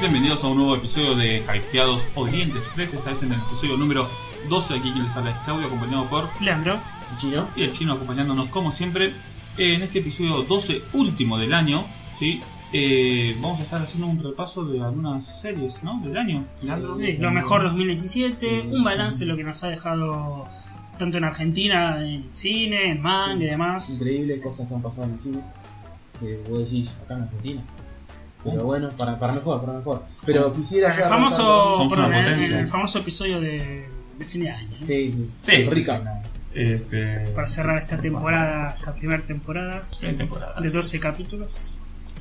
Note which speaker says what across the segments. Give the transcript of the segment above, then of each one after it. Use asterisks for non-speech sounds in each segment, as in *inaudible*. Speaker 1: Bienvenidos a un nuevo episodio de Hypeados Oriente Express. Esta vez en el episodio número 12. Aquí quien les habla es Claudio, acompañado por
Speaker 2: Leandro,
Speaker 3: chino.
Speaker 1: y el chino acompañándonos como siempre. En este episodio 12, último del año, ¿sí? Eh, vamos a estar haciendo un repaso de algunas series, ¿no? Del año, Leandro.
Speaker 2: sí, lo
Speaker 1: Mm.
Speaker 2: mejor 2017, un balance de lo que nos ha dejado tanto en Argentina, en cine, en manga
Speaker 3: Sí.
Speaker 2: y demás.
Speaker 3: Increíble cosas que han pasado en el cine. Que vos decís acá en Argentina. Pero bueno, para, para mejor, para mejor. Pero quisiera
Speaker 2: El
Speaker 3: ya arrancar
Speaker 2: famoso,
Speaker 3: con-
Speaker 1: Somos una
Speaker 2: perdón, el-
Speaker 1: potencia.
Speaker 2: el famoso episodio de, de fin de año. ¿eh?
Speaker 3: Sí, sí.
Speaker 1: Sí, sí,
Speaker 3: Rica.
Speaker 1: Este,
Speaker 2: Para cerrar esta temporada, esta primera temporada
Speaker 1: tres temporadas.
Speaker 2: de 12 capítulos.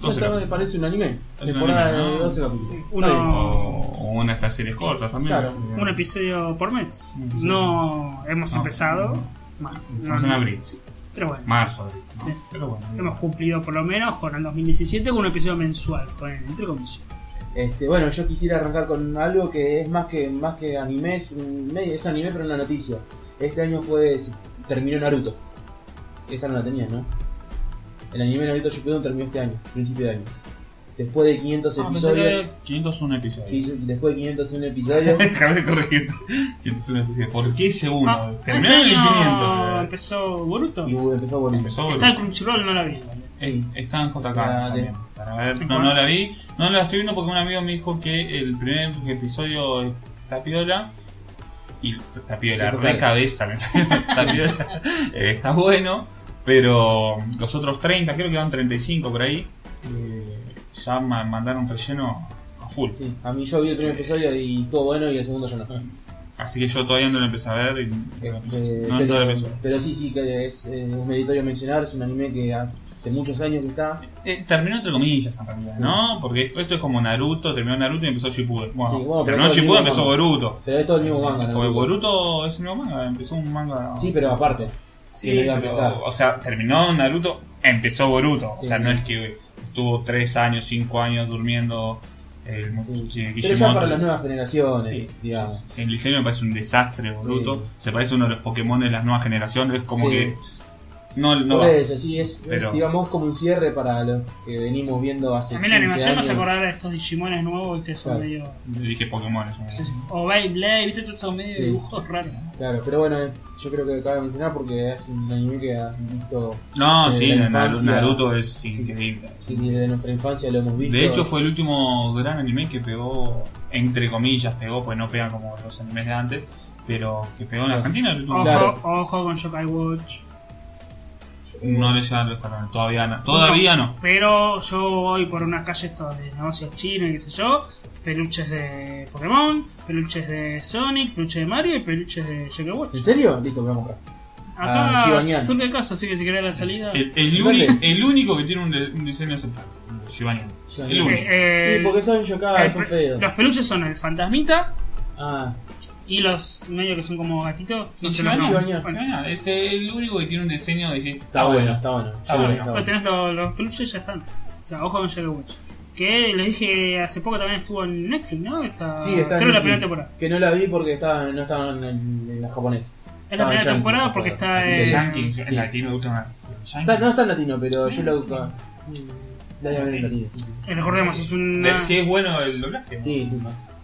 Speaker 3: No,
Speaker 1: Doce
Speaker 3: esta me
Speaker 1: capítulos.
Speaker 3: parece un anime.
Speaker 1: un
Speaker 3: Temporada
Speaker 1: anime,
Speaker 3: de
Speaker 1: ¿no?
Speaker 3: 12 capítulos.
Speaker 2: Uno-
Speaker 1: O o una de estas series cortas también.
Speaker 3: Claro.
Speaker 2: Un episodio por mes.
Speaker 1: Sí.
Speaker 2: No hemos
Speaker 1: No.
Speaker 2: empezado. bueno,
Speaker 1: Estamos en
Speaker 2: no-
Speaker 1: abril,
Speaker 2: Pero bueno.
Speaker 1: marzo, abril. ¿no?
Speaker 2: Sí.
Speaker 1: Pero bueno, bien.
Speaker 2: Hemos cumplido por lo menos con el 2017 con un episodio mensual, con el entre comillas.
Speaker 3: Este, bueno, yo quisiera arrancar con algo que es más que más que anime, es, un- medio- es anime pero una noticia. Este año fue se terminó Naruto. Esa no la tenías, ¿no? El anime Naruto Shippuden terminó este año, principio de año. Después de 500
Speaker 1: Ah, pensé que
Speaker 3: episodios,
Speaker 1: era 501 episodios.
Speaker 3: y- después de 501
Speaker 1: *laughs*
Speaker 3: episodios,
Speaker 1: Déjame de corregirte. 501 episodios. ¿Por qué ese uno?
Speaker 2: Ah,
Speaker 1: Terminó en el
Speaker 2: este año
Speaker 1: 500. eh.
Speaker 2: Empezó Boruto.
Speaker 3: y uh, empezó
Speaker 1: *laughs*
Speaker 3: bueno.
Speaker 1: Empezó bueno.
Speaker 2: Está en Crunchyroll, no la vi.
Speaker 3: Sí.
Speaker 1: Es- Está en JK.
Speaker 3: O sea,
Speaker 1: también,
Speaker 3: de-
Speaker 1: para ver.
Speaker 2: ¿En
Speaker 1: No,
Speaker 2: cuál?
Speaker 1: no la vi. No la estoy viendo porque un amigo me dijo que el primer episodio está piola. Y está piola,
Speaker 3: Y
Speaker 1: re
Speaker 3: total.
Speaker 1: cabeza. me-
Speaker 2: *laughs*
Speaker 1: está piola. Eh, está bueno. Pero los otros 30, creo que van 35 por ahí. eh, ya ma- mandaron relleno a full.
Speaker 3: Sí, a mí yo vi el primer episodio y todo bueno y el segundo yo no.
Speaker 1: Así que yo todavía no lo empecé a ver. y-
Speaker 2: Eh,
Speaker 3: Este,
Speaker 1: Ah, no, no
Speaker 3: pero,
Speaker 1: lo empecé.
Speaker 3: pero sí, sí, que es, eh, es meritorio mencionar, es un anime que hace muchos años que está.
Speaker 1: Eh, terminó entre comillas en realidad, ¿no? Porque esto es como Naruto, terminó Naruto y empezó Shippuden. Bueno,
Speaker 3: Sí, bueno, pero
Speaker 1: terminó
Speaker 3: todo el
Speaker 1: Shippuden,
Speaker 3: mismo
Speaker 1: empezó
Speaker 3: manga.
Speaker 1: Boruto.
Speaker 3: Pero es todo el mismo manga.
Speaker 1: Porque
Speaker 3: Naruto.
Speaker 1: Boruto es el mismo manga, empezó un manga...
Speaker 3: Sí, pero aparte.
Speaker 1: Sí,
Speaker 3: que lo iba a
Speaker 1: pero,
Speaker 3: empezar.
Speaker 1: o sea, terminó Naruto, empezó Boruto. o
Speaker 3: Sí.
Speaker 1: sea, no es que estuvo 3 años, 5 años durmiendo el
Speaker 3: Sí.
Speaker 1: Ki-
Speaker 3: Pero ya para
Speaker 1: Kishimoto.
Speaker 3: las nuevas generaciones,
Speaker 1: Sí,
Speaker 3: digamos.
Speaker 1: sí, sí. el diseño me parece un desastre, Boruto.
Speaker 3: Sí.
Speaker 1: Se parece a uno de los Pokémon de las nuevas generaciones, es como
Speaker 3: Sí.
Speaker 1: que... No, no
Speaker 3: Por
Speaker 1: va.
Speaker 3: eso, sí, es, es,
Speaker 1: Pero-
Speaker 3: digamos como un cierre para los que venimos viendo hace.
Speaker 2: También la
Speaker 3: 15
Speaker 2: animación nos
Speaker 3: años.
Speaker 2: acordaba de estos Digimones nuevos que son
Speaker 3: Claro.
Speaker 2: medio.
Speaker 1: Le dije Pokémon. es un-
Speaker 2: O Beyblade, viste, estos son medio
Speaker 3: Sí.
Speaker 2: dibujos raros. ¿no?
Speaker 3: Claro, pero bueno, eh, yo creo que cabe mencionar porque es un anime que has visto
Speaker 1: No,
Speaker 3: Eh,
Speaker 1: sí,
Speaker 3: la
Speaker 1: Naru-
Speaker 3: infancia.
Speaker 1: Naruto es increíble.
Speaker 3: sí, desde nuestra infancia, lo hemos visto.
Speaker 1: De hecho, fue el último gran anime que pegó, entre comillas, pegó, pues no pegan como los animes de antes, pero que pegó en Argentina. el último.
Speaker 2: Ojo,
Speaker 3: Claro.
Speaker 2: ojo con Shokai Watch.
Speaker 1: No le llegan los canales, todavía no. Todavía no.
Speaker 2: Pero yo voy por unas calles todas de negocios chinos y qué sé yo. Peluches de Pokémon, peluches de Sonic, peluches de Mario y peluches de Shokai Watch.
Speaker 3: ¿En serio? Listo, voy a comprar. Ah,
Speaker 2: Acá
Speaker 3: Shibanian.
Speaker 2: surge el caso, así que si querés la salida.
Speaker 1: El, el
Speaker 3: Vale.
Speaker 1: uni- el único que tiene un, de- un diseño aceptable, Shibanian. El único.
Speaker 2: Eh, eh,
Speaker 3: Sí, porque son
Speaker 2: el
Speaker 3: yokadas, son
Speaker 2: pe-
Speaker 3: feos.
Speaker 2: los peluches son el fantasmita
Speaker 3: Ah,
Speaker 2: y los medio que son como gatitos. No
Speaker 1: Y
Speaker 2: sé los
Speaker 1: Shibanian,
Speaker 2: nombres.
Speaker 3: Shibanian.
Speaker 2: Bueno,
Speaker 1: Shibanian, Es el único que tiene un diseño de decir,
Speaker 3: está ah, bueno, está bueno.
Speaker 1: Está bueno.
Speaker 2: vos Pues tenés los, los peluches y ya están. O sea, ojo con Shadow Watch. Que les dije hace poco también estuvo en Netflix, ¿no? Esta-
Speaker 3: Sí, está
Speaker 2: creo que
Speaker 3: en
Speaker 2: la
Speaker 3: Netflix.
Speaker 2: primera temporada.
Speaker 3: Que no la vi porque estaba, no estaban en, en la japonés.
Speaker 2: Es
Speaker 1: Ah,
Speaker 2: la
Speaker 3: Estaba en
Speaker 2: primera
Speaker 3: Yankee,
Speaker 2: temporada
Speaker 3: por
Speaker 2: porque
Speaker 3: favor.
Speaker 2: está
Speaker 3: Así
Speaker 1: El
Speaker 3: que
Speaker 2: en.
Speaker 1: Yankee,
Speaker 3: sí.
Speaker 1: el latino gusta más.
Speaker 3: Está- no está en latino, pero yo la buscaba. La llamé en latino, sí, sí.
Speaker 2: Recordemos, es un,
Speaker 1: Si es bueno el doblaje.
Speaker 3: Sí, sí.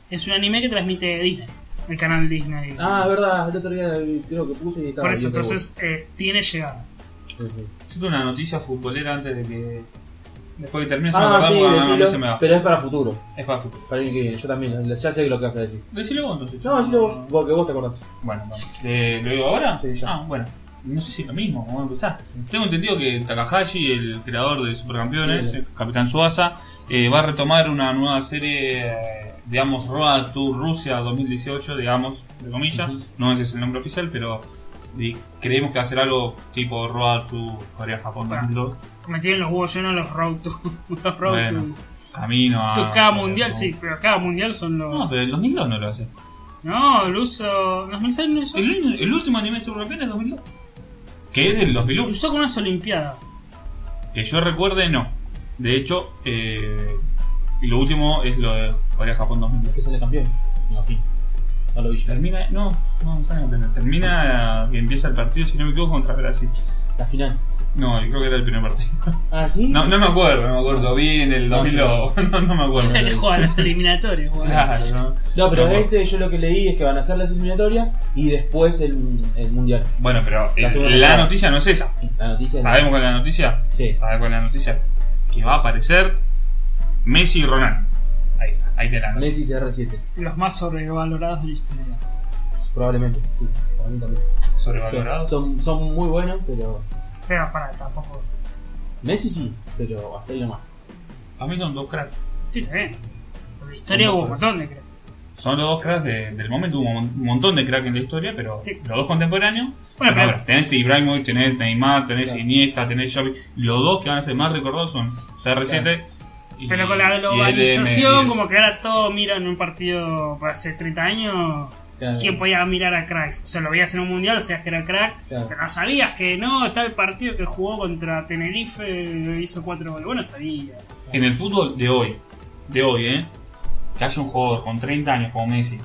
Speaker 2: es un anime que transmite Disney, el canal Disney.
Speaker 3: Ah, verdad, el otro día creo que puse y estaba.
Speaker 2: Por eso,
Speaker 3: yo creo que-
Speaker 2: entonces eh, tiene llegada.
Speaker 3: Sí, sí.
Speaker 1: Siento una noticia futbolera antes de que. Después que termine, se me
Speaker 3: Ah,
Speaker 1: acordaba,
Speaker 3: sí,
Speaker 1: porque a mí
Speaker 3: decilo,
Speaker 1: se me va.
Speaker 3: pero es para futuro,
Speaker 1: Es para futuro.
Speaker 3: para el que viene. Yo también, ya sé lo que vas a decir.
Speaker 1: Decilo vos entonces.
Speaker 3: No, decilo vos, vos, que vos te acordás.
Speaker 1: Bueno, vamos. Eh, ¿lo digo ahora?
Speaker 3: Sí, ya.
Speaker 1: Ah, bueno. No sé si es lo mismo, vamos a empezar. Tengo entendido que Takahashi, el creador de Supercampeones,
Speaker 3: Sí.
Speaker 1: el Capitán Suasa, va a retomar una nueva serie, eh, digamos, Road to Rusia 2018, digamos, de comillas.
Speaker 3: Ujú.
Speaker 1: No ese es el nombre oficial, pero eh, creemos que va a ser algo tipo Road to Corea-Japón
Speaker 2: Claro.
Speaker 1: 2002.
Speaker 2: Me tienen los huevos llenos los Road to. *laughs* Los Road
Speaker 1: Bueno,
Speaker 2: to.
Speaker 1: Camino a.
Speaker 2: to cada mundial, sí, pero cada mundial son los.
Speaker 1: No,
Speaker 2: No,
Speaker 1: pero el 2002 no lo hace.
Speaker 2: el uso. ¿Los mensajes no usó?
Speaker 1: El, el último anime de Supercampeones es 2002. Que es del 2001.
Speaker 2: Usó con unas Olimpiadas. *laughs*
Speaker 1: Que yo recuerde, no. De hecho, eh, lo último es lo de Corea-Japón 2002.
Speaker 3: Que sale campeón. No, sí. No lo vi yo.
Speaker 1: Termina. No, no, no, no, no, termina que empieza el partido, si no me equivoco, contra Brasil.
Speaker 3: La final.
Speaker 1: No, yo creo que era el primer partido.
Speaker 3: ¿Ah, sí?
Speaker 1: No, no me acuerdo, no me acuerdo. Vi en el
Speaker 3: No,
Speaker 1: 2002. *laughs* No, no me acuerdo.
Speaker 2: Dale, juega a las eliminatorias, juega.
Speaker 1: Claro, no.
Speaker 3: No, pero
Speaker 1: No, no.
Speaker 3: este yo lo que leí es que van a hacer las eliminatorias y después el, el mundial.
Speaker 1: Bueno, pero
Speaker 3: La
Speaker 1: eh,
Speaker 3: segunda
Speaker 1: la
Speaker 3: temporada.
Speaker 1: noticia no es esa.
Speaker 3: La noticia es.
Speaker 1: ¿Sabemos cuál es la noticia?
Speaker 3: Sí.
Speaker 1: ¿Sabes cuál es la noticia? Que va a aparecer Messi y Ronaldo. Ahí está, ahí te la noticia.
Speaker 3: Messi CR7.
Speaker 2: Los más sobrevalorados de la historia.
Speaker 3: Probablemente. Sí, para mí también.
Speaker 1: Sobrevalorado.
Speaker 3: Son, son muy buenos, pero.
Speaker 2: Pero pará, tampoco.
Speaker 3: Messi sí, pero hasta ahí nomás.
Speaker 1: Para mí son dos cracks.
Speaker 2: Sí, está bien. Por la historia hubo un montón de creo.
Speaker 1: Son los dos cracks de- del momento. Hubo un montón de cracks en la historia, pero
Speaker 2: Sí.
Speaker 1: los dos contemporáneos.
Speaker 2: Bueno,
Speaker 1: Pero
Speaker 2: pero
Speaker 1: tenés Ibrahimovic, tenés Neymar, tenés
Speaker 3: Claro.
Speaker 1: Iniesta, tenés Xavi. Los dos que van a ser más recordados son CR7 y
Speaker 2: Pero con la
Speaker 1: y
Speaker 2: globalización,
Speaker 1: LM10.
Speaker 2: como que ahora todos miran un partido hace 30 años.
Speaker 3: Claro.
Speaker 2: ¿Quién podía mirar a Crack? O sea, lo veías en un mundial, o sea, que era Crack.
Speaker 3: Claro.
Speaker 2: Pero no sabías que no, está el partido que jugó contra Tenerife, hizo cuatro goles. Bueno, sabía.
Speaker 1: En el fútbol de hoy, de hoy, ¿eh? Que haya un jugador con 30 años como Messi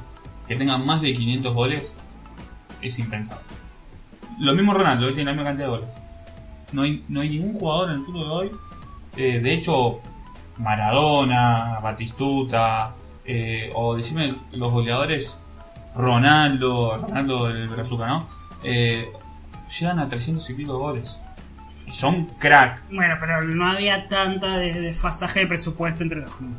Speaker 1: que tenga más de 500 goles es impensable. Lo mismo Ronaldo, que tiene la misma cantidad de goles. No hay, no hay ningún jugador en el fútbol de hoy. eh, de hecho, Maradona, Batistuta, eh, o decime los goleadores Ronaldo, Ronaldo el Brazuca, ¿no? Eh, llegan a 300 y pico goles. Y son crack.
Speaker 2: Bueno, pero no había tanta de- desfasaje de presupuesto entre los clubes.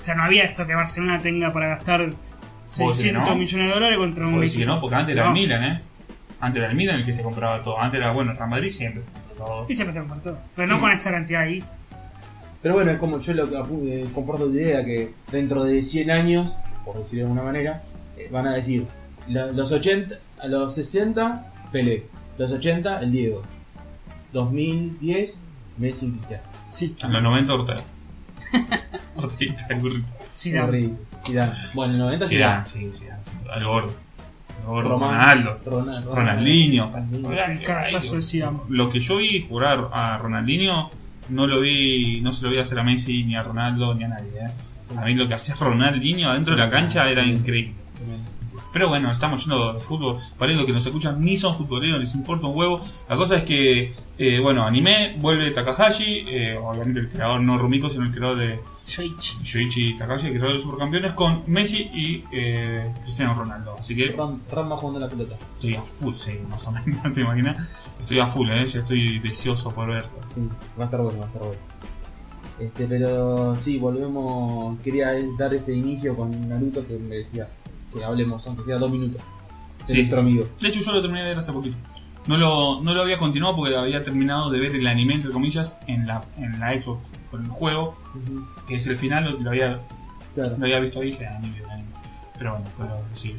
Speaker 2: O sea, no había esto que Barcelona tenga para gastar
Speaker 1: ¿Puedo decir que
Speaker 2: 600
Speaker 1: no?
Speaker 2: millones de dólares contra un
Speaker 1: Porque sí,
Speaker 2: equipo.
Speaker 1: ¿no? Porque antes era
Speaker 2: No.
Speaker 1: el Milan, ¿eh? Antes era el Milan el que se compraba todo. Antes era, bueno, el Real Madrid siempre se compraba todo.
Speaker 2: Y se pasaron por todo. Pero no con esta cantidad ahí.
Speaker 3: Pero bueno, es como yo lo que apu- eh, comparto tu idea que dentro de 100 años, por decirlo de alguna manera, eh, van a decir la- los 80, a los 60 Pelé, los 80 el Diego, 2010 Messi y Cristiano.
Speaker 2: Sí,
Speaker 1: En los 90 Ortega. *laughs* Orteguita, el burrito.
Speaker 2: sí, da.
Speaker 3: Henry, Zidane. Bueno, el 90
Speaker 1: Zidane, sí, Zidane. sí. Al gordo. Al gordo.
Speaker 3: Román.
Speaker 1: Ronaldo.
Speaker 3: Ronald-
Speaker 1: Ronaldinho.
Speaker 3: Ronaldinho.
Speaker 2: El cabezazo de Zidane.
Speaker 1: Lo que yo vi jugar a Ronaldinho, no lo vi, no se lo vi hacer a Messi, ni a Ronaldo, ni a nadie, ¿eh? A mí lo que hacía Ronaldinho adentro de la cancha era increíble. Pero bueno, estamos yendo de fútbol. Para los que nos escuchan ni son futboleros, les importa un huevo. La cosa es que, eh, bueno, anime, vuelve Takahashi, eh, obviamente el creador, no Rumiko, sino el creador de
Speaker 2: Yoichi.
Speaker 1: Yoichi Takahashi, el creador de Supercampeones, con Messi y eh, Cristiano Ronaldo. Así que
Speaker 3: Ram- Rama jugando la pelota.
Speaker 1: estoy a full, sí, más o menos, *laughs* te imaginas. Estoy a full, eh, ya estoy deseoso por verlo.
Speaker 3: Sí, va a estar bueno, va a estar bueno. Este, pero sí, volvemos. Quería dar ese inicio con Naruto que me decía que hablemos, aunque sea dos minutos. De
Speaker 1: Sí,
Speaker 3: nuestro
Speaker 1: sí, sí.
Speaker 3: amigo.
Speaker 1: De hecho, yo lo terminé de ver hace poquito. No lo, no lo había continuado porque había terminado de ver el anime, entre comillas, en la, en la Xbox con el juego,
Speaker 3: Ujú,
Speaker 1: que es el final, lo- lo había
Speaker 3: Claro.
Speaker 1: Lo había visto ahí, dije, ah, ni idea, ni idea. Pero bueno, pero sí.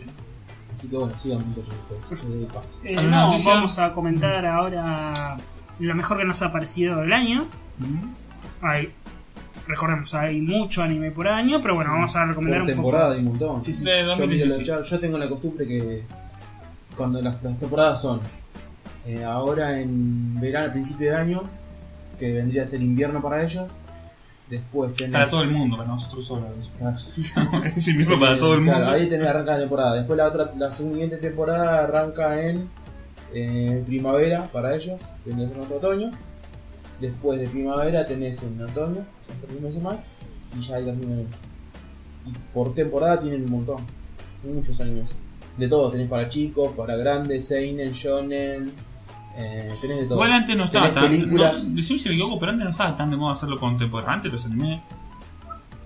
Speaker 3: Así que bueno, sigan muchachos. pues, eh, pase.
Speaker 2: Eh,
Speaker 1: ¿Alguna
Speaker 2: no,
Speaker 1: noticia?
Speaker 2: vamos a comentar ahora lo mejor que nos ha parecido del año. Hay, recordemos, hay mucho anime por año, pero bueno, vamos a recomendar
Speaker 3: Por
Speaker 2: un
Speaker 3: temporada
Speaker 2: poco.
Speaker 3: hay un montón.
Speaker 1: Sí, sí.
Speaker 3: Yo,
Speaker 1: De
Speaker 3: miro
Speaker 1: 2016.
Speaker 3: los char- yo tengo la costumbre que cuando las, las temporadas son eh, ahora en verano, al principio de año, que vendría a ser invierno para ellos, después tenés-
Speaker 1: Para todo el mundo, para nosotros *laughs* solos.
Speaker 3: Claro.
Speaker 1: Es el mismo para todo el
Speaker 3: Claro,
Speaker 1: mundo.
Speaker 3: ahí tenés arranca la temporada. Después la otra, la siguiente temporada arranca en eh, primavera para ellos, tenés en otro otoño. Después de primavera tenés en otoño, son tres meses más, y ya ahí termina el- Y por temporada tienen un montón, muchos animes. De todo, tenés para chicos, para grandes, Seinen, Shonen, eh, tenés de todo.
Speaker 1: Igual antes no estaba
Speaker 3: Tenés
Speaker 1: tan.
Speaker 3: películas.
Speaker 1: No, decime si me equivoco, pero antes no estaba tan de moda hacerlo contemporáneo. Antes los animes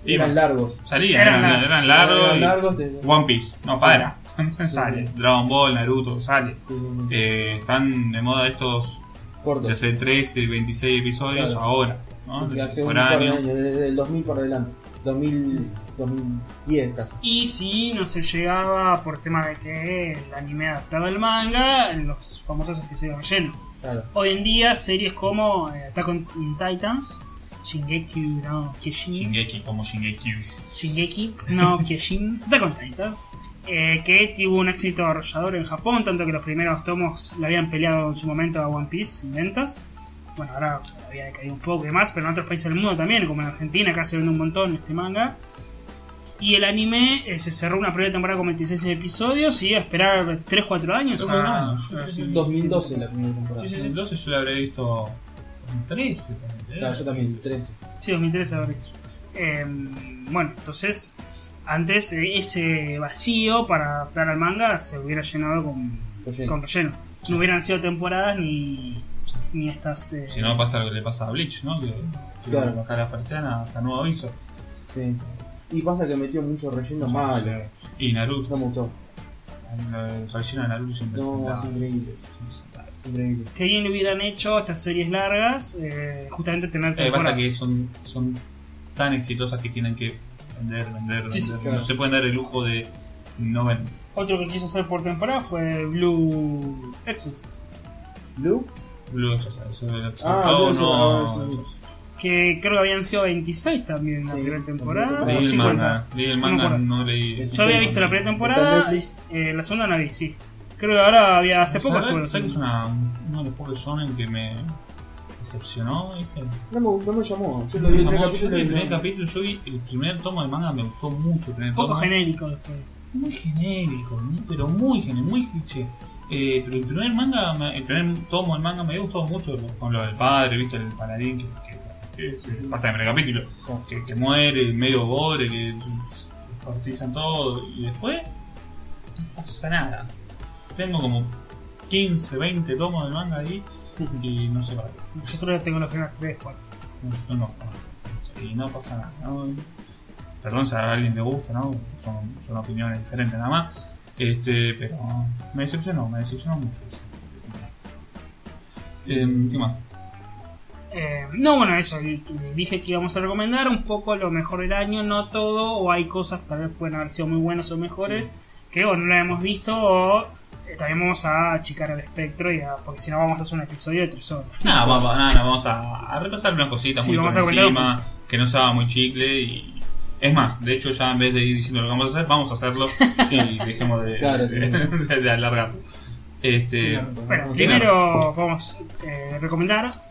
Speaker 3: Eran
Speaker 1: iban-
Speaker 3: largos.
Speaker 1: salían,
Speaker 2: Eran
Speaker 1: eran,
Speaker 2: largos.
Speaker 1: eran largos.
Speaker 3: Eran
Speaker 1: y-
Speaker 3: largos, te-
Speaker 1: One Piece, *laughs* no para. sale. Dragon Ball, Naruto, sale.
Speaker 3: te-
Speaker 1: Eh, están de moda estos de
Speaker 3: cortos.
Speaker 1: hace 13, 26 episodios
Speaker 3: Claro.
Speaker 1: ahora. ¿no?
Speaker 3: Desde hace un
Speaker 1: Por
Speaker 3: par de
Speaker 1: año.
Speaker 3: años, desde el 2000 para adelante. 2000, 2010 casi.
Speaker 2: Y si no se llegaba por tema de que el anime adaptaba el manga, en los famosos episodios relleno.
Speaker 3: Claro.
Speaker 2: Hoy en día, series como eh, Attack on Titans, Shingeki no Kyojin,
Speaker 1: Shingeki como Shingeki.
Speaker 2: Shingeki no Kyojin, Attack on Titan, eh, que tuvo un éxito arrollador en Japón, tanto que los primeros tomos le habían peleado en su momento a One Piece en ventas. Bueno, ahora había decaído un poco y más, pero en otros países del mundo también, como en Argentina, acá se vende un montón este manga. Y el anime eh, se cerró una primera temporada con 26 episodios y a esperar 3-4 años.
Speaker 1: Creo que
Speaker 2: A,
Speaker 1: no, sí,
Speaker 2: a-
Speaker 1: sí, sí.
Speaker 2: si-
Speaker 3: 2012
Speaker 2: si-
Speaker 3: la primera temporada.
Speaker 1: Sí, sí, sí, entonces yo lo habré visto en 13. ponele.
Speaker 3: Claro, yo también, 13.
Speaker 2: Sí, 2013 habrá hecho. Eh, bueno, entonces, antes eh, ese vacío para adaptar al manga se hubiera llenado con
Speaker 3: Relleno.
Speaker 2: con relleno. No hubieran sido temporadas ni, ni estas. eh,
Speaker 1: Si no pasa lo que le pasa a Bleach, ¿no? Que, que
Speaker 3: Claro.
Speaker 1: baja la persiana hasta nuevo aviso.
Speaker 3: Sí. Y pasa que metió mucho relleno
Speaker 1: Sí,
Speaker 3: malo.
Speaker 1: Y Naruto,
Speaker 3: No me gustó.
Speaker 1: el relleno de Naruto siempre
Speaker 3: No, es
Speaker 1: sentado.
Speaker 3: increíble.
Speaker 1: siempre sentado.
Speaker 3: es increíble.
Speaker 2: que bien le hubieran hecho estas series largas, eh, justamente tener
Speaker 1: Lo que pasa
Speaker 2: temporadas.
Speaker 1: es que son, son tan exitosas que tienen que vender, vender,
Speaker 2: Sí, sí,
Speaker 1: vender.
Speaker 3: claro.
Speaker 1: No se pueden dar el lujo de no vender.
Speaker 2: Otro que quiso hacer por temporada fue Blue Exus.
Speaker 3: Blue,
Speaker 1: Blue eso, eso, eso, eso.
Speaker 3: Ah,
Speaker 1: Oh,
Speaker 3: Blue Exorcist,
Speaker 1: no,
Speaker 3: ah, sí, sí.
Speaker 2: Que creo que habían sido 26 también la
Speaker 3: Sí,
Speaker 2: primera
Speaker 3: también
Speaker 2: temporada.
Speaker 3: temporada.
Speaker 1: Leí el
Speaker 2: Sí,
Speaker 1: manga, leí el manga,
Speaker 2: acuerdo.
Speaker 1: ah, no leí.
Speaker 3: Sí,
Speaker 2: Yo había
Speaker 3: sí,
Speaker 2: visto la primera
Speaker 3: Está en
Speaker 2: temporada,
Speaker 3: Netflix.
Speaker 2: eh, la segunda no la vi, sí. Creo que ahora había, hace poco
Speaker 1: ¿Sabes-
Speaker 2: estuvo. la
Speaker 1: ¿Sabes que es
Speaker 2: segunda.
Speaker 1: una, uno de los pocos shonen que me decepcionó? Ese.
Speaker 3: no me, no me llamó. Yo
Speaker 1: Me
Speaker 3: lo vi en
Speaker 1: llamó-
Speaker 3: el
Speaker 1: yo
Speaker 3: capítulo
Speaker 1: vi
Speaker 3: y
Speaker 1: el primer
Speaker 3: no-
Speaker 1: capítulo, yo vi el primer tomo de manga, me gustó mucho el primer
Speaker 2: Un poco
Speaker 1: tomo.
Speaker 2: genérico después.
Speaker 1: Muy genérico, muy- pero muy genérico, muy cliché. Eh, pero el primer manga, me- el primer tomo del manga me había gustado mucho lo- con lo del padre, viste, el paladín que, que- que se pasa en el primer capítulo, que, que muere, medio gore, que partizan todo, y después no pasa nada. Tengo como 15, 20 tomos del manga
Speaker 3: *laughs*
Speaker 1: ahí y no sé para qué.
Speaker 2: Yo creo que tengo las primeras 3, 4.
Speaker 1: No, no, no. Y no pasa nada. ¿no? Perdón si a alguien le gusta, ¿no? Son, son opiniones diferentes nada más. Este, pero me decepcionó, me decepcionó mucho. Em, ¿Qué más?
Speaker 2: Eh, no, bueno, eso, y- y dije que íbamos a recomendar un poco lo mejor del año, no todo, o hay cosas que tal vez pueden haber sido muy buenas o mejores, que o no las hemos visto, o eh, también vamos a achicar el espectro, y a- porque si no vamos a hacer un episodio de tres horas.
Speaker 1: Nada, vamos, nada, nada, vamos a, a repasar unas cositas
Speaker 2: Sí,
Speaker 1: muy
Speaker 2: vamos
Speaker 1: por
Speaker 2: a comentar un
Speaker 1: encima, que no sea muy chicle y... Es más, de hecho ya en vez de ir diciendo lo que vamos a hacer, vamos a
Speaker 2: *laughs*
Speaker 1: hacerlo y dejemos de,
Speaker 3: Claro,
Speaker 1: de,
Speaker 3: sí.
Speaker 1: de alargarlo. Este,
Speaker 2: Bueno,
Speaker 1: Ok.
Speaker 2: primero vamos a recomendar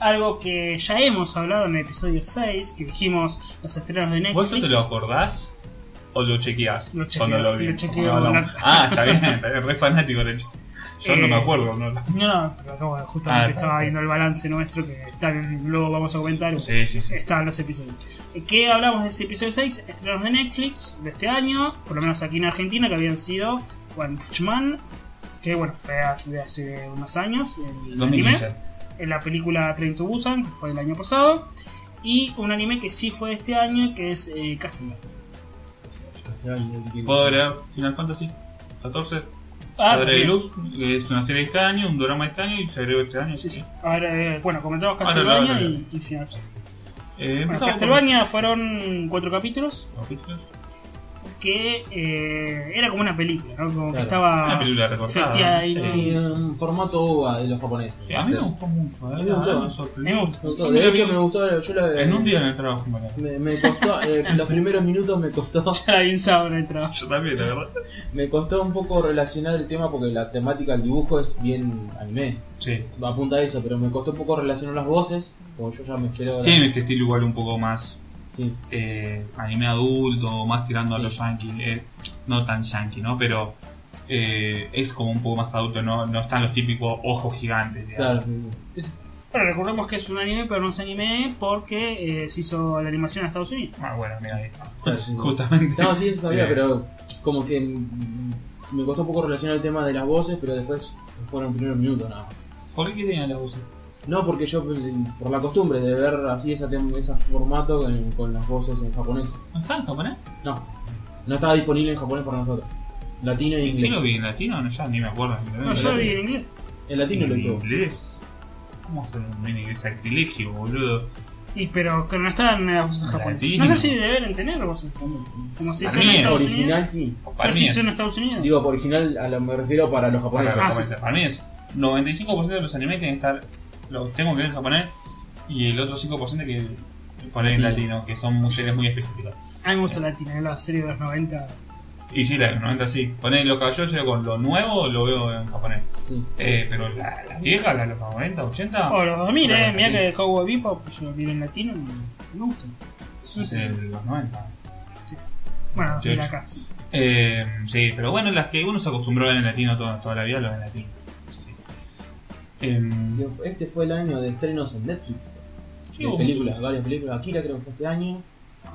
Speaker 2: algo que ya hemos hablado en el episodio 6, que dijimos los estrenos de Netflix.
Speaker 1: ¿Vos eso te lo acordás o lo chequeás?
Speaker 2: Lo chequeo,
Speaker 1: cuando lo vi.
Speaker 2: lo chequeo.
Speaker 1: Cuando hablamos. Ah, está bien, está bien, re fanático de hecho. Yo no
Speaker 2: Eh,
Speaker 1: me acuerdo, no.
Speaker 2: No, no, pero acabo de- justamente
Speaker 1: Ah, está,
Speaker 2: estaba
Speaker 1: está.
Speaker 2: viendo el balance nuestro, que también luego vamos a comentar.
Speaker 1: Sí, sí, sí.
Speaker 2: están los episodios. ¿Qué hablamos de ese episodio 6? Estrenos de Netflix de este año, por lo menos aquí en Argentina, que habían sido One Punch Man, que bueno, fue hace- de hace unos años, el
Speaker 1: 2015.
Speaker 2: anime, en la película Train to Busan, que fue del año pasado, y un anime que sí fue de este año, que es eh, Castlevania.
Speaker 1: Puedo agregar Final Fantasy 14,
Speaker 2: Ah,
Speaker 1: Padre de
Speaker 2: también.
Speaker 1: Luz, que es una serie de este año, un drama de este año y se agregó este año.
Speaker 2: Sí, sí. Ahora, eh, bueno, comentamos
Speaker 1: Ah, no, no,
Speaker 2: Castlevania
Speaker 1: no, no.
Speaker 2: y, y Final Fantasy.
Speaker 1: Eh,
Speaker 2: Bueno,
Speaker 1: empezamos con-
Speaker 2: Castlevania fueron cuatro capítulos,
Speaker 1: capítulos.
Speaker 2: que eh, era como una película, ¿no? Como que
Speaker 3: Claro.
Speaker 2: estaba...
Speaker 1: Una película recortada.
Speaker 2: seteada ahí,
Speaker 1: sí.
Speaker 2: sí.
Speaker 3: En formato OVA de los japoneses.
Speaker 1: Sí, A mí me gustó mucho, eh.
Speaker 3: A mí me
Speaker 1: la
Speaker 3: gustó.
Speaker 1: verdad me sorprendió.
Speaker 2: Me Eh, gusta.
Speaker 3: Me gustó.
Speaker 1: Sí,
Speaker 3: De
Speaker 1: me
Speaker 3: hecho,
Speaker 1: vi
Speaker 3: me gustó. Yo la,
Speaker 1: En un día en el trabajo, me la-
Speaker 3: Me, me costó, eh, los primeros minutos me
Speaker 1: *laughs*
Speaker 3: costó,
Speaker 2: Era bien sabroso el trabajo.
Speaker 1: Yo también, la verdad.
Speaker 3: me costó un poco relacionar el tema porque la temática del dibujo es bien anime,
Speaker 1: Sí.
Speaker 3: apunta a eso, pero me costó un poco relacionar las voces, como yo ya me esperaba.
Speaker 1: Tiene este estilo igual un poco más
Speaker 3: Sí,
Speaker 1: eh, anime adulto, más tirando a
Speaker 3: Sí.
Speaker 1: los yankees, eh, no tan yankee, ¿no? Pero eh, es como un poco más adulto, no, no están los típicos ojos gigantes. digamos.
Speaker 3: claro. sí, sí.
Speaker 2: Bueno, recordemos que es un anime, pero no es anime porque eh, se hizo la animación en Estados Unidos.
Speaker 1: Ah, bueno, mira ahí está.
Speaker 3: Claro, *laughs* sí.
Speaker 1: Justamente. *laughs*
Speaker 3: No, sí, eso sabía,
Speaker 1: Eh,
Speaker 3: pero como que mm, me costó un poco relacionar el tema de las voces, pero después fueron los primeros minutos nada más.
Speaker 1: ¿Por qué tenían la voz?
Speaker 3: No, porque yo, mm, por la costumbre de ver así ese, ese formato con, con las voces en japonés.
Speaker 1: ¿No estaba en japonés?
Speaker 3: No, no estaba disponible en japonés para nosotros. Latino e
Speaker 1: ¿En qué
Speaker 3: inglés.
Speaker 1: lo vi? ¿En latino? No, ya ni me acuerdo. ni
Speaker 2: No, yo lo vi en inglés.
Speaker 3: El latino lo
Speaker 1: ¿En
Speaker 3: tuvo.
Speaker 1: inglés? ¿Cómo se en inglés? Sacrilegio, boludo.
Speaker 2: Y, pero que no estaban en las voces
Speaker 1: Latino.
Speaker 2: japonesas. No sé si deben tener voces también. Como si
Speaker 1: Para
Speaker 2: son
Speaker 1: mí
Speaker 2: en
Speaker 1: es
Speaker 2: Estados Unidos.
Speaker 3: Original sí.
Speaker 2: Pero
Speaker 1: Para
Speaker 2: si
Speaker 1: mí,
Speaker 2: son
Speaker 1: es,
Speaker 2: en Estados Unidos.
Speaker 3: Digo, por original a lo me refiero para los
Speaker 1: para los
Speaker 3: japoneses.
Speaker 2: Ah, sí.
Speaker 1: japoneses, para mí es 95% de los animes tienen que estar. Los tengo que ver en japonés y el otro 5% que poner en
Speaker 3: Sí.
Speaker 1: latino, que son mujeres muy específicas.
Speaker 2: A mí me gusta Latina, la serie de los 90.
Speaker 1: Y sí, la de los 90 sí. Poner los caballos yo con lo nuevo lo veo en japonés.
Speaker 3: Sí.
Speaker 1: Eh, pero la, la vieja, la de los 90, 80,
Speaker 2: O los 2000,
Speaker 1: Claro,
Speaker 2: eh. Mirá
Speaker 1: sí.
Speaker 2: que Cowboy Bebop, pues yo lo vi en latino y me gusta.
Speaker 1: es el de los 90.
Speaker 2: Sí. Bueno, 2000
Speaker 1: 18.
Speaker 2: acá. sí.
Speaker 1: Eh, sí, pero bueno, las que uno se acostumbró a ver en latino toda, toda la vida, lo ven en latino. Sí. Em,
Speaker 3: Este fue el año de estrenos en Netflix.
Speaker 1: Sí,
Speaker 3: de
Speaker 1: hubo
Speaker 3: películas, varias películas. Akira creo que fue este año.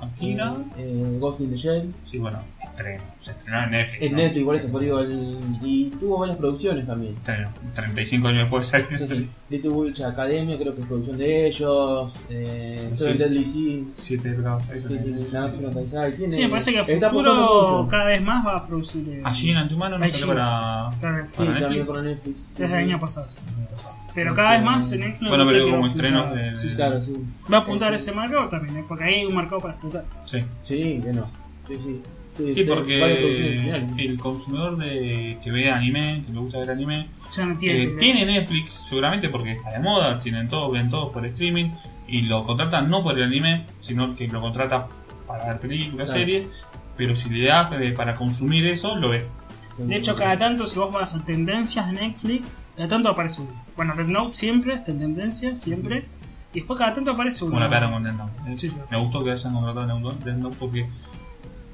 Speaker 1: Akira.
Speaker 3: Eh, eh, Ghost in the Shell.
Speaker 1: Sí, bueno, estreno. Se estrenó en Netflix.
Speaker 3: En
Speaker 1: ¿no?
Speaker 3: Netflix, por eso, por digo, el- y tuvo varias producciones también.
Speaker 1: Estreno. 35 años después salió.
Speaker 3: Sí, Little Witch Academia, creo que es producción de ellos. Eh, Seven
Speaker 1: Sí.
Speaker 3: Deadly Sins.
Speaker 1: Siete pecados. eso
Speaker 3: Sí, sí,
Speaker 1: también.
Speaker 3: la Nación Taizai, tiene-
Speaker 2: Sí, me parece que a
Speaker 3: está apostando
Speaker 2: futuro
Speaker 3: mucho.
Speaker 2: cada vez más va a producir. eh,
Speaker 1: Allí en Antumano no
Speaker 2: Ay,
Speaker 1: salió
Speaker 2: sí.
Speaker 1: para.
Speaker 2: claro,
Speaker 3: Sí,
Speaker 1: para
Speaker 3: también
Speaker 1: Netflix.
Speaker 3: por Netflix. Sí,
Speaker 2: desde
Speaker 3: sí.
Speaker 2: el año pasado. sí. Pero cada vez más en Netflix.
Speaker 1: Bueno,
Speaker 2: no sé
Speaker 1: pero
Speaker 2: qué va
Speaker 1: como
Speaker 2: a
Speaker 1: estrenos
Speaker 2: apuntar.
Speaker 1: del.
Speaker 3: Sí, claro, sí.
Speaker 2: Va a apuntar ese mercado también, eh, porque ahí hay un mercado para explotar.
Speaker 1: Sí.
Speaker 3: Sí, que no. Sí, sí.
Speaker 1: Sí,
Speaker 3: tiene varias producciones
Speaker 1: porque
Speaker 3: finales.
Speaker 1: el consumidor de que ve anime, que le gusta ver anime,
Speaker 2: Ya no tiene.
Speaker 1: eh, tiene Netflix seguramente porque está de moda, tienen todo, ven todos por streaming y lo contratan no por el anime, sino que lo contrata para ver películas,
Speaker 3: Claro.
Speaker 1: series, pero si le das eh, para consumir eso, lo ve.
Speaker 3: Sí.
Speaker 2: De hecho, cada tanto, si vos vas a tendencias de Netflix, cada tanto aparece uno. Bueno, Red Note siempre está en tendencias, siempre. Y después cada tanto aparece uno.
Speaker 1: Como la cara con Death Note. Eh,
Speaker 2: Sí, sí.
Speaker 1: Me gustó que hayan contratado a Death Note porque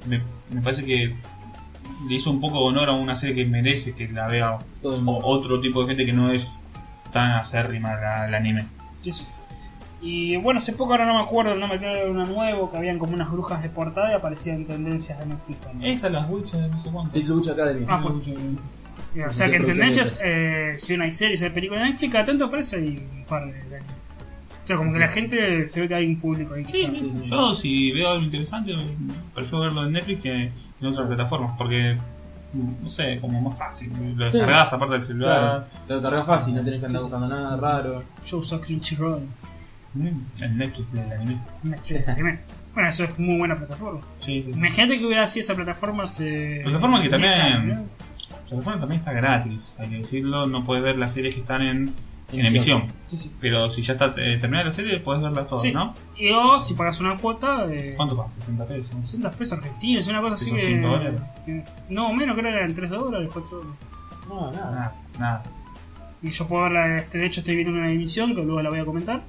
Speaker 1: me, me parece que le hizo un poco de honor a una serie que merece que la vea
Speaker 3: Todo el
Speaker 1: o-
Speaker 3: mundo.
Speaker 1: otro tipo de gente que no es tan acérrima al anime.
Speaker 2: Sí, sí. Y bueno, hace poco ahora no me acuerdo, no me acuerdo de uno nuevo, que habían como unas brujas de portada y aparecían tendencias de Netflix también.
Speaker 1: Esas las witches, no sé cuánto.
Speaker 3: Little Witch Academia.
Speaker 2: Ah, pues sí. Y, O sea que en tendencias, eh, si una hay series, hay películas de Netflix, cada tanto aparece y un par de... de- O sea, como que la gente se ve que hay un público ahí. que está-
Speaker 1: Sí, yo si veo algo interesante, prefiero verlo en Netflix que en otras plataformas, porque no sé, como más fácil. Lo
Speaker 3: Sí.
Speaker 1: descargas aparte del celular.
Speaker 3: Claro. Lo cargas fácil, no tenés que andar buscando nada raro.
Speaker 2: Yo uso Crunchyroll.
Speaker 1: Mm, El Netflix del anime.
Speaker 2: Netflix también. Bueno, eso es muy buena plataforma.
Speaker 1: Sí, sí, sí.
Speaker 2: Imagínate que hubiera sido esa plataforma hace.
Speaker 1: Plataforma que
Speaker 2: 10
Speaker 1: también-
Speaker 2: años, ¿no?
Speaker 1: La plataforma también está gratis, hay que decirlo. No puedes ver las series que están en, en emisión.
Speaker 3: Emisión.
Speaker 2: Sí, sí.
Speaker 1: Pero si ya está eh, terminada la serie, puedes verlas todas,
Speaker 2: Sí.
Speaker 1: ¿no?
Speaker 2: Y o si pagas una cuota de.
Speaker 1: ¿Cuánto pagas? ¿60 pesos?
Speaker 2: 200 pesos argentinos, una cosa
Speaker 1: Que
Speaker 2: así
Speaker 1: son
Speaker 2: que.
Speaker 1: cinco dólares.
Speaker 2: que- No, menos creo que eran 3 dólares, 4 dólares.
Speaker 3: No, nada.
Speaker 1: Nada, nada.
Speaker 2: Y yo puedo verla, este, de hecho estoy viendo una emisión que luego la voy a comentar.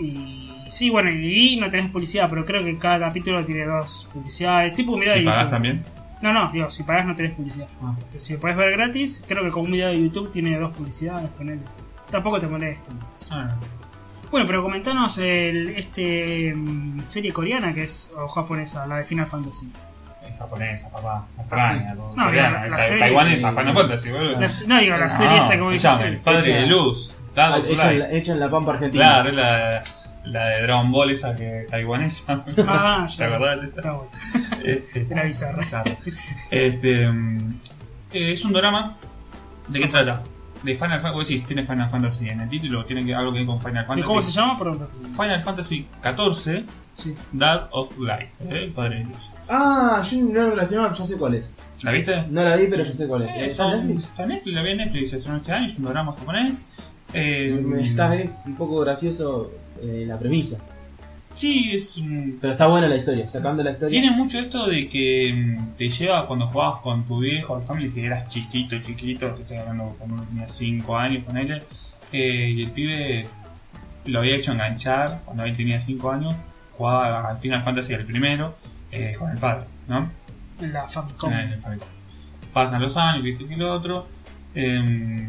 Speaker 2: Y. Sí, bueno, y no tenés publicidad, pero creo que cada capítulo tiene dos publicidades. Tipo un video
Speaker 1: Si
Speaker 2: de
Speaker 1: pagas
Speaker 2: YouTube.
Speaker 1: también.
Speaker 2: No, no, digo, si pagás no tenés publicidad.
Speaker 1: Ah.
Speaker 2: Pero si lo podés ver gratis, creo que con un video de YouTube tiene dos publicidades con él. Tampoco te molesta.
Speaker 1: Ah,
Speaker 2: Bueno, pero comentanos el, este mm, serie coreana que es o japonesa, la de Final Fantasy.
Speaker 1: Ah. es japonesa, papá. Australiana, todo,
Speaker 2: la-
Speaker 1: coreana,
Speaker 2: la
Speaker 1: eh, ta-
Speaker 2: serie-
Speaker 1: taiwanesa, Final Fantasy, boludo.
Speaker 2: La se- no digo la serie esta que voy a
Speaker 1: Ah, escuchame, Padre de Luz, Dad of
Speaker 3: Echan
Speaker 1: Light.
Speaker 3: Ah, la, echan la pampa argentina.
Speaker 1: Claro, es la, la de Dragon Ball esa que
Speaker 2: *laughs*
Speaker 1: taiwanesa.
Speaker 2: Ah,
Speaker 1: *laughs* ¿Te
Speaker 2: ya.
Speaker 1: acordás de esa?
Speaker 2: Está bueno.
Speaker 1: Eh, sí.
Speaker 2: Era bizarra.
Speaker 1: Bizarro. Este, mm, eh, es un drama. ¿De qué trata? De Final Fantasy. Vos decís, tiene Final Fantasy en el título, tiene que, algo que ver con Final
Speaker 2: ¿Y
Speaker 1: Fantasy.
Speaker 2: cómo se llama? Perdón.
Speaker 1: Final Fantasy XIV,
Speaker 2: Sí.
Speaker 1: Dad of Light. ¿eh? Padre de Luz.
Speaker 3: Ah, yo no relacionado, ya sé cuál es.
Speaker 1: ¿La viste?
Speaker 3: No la vi, pero ya sé cuál es.
Speaker 1: Eh,
Speaker 3: ¿Está en
Speaker 1: son-
Speaker 3: Netflix?
Speaker 1: está en Netflix, la vi en Netflix, se estrenó este año, es un drama japonés. Eh,
Speaker 3: Me está eh, un poco gracioso eh, la premisa.
Speaker 1: Sí, es un
Speaker 3: Pero está buena la historia, sacando la historia.
Speaker 1: Tiene mucho esto de que mm, te lleva cuando jugabas con tu viejo, al family, que eras chiquito, chiquito, te estoy hablando cuando uno tenía 5 años, ponele, eh, y el pibe lo había hecho enganchar cuando él tenía 5 años, jugaba al Final Fantasy el primero, eh, con el padre, ¿no?
Speaker 2: La Famicom.
Speaker 1: En el Famicom. Pasan los años, que esto y que lo otro, eh,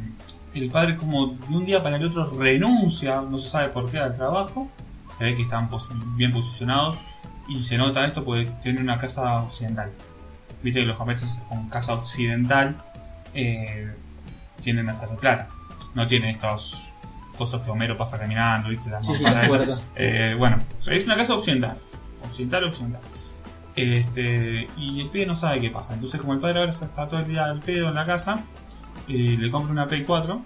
Speaker 1: el padre como de un día para el otro renuncia, no se sabe por qué, al trabajo, se ve que están pos- bien posicionados y se nota esto porque tiene una casa occidental. Viste que los japoneses con casa occidental eh, tienen hacer de plata. No tienen estos cosas que Homero pasa caminando, viste, las
Speaker 3: Sí,
Speaker 1: *laughs*
Speaker 3: sí,
Speaker 1: manzanas
Speaker 3: la
Speaker 1: esas.
Speaker 3: puerta.
Speaker 1: Eh, bueno, es una casa occidental. Occidental, occidental. Este, y el pibe no sabe qué pasa. Entonces, como el padre ahora está todo el día al pedo en la casa, eh, le compra una Play 4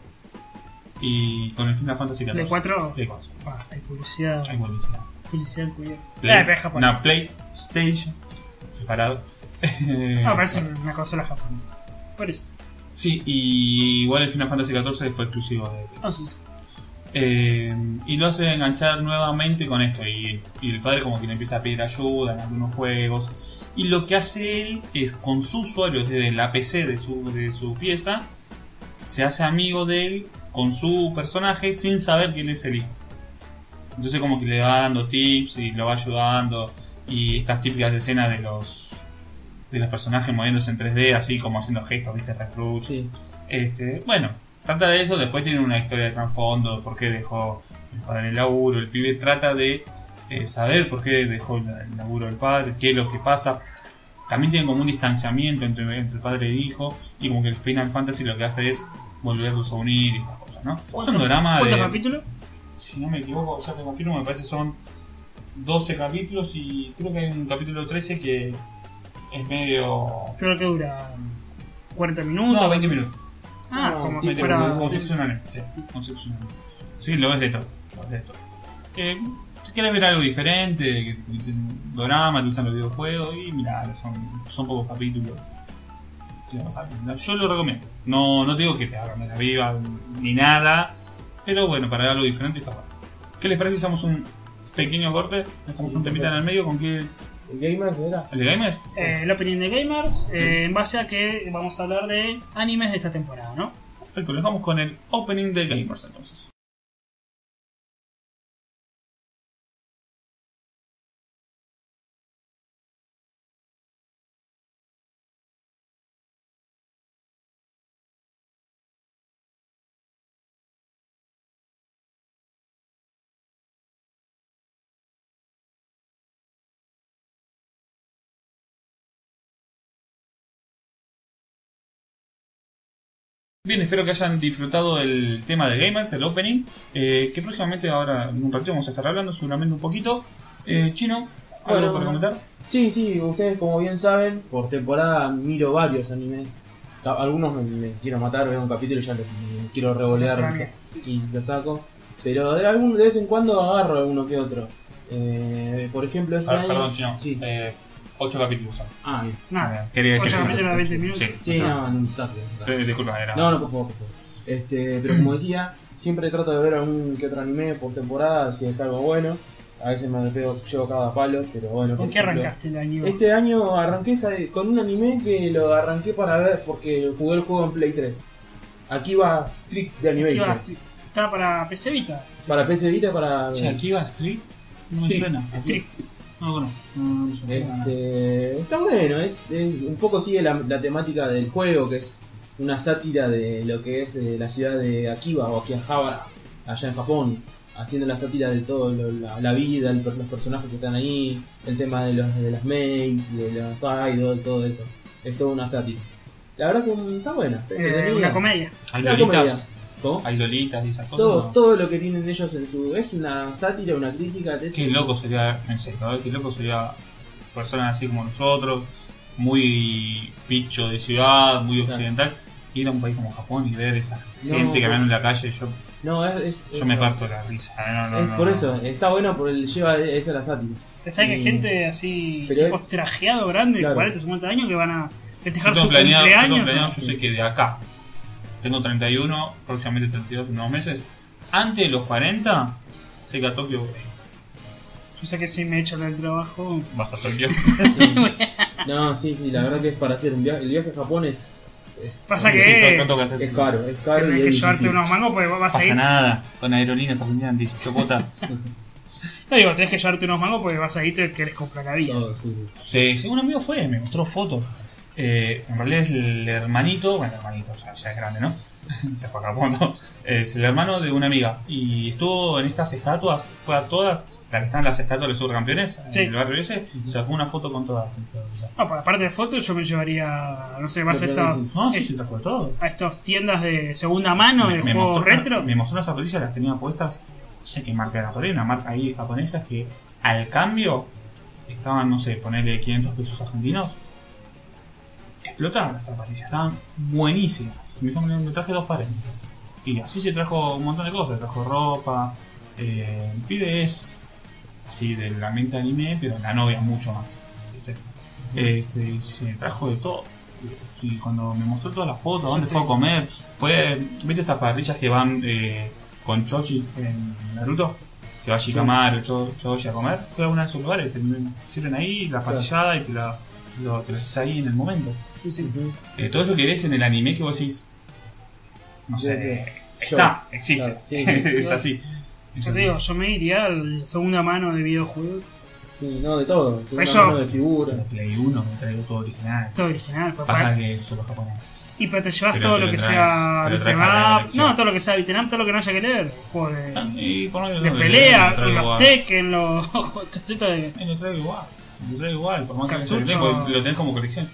Speaker 1: y con el Final Fantasy
Speaker 2: ¿De
Speaker 1: 14.
Speaker 2: 4?
Speaker 1: Play 4.
Speaker 2: Ah, hay publicidad.
Speaker 1: Ay, buenísimo.
Speaker 2: Publicidad cuidado.
Speaker 1: Play-
Speaker 2: Ah, Eh, pero es japonesa.
Speaker 1: una PlayStation separado.
Speaker 2: Ah, parece una consola japonesa. Por eso.
Speaker 1: *laughs* Sí, y igual el Final Fantasy XIV fue exclusivo de
Speaker 2: Ah, sí. sí.
Speaker 1: Eh, y lo hace enganchar nuevamente con esto. Y, y el padre, como que le empieza a pedir ayuda en algunos juegos. Y lo que hace él es con su usuario, desde la PC de su, de su pieza, se hace amigo de él con su personaje sin saber quién es el hijo. Entonces, como que le va dando tips y lo va ayudando. Y estas típicas escenas de los de los personajes moviéndose en 3D, así como haciendo gestos, viste, retruch.
Speaker 3: Sí.
Speaker 1: Este, bueno, trata de eso, después tiene una historia de trasfondo, por qué dejó el padre el laburo, el pibe trata de eh, saber por qué dejó el, el laburo del padre, qué es lo que pasa. También tiene como un distanciamiento entre, entre el padre y el hijo, y como que el Final Fantasy lo que hace es volverlos a unir y estas cosas, ¿no? Es un drama
Speaker 2: ¿Cuántos
Speaker 1: de.
Speaker 2: capítulos?
Speaker 1: Si no me equivoco, ya te confirmo, me parece son 12 capítulos y creo que hay un capítulo 13 que es medio.
Speaker 2: Creo que dura 40 minutos.
Speaker 1: No, 20 minutos.
Speaker 2: Ah,
Speaker 3: No,
Speaker 2: como
Speaker 1: Sí,
Speaker 2: si
Speaker 1: te-
Speaker 2: fuera.
Speaker 1: como si fuese un anime, sí, como si fuese un anime. Sí, lo ves de todo. Lo ves de todo. Eh, si quieres ver algo diferente, que te- te- drama, te gustan los videojuegos, y mirá, son, son pocos capítulos. Te la vas a ver. Yo lo recomiendo. No, no te digo que te hagan de la viva ni nada, pero bueno, para ver algo diferente está bueno. ¿Qué les parece si hacemos un pequeño corte? Hacemos
Speaker 3: Sí,
Speaker 1: un temita en el medio con qué.
Speaker 3: ¿El gamer que era?
Speaker 1: ¿El de Gamers?
Speaker 2: Eh, la opinión de gamers, eh, en base a que vamos a hablar de animes de esta temporada, ¿no?
Speaker 1: Perfecto, nos vamos con el opening de Gamers entonces. Bien, espero que hayan disfrutado el tema de Gamers, el opening, eh, que próximamente ahora en un ratito vamos a estar hablando seguramente un poquito. Eh, Chino, ¿algo
Speaker 3: Bueno.
Speaker 1: para comentar?
Speaker 3: Sí, sí, ustedes como bien saben, por temporada miro varios animes. Ca- Algunos me, me quiero matar, veo un capítulo y ya lo- me quiero
Speaker 2: Será
Speaker 3: revolear
Speaker 2: bien.
Speaker 3: y lo saco. Pero de, algún, de vez en cuando agarro alguno que otro. Eh, por ejemplo, este
Speaker 1: Per-
Speaker 3: año-
Speaker 1: Ah, perdón, Chino.
Speaker 3: Sí.
Speaker 1: Eh, ocho capítulos. son.
Speaker 3: Ah, bien.
Speaker 2: Nada.
Speaker 1: Eh, Quería decir.
Speaker 2: Ocho capítulos de 20 minutos.
Speaker 1: Sí,
Speaker 3: Sí,
Speaker 1: ocho.
Speaker 3: no, no, está bien, está bien.
Speaker 1: Eh, disculpa, era.
Speaker 3: No, no, por favor, por favor. Este, pero como decía, siempre trato de ver algún que otro anime por temporada, si está algo bueno. A veces me pego- llevo cada palo, pero bueno.
Speaker 2: ¿Con
Speaker 3: por
Speaker 2: qué
Speaker 3: ejemplo,
Speaker 2: arrancaste el año?
Speaker 3: Este año arranqué sa- con un anime que lo arranqué para ver porque jugué el juego en Play 3. Aquí va Street de
Speaker 2: ¿Qué
Speaker 3: Animation.
Speaker 2: vas? Estaba para PC Vita.
Speaker 3: Para PC Vita, para...
Speaker 1: Che, aquí va Street. No me
Speaker 3: Street.
Speaker 1: suena.
Speaker 2: Street.
Speaker 1: No, Ah, bueno. No, no me suena.
Speaker 3: Este, está bueno, es, es- un poco sigue la, la temática del juego, que es una sátira de lo que es eh, la ciudad de Akiba o Akihabara, allá en Japón, haciendo la sátira de todo, lo- la, la vida, el per- los personajes que están ahí, el tema de, los, de las maids, de los idols, todo eso. Es toda una sátira. La verdad que mm, está buena. está
Speaker 2: Eh,
Speaker 3: entretenida.
Speaker 2: una comedia.
Speaker 1: Hay
Speaker 3: Una comedia.
Speaker 1: lolitas.
Speaker 3: ¿Cómo?
Speaker 1: Hay lolitas y esas cosas.
Speaker 3: Todo,
Speaker 1: ¿no?
Speaker 3: todo lo que tienen ellos en su... Es una sátira, una crítica. de-
Speaker 1: Qué loco sería, en serio, ¿eh? qué loco sería personas así como nosotros, muy picho de ciudad, muy
Speaker 3: Claro.
Speaker 1: occidental, ir a un país como Japón y ver esa
Speaker 3: No.
Speaker 1: gente caminando en la calle, yo,
Speaker 3: No, es... es-
Speaker 1: yo me
Speaker 3: es-
Speaker 1: parto de la risa. ¿eh? No, no,
Speaker 3: Es
Speaker 1: no,
Speaker 3: por
Speaker 1: no.
Speaker 3: eso, está bueno por el lleva e, esa
Speaker 2: *laughs*
Speaker 3: la sátira.
Speaker 2: Pensás que hay
Speaker 3: Y-
Speaker 2: gente así,
Speaker 3: pero
Speaker 2: tipos trajeados grandes, de
Speaker 3: Claro.
Speaker 2: 40, 50 años, que van a
Speaker 1: Yo
Speaker 2: festejar
Speaker 1: tengo
Speaker 2: su
Speaker 1: planeado, yo, tengo
Speaker 2: cumpleaños.
Speaker 1: planeado, yo
Speaker 3: Sí.
Speaker 1: sé que de acá, tengo 31, próximamente 32 en unos meses, antes de los 40, sé que a Tokio voy.
Speaker 2: Yo sé que si me echan del trabajo.
Speaker 1: vas a
Speaker 2: *laughs*
Speaker 1: Tokio.
Speaker 3: Sí. No, sí, sí, la verdad que es para hacer un viaje. El viaje a Japón es. es
Speaker 2: Pasa
Speaker 1: Sí,
Speaker 2: que-
Speaker 1: sí, yo- yo tengo que hacer
Speaker 3: Es
Speaker 1: eso.
Speaker 3: caro, es caro.
Speaker 2: Tenés
Speaker 3: y
Speaker 2: que
Speaker 3: es
Speaker 2: llevarte
Speaker 3: difícil.
Speaker 2: unos mangos porque vas a
Speaker 1: Pasa
Speaker 2: ir.
Speaker 1: nada, con aerolíneas argentinas 18 cuotas.
Speaker 2: No digo, tenés que llevarte unos mangos porque vas a ir y te querés comprar la vida.
Speaker 3: *laughs* Todo, sí, sí.
Speaker 1: Sí, sí, un amigo fue, me mostró fotos. Eh, en realidad es el hermanito, bueno, el hermanito, o sea, ya es grande, ¿no? *laughs* Se fue acá pronto. Es el hermano de una amiga. Y estuvo en estas estatuas, fue a todas, las que están las estatuas de los supercampeones,
Speaker 2: Sí.
Speaker 1: en el barrio ese, y sacó una foto con todas.
Speaker 2: No, pues aparte de fotos, yo me llevaría, no sé, vas a,
Speaker 3: Pero
Speaker 2: esta-
Speaker 3: sí.
Speaker 1: No, Ah, sí, se sacó de todo.
Speaker 2: a estas tiendas de segunda mano, de juegos
Speaker 1: mostró,
Speaker 2: retro.
Speaker 1: me mostró unas zapatillas, las tenía puestas, no sé qué marca era, pero era una marca ahí japonesa que al cambio estaban, no sé, ponerle 500 pesos argentinos. Explotaban las zapatillas, estaban buenísimas. Me dijo, "Mira, me traje dos pares. Y así se trajo un montón de cosas, trajo ropa, eh, el pibe es así del ambiente anime, pero la novia mucho más. ¿viste? Este, y se trajo de todo. Y cuando me mostró todas las fotos,
Speaker 2: Sí,
Speaker 1: dónde
Speaker 2: sí.
Speaker 1: fue a comer, fue, ¿viste estas parrillas que van eh, con Chochi en Naruto? Que va Shikamaru, Cho- Chochi a comer. Fue a uno de esos lugares, te, te sirven ahí la
Speaker 3: Claro.
Speaker 1: parrillada y te la, lo, te lo haces ahí en el momento.
Speaker 2: Sí, sí.
Speaker 3: Ujú.
Speaker 1: Eh, todo eso que ves en el anime que vos decís, no
Speaker 3: Sí,
Speaker 1: sé,
Speaker 3: sí.
Speaker 1: está, existe, *laughs*
Speaker 2: *laughs*
Speaker 3: Claro, sí, sí.
Speaker 1: es así.
Speaker 2: Yo te digo, yo me iría a la segunda mano de videojuegos.
Speaker 3: Sí, no, de todo. Sí,
Speaker 2: Pues
Speaker 3: no,
Speaker 2: yo-
Speaker 3: no, de figura.
Speaker 1: La Play 1 me traigo todo original.
Speaker 2: Todo original, papá.
Speaker 1: Pasa que es solo japonés.
Speaker 2: Y pero te llevas
Speaker 1: Pero
Speaker 2: todo
Speaker 1: te
Speaker 2: lo
Speaker 1: lo
Speaker 2: que
Speaker 1: traes,
Speaker 2: sea
Speaker 1: te lo
Speaker 2: beat'em
Speaker 1: traes para la
Speaker 2: up,
Speaker 1: colección.
Speaker 2: no, todo lo que sea beat'em up, todo lo que no haya que leer, juego de,
Speaker 1: Y por lo menos
Speaker 2: de
Speaker 1: lo que
Speaker 2: pelea,
Speaker 1: le traigo
Speaker 2: los
Speaker 1: igual.
Speaker 2: Tekken, los todo esto de
Speaker 1: Eh, Lo traigo igual. Lo traigo igual. Por más que
Speaker 2: Cartucho.
Speaker 1: lo tengo, lo tenés como colección.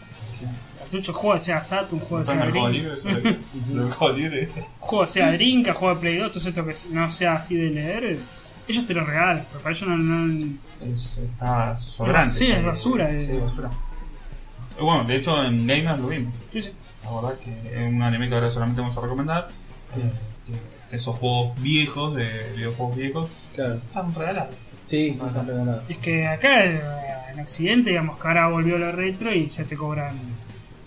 Speaker 2: cartuchos, juego sea Saturn, juego
Speaker 1: Está
Speaker 2: sea
Speaker 1: en Mercado
Speaker 2: Drink,
Speaker 1: Libre, eso
Speaker 3: *laughs*
Speaker 1: es. En Mercado Libre.
Speaker 2: juego sea Drinka, juego de Play 2, todo esto que no sea así de leer, ellos te lo regalan, pero para ellos no, no-
Speaker 1: Es- está sobrante.
Speaker 2: Sí, es basura, eh.
Speaker 1: Sí, es basura. Eh, Bueno, de hecho en Gamer lo vimos.
Speaker 2: entonces,
Speaker 1: La verdad que es un anime que ahora solamente vamos a recomendar. eh, que- que esos juegos viejos, de videojuegos viejos,
Speaker 3: Claro.
Speaker 1: están regalados.
Speaker 3: Sí, sí,
Speaker 1: Ah,
Speaker 3: está
Speaker 1: no.
Speaker 3: regalado.
Speaker 2: es que acá eh, en Occidente, digamos que ahora volvió lo retro y ya te cobran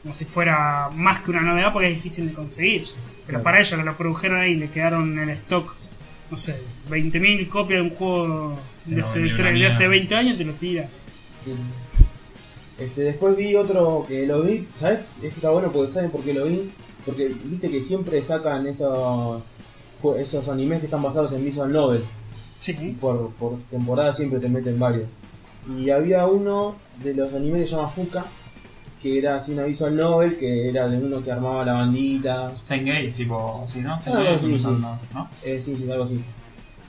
Speaker 2: como si fuera más que una novedad porque es difícil de conseguir. Pero
Speaker 3: Claro.
Speaker 2: para ellos que lo produjeron ahí, le quedaron en stock, no sé, 20.000 copias de un juego de
Speaker 1: Pero
Speaker 2: hace,
Speaker 1: ni una
Speaker 2: tres- de hace
Speaker 1: mierda.
Speaker 2: 20 años, te lo tira.
Speaker 3: Sí. Este, después vi otro que lo vi, ¿sabes? Este está bueno porque saben por qué lo vi. Porque viste que siempre sacan esos jue- esos animes que están basados en visual novels.
Speaker 2: Sí.
Speaker 3: Por, por temporada siempre te meten varios. Y había uno de los animes que se llama Fuka, que era así una visual novel, que era de uno que armaba la bandita,
Speaker 1: Stengate, tipo así, ¿no?
Speaker 3: Ah,
Speaker 1: Stengate,
Speaker 3: sí, sí.
Speaker 1: ¿no? ¿no?
Speaker 3: eh, sí, sí, algo así.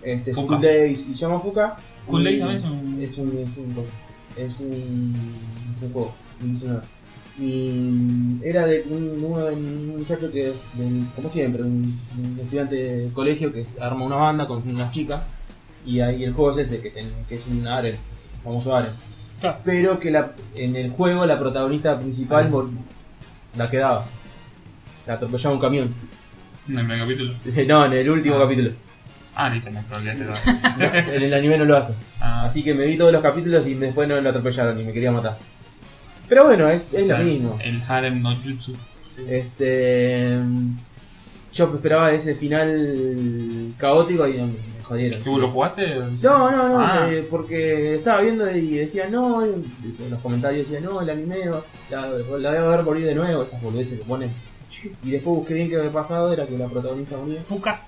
Speaker 3: Este,
Speaker 1: Fuka.
Speaker 3: School Days, y se llama Fuka.
Speaker 1: Cool
Speaker 3: y-
Speaker 1: Day también es un...
Speaker 3: es un es un es un, es un juego un diccionario. y era de un, un muchacho que de un- como siempre un, un estudiante de colegio que se arma una banda con unas chicas y ahí el juego es ese que, ten- que es un aren famoso aren
Speaker 2: Claro.
Speaker 3: pero que la, en el juego la protagonista principal
Speaker 1: Ah.
Speaker 3: mor- la quedaba la atropellaba un camión *laughs*
Speaker 1: En el primer capítulo.
Speaker 3: no en el último
Speaker 1: Ah.
Speaker 3: capítulo
Speaker 1: Ah, listo, me troleaste
Speaker 3: *laughs*
Speaker 1: todo.
Speaker 3: en el anime no lo hace
Speaker 1: Ah,
Speaker 3: Así que me vi todos los capítulos y después no lo atropellaron y me quería matar. Pero bueno, es, es
Speaker 1: o sea,
Speaker 3: lo mismo.
Speaker 1: El harem no jutsu. Eh,
Speaker 3: Este. Yo esperaba ese final caótico y me jodieron.
Speaker 1: ¿Tú lo jugaste?
Speaker 3: No, no, no,
Speaker 1: Ah.
Speaker 3: eh, porque estaba viendo y decía no, y en los comentarios decía no, el anime, la, la voy a ver morir de nuevo, esas boludeces que ponen. Y después busqué bien qué había pasado, era que la protagonista murió.
Speaker 2: Fuca.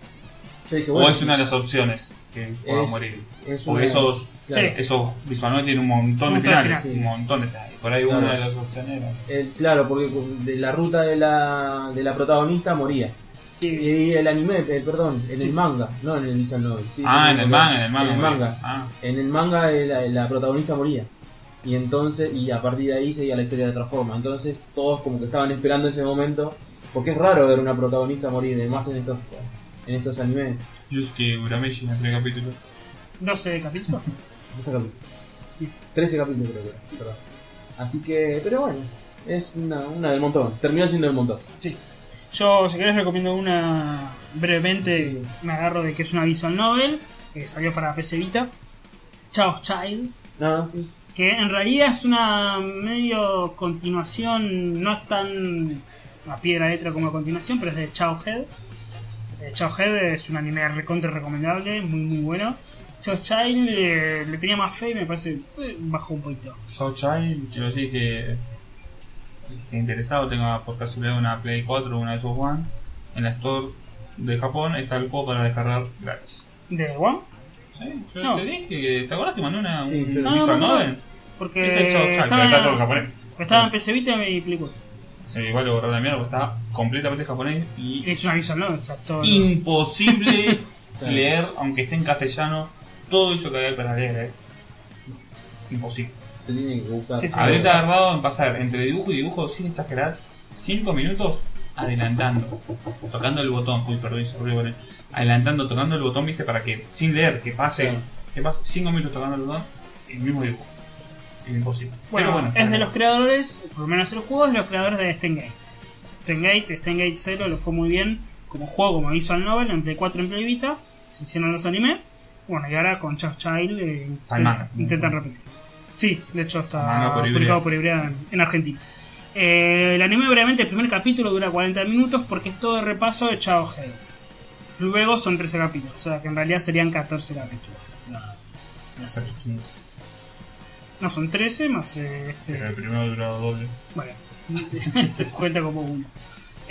Speaker 3: Yo dije,
Speaker 1: O
Speaker 3: bueno,
Speaker 1: es una de las opciones que pueda
Speaker 3: Es-
Speaker 1: morir.
Speaker 3: es
Speaker 1: Porque
Speaker 3: una-
Speaker 1: esos,
Speaker 3: claro.
Speaker 2: Sí.
Speaker 1: esos visualmente tienen un montón de
Speaker 2: Un montón de
Speaker 1: finales.
Speaker 3: finales.
Speaker 1: Un montón de finales. Por ahí
Speaker 3: Claro.
Speaker 1: una de las opciones era.
Speaker 3: El- claro, porque de la ruta de la, de la protagonista moría.
Speaker 2: Sí.
Speaker 3: Y el anime, eh, perdón, en
Speaker 2: Sí.
Speaker 3: el manga, no en el visual novel. Sí,
Speaker 1: Ah,
Speaker 3: sí,
Speaker 1: en el manga, en el manga.
Speaker 3: En el
Speaker 1: morir.
Speaker 3: manga,
Speaker 1: Ah,
Speaker 3: En el manga, eh, la, la protagonista moría. Y entonces, y a partir de ahí seguía la historia de otra forma. Entonces todos como que estaban esperando ese momento, porque es raro ver una protagonista morir, además en estos, en estos animes.
Speaker 1: Yusuke Urameshi en el primer capítulo.
Speaker 2: 12 capítulos.
Speaker 3: 13 capítulos. 13 capítulos creo que era, perdón. Así que, pero bueno, es una, una del montón. Terminó siendo del montón.
Speaker 2: Sí. Yo, si querés, recomiendo una brevemente.
Speaker 3: Sí.
Speaker 2: Me agarro de que es una visual novel que salió para PC Vita. Chaos Child.
Speaker 3: No, sí.
Speaker 2: Que en realidad es una medio continuación, no es tan a pie de la letra como a continuación, pero es de Chao Head. Eh, Chao Head es un anime recontra recomendable, muy muy bueno. Chao Child eh, le tenía más fe y me parece eh, bajó un poquito.
Speaker 1: South Child, quiero decir que. Que interesado tenga por casualidad una Play 4 o una Xbox One. En la Store de Japón está el juego para descargar gratis.
Speaker 2: ¿De One?
Speaker 1: Sí, yo
Speaker 2: No.
Speaker 1: te dije, que- ¿te acordás que mandé una,
Speaker 3: Sí,
Speaker 1: un
Speaker 3: yo-
Speaker 2: No,
Speaker 1: visual
Speaker 2: no, no, no.
Speaker 1: novel?
Speaker 2: Porque
Speaker 1: Ese es Chao Child, pero
Speaker 2: estaba,
Speaker 1: está todo en
Speaker 2: en,
Speaker 1: japonés.
Speaker 2: estaba en PC Vita y Play 4.
Speaker 1: Sí, igual lo borré la mierda porque está completamente japonés y
Speaker 2: Es una visual novel, o sea, todo-
Speaker 1: *laughs* imposible
Speaker 3: Claro.
Speaker 1: leer, aunque esté en castellano, todo eso que había para leer. eh. Imposible.
Speaker 3: Te tiene que Ah, gustar.
Speaker 2: Sí, sí.
Speaker 1: Habría tardado en pasar entre dibujo y dibujo, sin exagerar, 5 minutos adelantando, tocando el botón. Uy, perdón, se volvió a poner. Adelantando, tocando el botón, viste, para que, sin leer, que pase,
Speaker 3: Claro.
Speaker 1: que pase 5 minutos tocando el botón, el mismo dibujo. Imposible.
Speaker 2: Bueno,
Speaker 1: Pero
Speaker 2: es de los creadores, por lo menos el juego es de los creadores de Stengate. Stengate, Stengate 0 lo fue muy bien como juego, como visual novel, en Play 4 en Play Vita, se hicieron los anime. Bueno, y ahora con Chaos Child eh,
Speaker 1: Hay manga.
Speaker 2: intentan repetir. Sí, de hecho está
Speaker 1: Manga por Ibrea.
Speaker 2: publicado por Ibrea en, en Argentina. Eh, el anime, brevemente, el primer capítulo dura 40 minutos porque es todo de repaso de Chaos Head. Luego son 13 capítulos, o sea que en realidad serían 14 capítulos. La- la serie. No, son 13 más eh, este.
Speaker 1: Pero el primero duró doble.
Speaker 2: Bueno, *laughs* te cuenta como uno.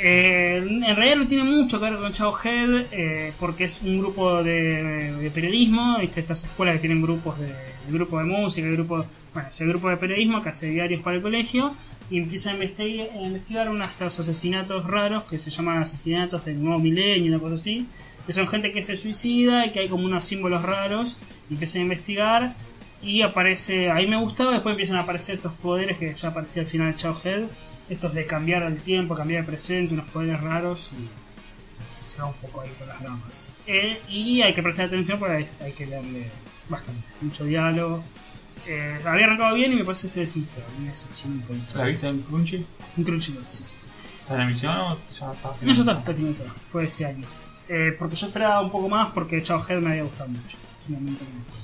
Speaker 2: Eh, en realidad no tiene mucho que ver con Chao Head, eh, porque es un grupo de, de periodismo, ¿viste? estas escuelas que tienen grupos de el grupo de música, el grupo, bueno, ese grupo de periodismo que hace diarios para el colegio y empieza a investigar, a investigar unos asesinatos raros que se llaman asesinatos del nuevo milenio, una cosa así, que son gente que se suicida y que hay como unos símbolos raros, y empiezan a investigar y aparece, ahí me gustaba, después empiezan a aparecer estos poderes que ya aparecía al final de Chowhead, estos de cambiar el tiempo, cambiar el presente, unos poderes raros y se va un poco ahí por las ramas. Eh, y hay que prestar atención porque hay, hay que darle bastante, mucho diálogo. Eh, había arrancado bien y me parece que se desinfló, una sección un poquito.
Speaker 1: ¿La viste en Crunchy?
Speaker 2: Un crunchyroll, sí, sí. sí.
Speaker 1: ¿Está en emisión o ya está?
Speaker 2: No, ya está, pertenece, fue este año. Eh, porque yo esperaba un poco más porque Chowhead me había gustado mucho. Es un momento que me gustó.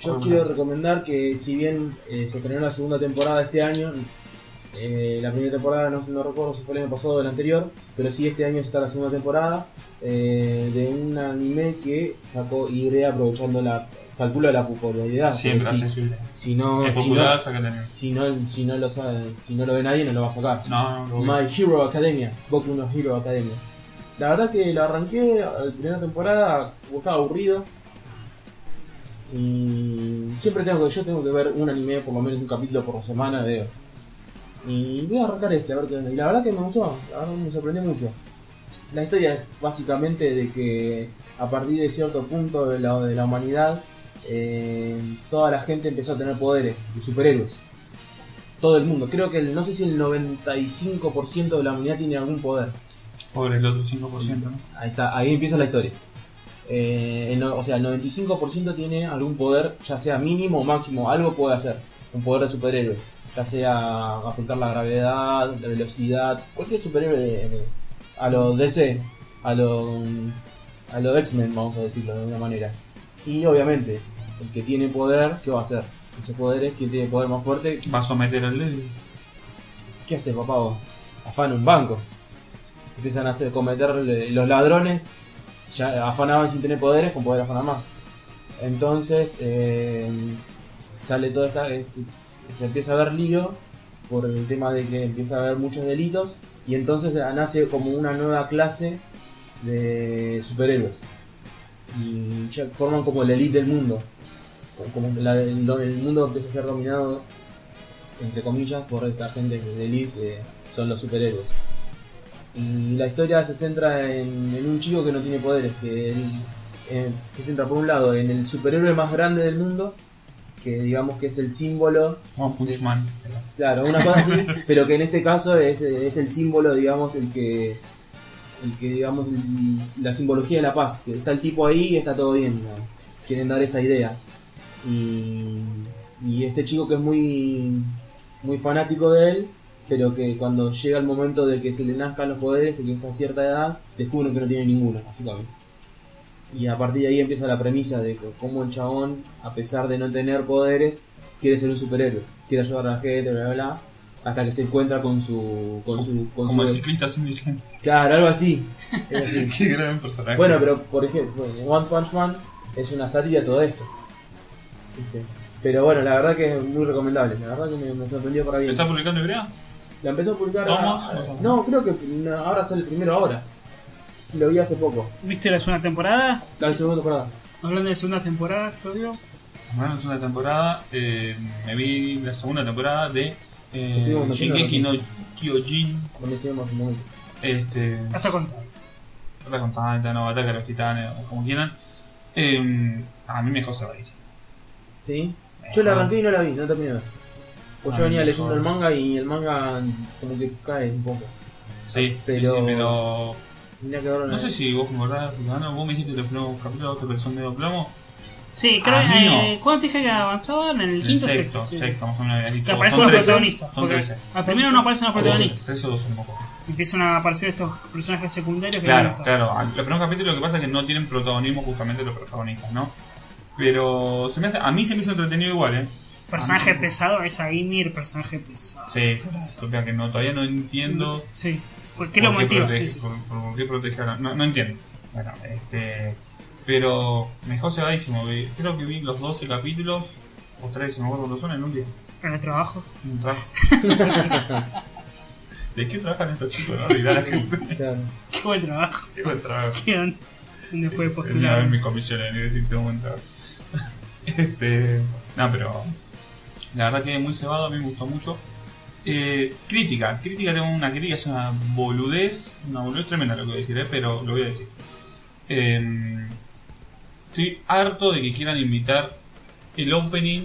Speaker 3: Yo
Speaker 1: Por
Speaker 3: quiero
Speaker 1: más.
Speaker 3: recomendar que si bien eh, se estrenó la segunda temporada este año, eh, la primera temporada no, no recuerdo si fue el año pasado o el anterior, pero sí este año está la segunda temporada eh, de un anime que sacó Idea aprovechando la calculo la popularidad.
Speaker 1: Siempre
Speaker 3: porque
Speaker 1: hace
Speaker 3: si,
Speaker 1: siempre.
Speaker 3: si no,
Speaker 1: Es
Speaker 3: si
Speaker 1: popular,
Speaker 3: no,
Speaker 1: saca el anime.
Speaker 3: si no si no lo sabe- si no lo ve nadie no lo va a sacar.
Speaker 1: No, no, no.
Speaker 3: My Hero Academia, Boku no Hero Academia. La verdad que la arranqué la primera temporada, estaba aburrido. Y siempre tengo que, yo tengo que ver un anime, por lo menos un capítulo por semana veo. Y voy a arrancar este, a ver qué onda. Y la verdad que me gustó, la verdad me sorprendió mucho. La historia es básicamente de que a partir de cierto punto de la, de la humanidad, eh, toda la gente empezó a tener poderes de superhéroes. Todo el mundo. Creo que el- no sé si el 95% de la humanidad tiene algún poder.
Speaker 1: Pobre el otro 5%. ¿no?
Speaker 3: Ahí está, ahí empieza la historia. Eh, el no- o sea, el 95% tiene algún poder, ya sea mínimo o máximo, algo puede hacer. Un poder de superhéroe. Ya sea afrontar la gravedad, la velocidad, cualquier superhéroe de- de- a los DC, a los a los X-Men, vamos a decirlo de una manera. Y obviamente, el que tiene poder, ¿qué va a hacer? Ese poder es quien tiene poder más fuerte.
Speaker 1: Va a someter al del.
Speaker 3: ¿Qué hace papá vos? Afana un banco. Empiezan a hacer cometer los ladrones. Ya afanaban sin tener poderes, con poder afanar más. Entonces eh, sale toda esta. este- se empieza a ver lío por el tema de que empieza a haber muchos delitos. Y entonces eh, nace como una nueva clase de superhéroes. Y ya forman como la elite del mundo. Como la- el, el mundo empieza a ser dominado entre comillas, por esta gente que de Elite que son los superhéroes. Y la historia se centra en, en un chico que no tiene poderes, que él, eh, se centra por un lado en el superhéroe más grande del mundo, que digamos que es el símbolo,
Speaker 1: One Punch Man.
Speaker 3: claro, una cosa así, pero que en este caso es, es el símbolo, digamos, el que, el que digamos, el- la simbología de la paz, que está el tipo ahí y está todo bien, ¿no? quieren dar esa idea. Y, y este chico que es muy, muy fanático de él, pero que cuando llega el momento de que se le nazcan los poderes, que es a cierta edad, descubren que no tiene ninguno, básicamente. Y a partir de ahí empieza la premisa de que cómo el chabón, a pesar de no tener poderes, quiere ser un superhéroe, quiere ayudar a la gente, bla, bla, bla, hasta que se encuentra con su... Con su, con
Speaker 1: Como el
Speaker 3: su
Speaker 1: ciclista sin licencia.
Speaker 3: claro, algo así. Es así.
Speaker 1: *laughs* Qué gran personaje.
Speaker 3: Bueno, pero por ejemplo, One Punch Man es una sátira a todo esto. ¿Viste? Pero bueno, la verdad que es muy recomendable. La verdad que me, me sorprendió para bien.
Speaker 1: ¿Está publicando Ibrea?
Speaker 3: La empezó a publicar. a-
Speaker 1: ¿Tomos?
Speaker 3: a- no, creo que no, ahora sale el primero ahora. Lo vi hace poco.
Speaker 2: ¿Viste la segunda temporada?
Speaker 3: La segunda temporada.
Speaker 2: Hablando de segunda temporada, Claudio.
Speaker 1: Bueno, es una temporada. eh, me vi la segunda temporada de
Speaker 3: Estoy
Speaker 1: eh,
Speaker 3: contento,
Speaker 1: Shingeki no Kyojin.
Speaker 3: Donde se llama como-
Speaker 1: Este.
Speaker 2: Hasta contado.
Speaker 1: La constante, no, ataque a los titanes, o como quieran. Eh, a mí me dejó cerradísimo.
Speaker 3: ¿Sí? Yo la arranqué y no la vi, no terminé de ver. Pues yo
Speaker 1: Ah,
Speaker 3: venía
Speaker 1: mejor.
Speaker 3: leyendo el manga y el manga como que cae un poco.
Speaker 1: Sí, pero...
Speaker 3: pero- Eh.
Speaker 1: Sí, pero
Speaker 3: Tenía que verlo en
Speaker 1: no
Speaker 3: el-
Speaker 1: sé si vos acordás, Fulano, vos me dijiste los primeros capítulos, te pareció medio plomo.
Speaker 2: Sí, creo
Speaker 1: A mí
Speaker 2: eh, ¿Cuándo te dije que avanzaban? En el
Speaker 1: El
Speaker 2: quinto o
Speaker 1: sexto,
Speaker 2: sexto. sí.
Speaker 1: sexto, más o menos habías dicho.
Speaker 2: Que aparecen
Speaker 1: Son
Speaker 2: los
Speaker 1: 13,
Speaker 2: protagonistas.
Speaker 1: Son
Speaker 2: porque
Speaker 1: 13.
Speaker 2: al primero no aparecen los protagonistas.
Speaker 1: 13 o 12, un poco.
Speaker 2: Empiezan a aparecer estos personajes secundarios que no
Speaker 1: Claro,
Speaker 2: están.
Speaker 1: claro. Los primeros capítulos lo que pasa es que no tienen protagonismo justamente los protagonistas, ¿no? Pero se me hace, a mí se me hizo entretenido igual, ¿eh?
Speaker 2: Personaje
Speaker 1: Ah, no.
Speaker 2: pesado es Aimir, personaje pesado.
Speaker 1: Sí, o sea que no, todavía no entiendo...
Speaker 2: Sí. ¿Por qué lo
Speaker 1: ¿Por
Speaker 2: motiva?
Speaker 1: protege-
Speaker 2: Sí, sí.
Speaker 1: por- por qué proteger a- No, no entiendo. Bueno, este. Pero me dejó cebadísimo. vi- Creo que vi los 12 capítulos, o 13, no me acuerdo cuántos son, en un día.
Speaker 2: En el trabajo. *laughs*
Speaker 1: En un trabajo. ¿De qué trabajan estos chicos? No, Dirá la *laughs* gente.
Speaker 3: Claro.
Speaker 2: Qué buen trabajo. *laughs*
Speaker 1: Qué buen trabajo.
Speaker 2: ¿Qué onda? ¿Dónde
Speaker 1: Tenía que
Speaker 2: puede
Speaker 1: ver
Speaker 2: postular?
Speaker 1: mis comisiones, necesito un buen trabajo. *laughs* Este, no, pero la verdad que muy cebado, a mí me gustó mucho. Eh, crítica, crítica, tengo una crítica, es una boludez, una boludez tremenda lo que voy a decir, eh, pero lo voy a decir. Eh, estoy harto de que quieran invitar el opening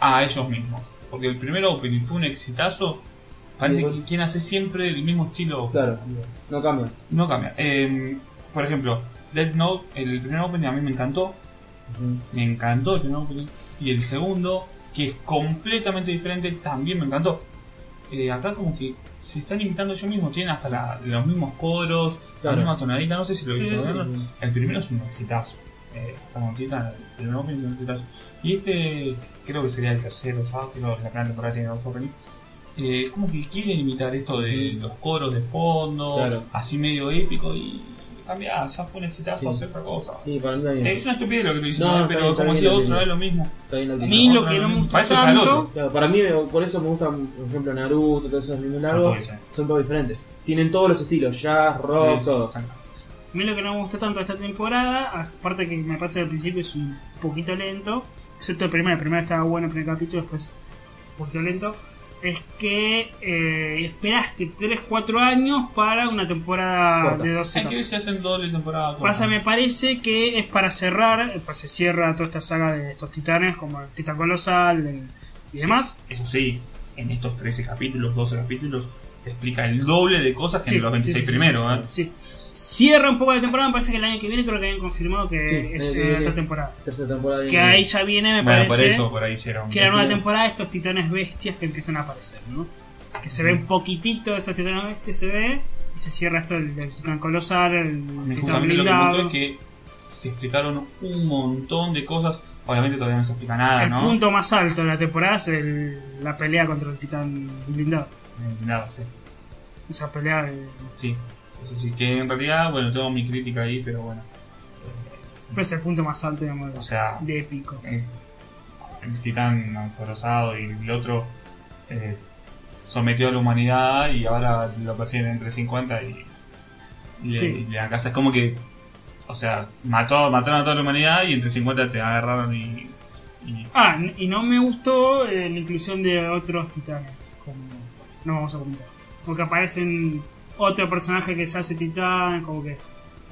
Speaker 1: a ellos mismos, porque el primer opening fue un exitazo, parece
Speaker 3: Igual.
Speaker 1: que quien hace siempre el mismo estilo
Speaker 3: Claro, no cambia.
Speaker 1: no cambia. Eh, por ejemplo, Dead Note, el primer opening a mí me encantó, me encantó el primer opening. Y el segundo, que es completamente diferente, también me encantó. Eh, acá como que se están imitando ellos mismos, tienen hasta la- los mismos coros, la
Speaker 3: Claro.
Speaker 1: misma tonadita, no sé si lo
Speaker 2: Sí,
Speaker 1: viste.
Speaker 2: sí,
Speaker 1: ¿verdad? El primero es un exitazo. Eh, esta montita, el primer opening es un exitazo. Y este creo que sería el tercero ya, creo que la primera temporada tiene dos openings. Eh, como que quieren imitar esto de
Speaker 3: Mm.
Speaker 1: los coros de fondo,
Speaker 3: Claro.
Speaker 1: así medio épico y cambia, ya fue un exitazo,
Speaker 3: Sí.
Speaker 1: hacer otra cosa.
Speaker 3: Sí, para mí también.
Speaker 1: Eh, Es una estupidez lo que estoy
Speaker 3: No,
Speaker 1: diciendo, eh,
Speaker 3: está bien,
Speaker 1: pero
Speaker 3: está
Speaker 1: como
Speaker 3: bien,
Speaker 1: decía
Speaker 3: lo
Speaker 1: otra
Speaker 3: entiendo.
Speaker 1: vez lo mismo.
Speaker 3: Está bien la
Speaker 2: A
Speaker 3: actitud.
Speaker 2: mí lo
Speaker 1: Otra
Speaker 2: que
Speaker 1: vez
Speaker 2: no me
Speaker 1: mismo.
Speaker 2: gusta
Speaker 1: Parece que al
Speaker 2: tanto-
Speaker 1: otro.
Speaker 3: Claro, para mí, eh, por eso me gustan, por ejemplo, Naruto, todos esos mismos
Speaker 1: Son todos
Speaker 3: largos,
Speaker 1: diferentes.
Speaker 3: son todos diferentes. Tienen todos los estilos, jazz, rock,
Speaker 1: Sí,
Speaker 3: todo.
Speaker 1: exacto.
Speaker 2: A mí lo que no me gustó tanto esta temporada, aparte que me pasa al principio es un poquito lento, excepto el primero, el primero estaba bueno el primer capítulo, después un poquito lento, es que eh, esperaste 3-4 años para una temporada
Speaker 3: Corta.
Speaker 2: de
Speaker 1: Hay
Speaker 2: 12
Speaker 1: que ver si hacen doble temporada. corta.
Speaker 2: Pasa, me parece que es para cerrar, eh, pues se cierra toda esta saga de estos titanes, como el Titán Colosal el- y demás.
Speaker 1: Eso sí, en estos 13 capítulos, 12 capítulos, se explica el doble de cosas que
Speaker 2: Sí,
Speaker 1: en los 26
Speaker 2: sí, sí, sí.
Speaker 1: primeros. ¿eh?
Speaker 2: Sí. Cierra un poco la temporada, me parece que el año que viene creo que habían confirmado que
Speaker 3: Sí,
Speaker 2: es
Speaker 3: eh,
Speaker 2: esta
Speaker 3: eh,
Speaker 2: temporada.
Speaker 3: Tercera temporada
Speaker 2: Que ahí ya viene, me
Speaker 1: Bueno, por
Speaker 2: parece.
Speaker 1: eso, por ahí hicieron.
Speaker 2: que la nueva
Speaker 3: Ujú.
Speaker 2: temporada estos titanes bestias que empiezan a aparecer, ¿no? Que se ve un poquitito de estos titanes bestias, se ve, y se cierra esto del, del titán colosal, el titán
Speaker 1: Justamente lo que me gustó
Speaker 2: blindado.
Speaker 1: es que se explicaron un montón de cosas. Obviamente todavía no se explica nada,
Speaker 2: el
Speaker 1: ah, ¿no?
Speaker 2: punto más alto de la temporada es el- la pelea contra el titán blindado.
Speaker 1: Eh, Nada, sí.
Speaker 2: Esa pelea de...
Speaker 1: Sí. Eso sí, que en realidad, bueno, tengo mi crítica ahí, pero bueno.
Speaker 2: pero es el punto más alto, digamos,
Speaker 1: O sea,
Speaker 2: de épico.
Speaker 1: eh, el titán colosado y el otro eh, sometió a la humanidad y ahora lo persiguen entre 50 y, y, le-
Speaker 2: Sí.
Speaker 1: y le alcanza. Es como que, o sea, mató, mataron a toda la humanidad y entre 50 te agarraron y. y-
Speaker 2: Ah, n- y no me gustó eh, la inclusión de otros titanes. Como... No vamos a comentar. Porque aparecen otro personaje que se hace titán, como que...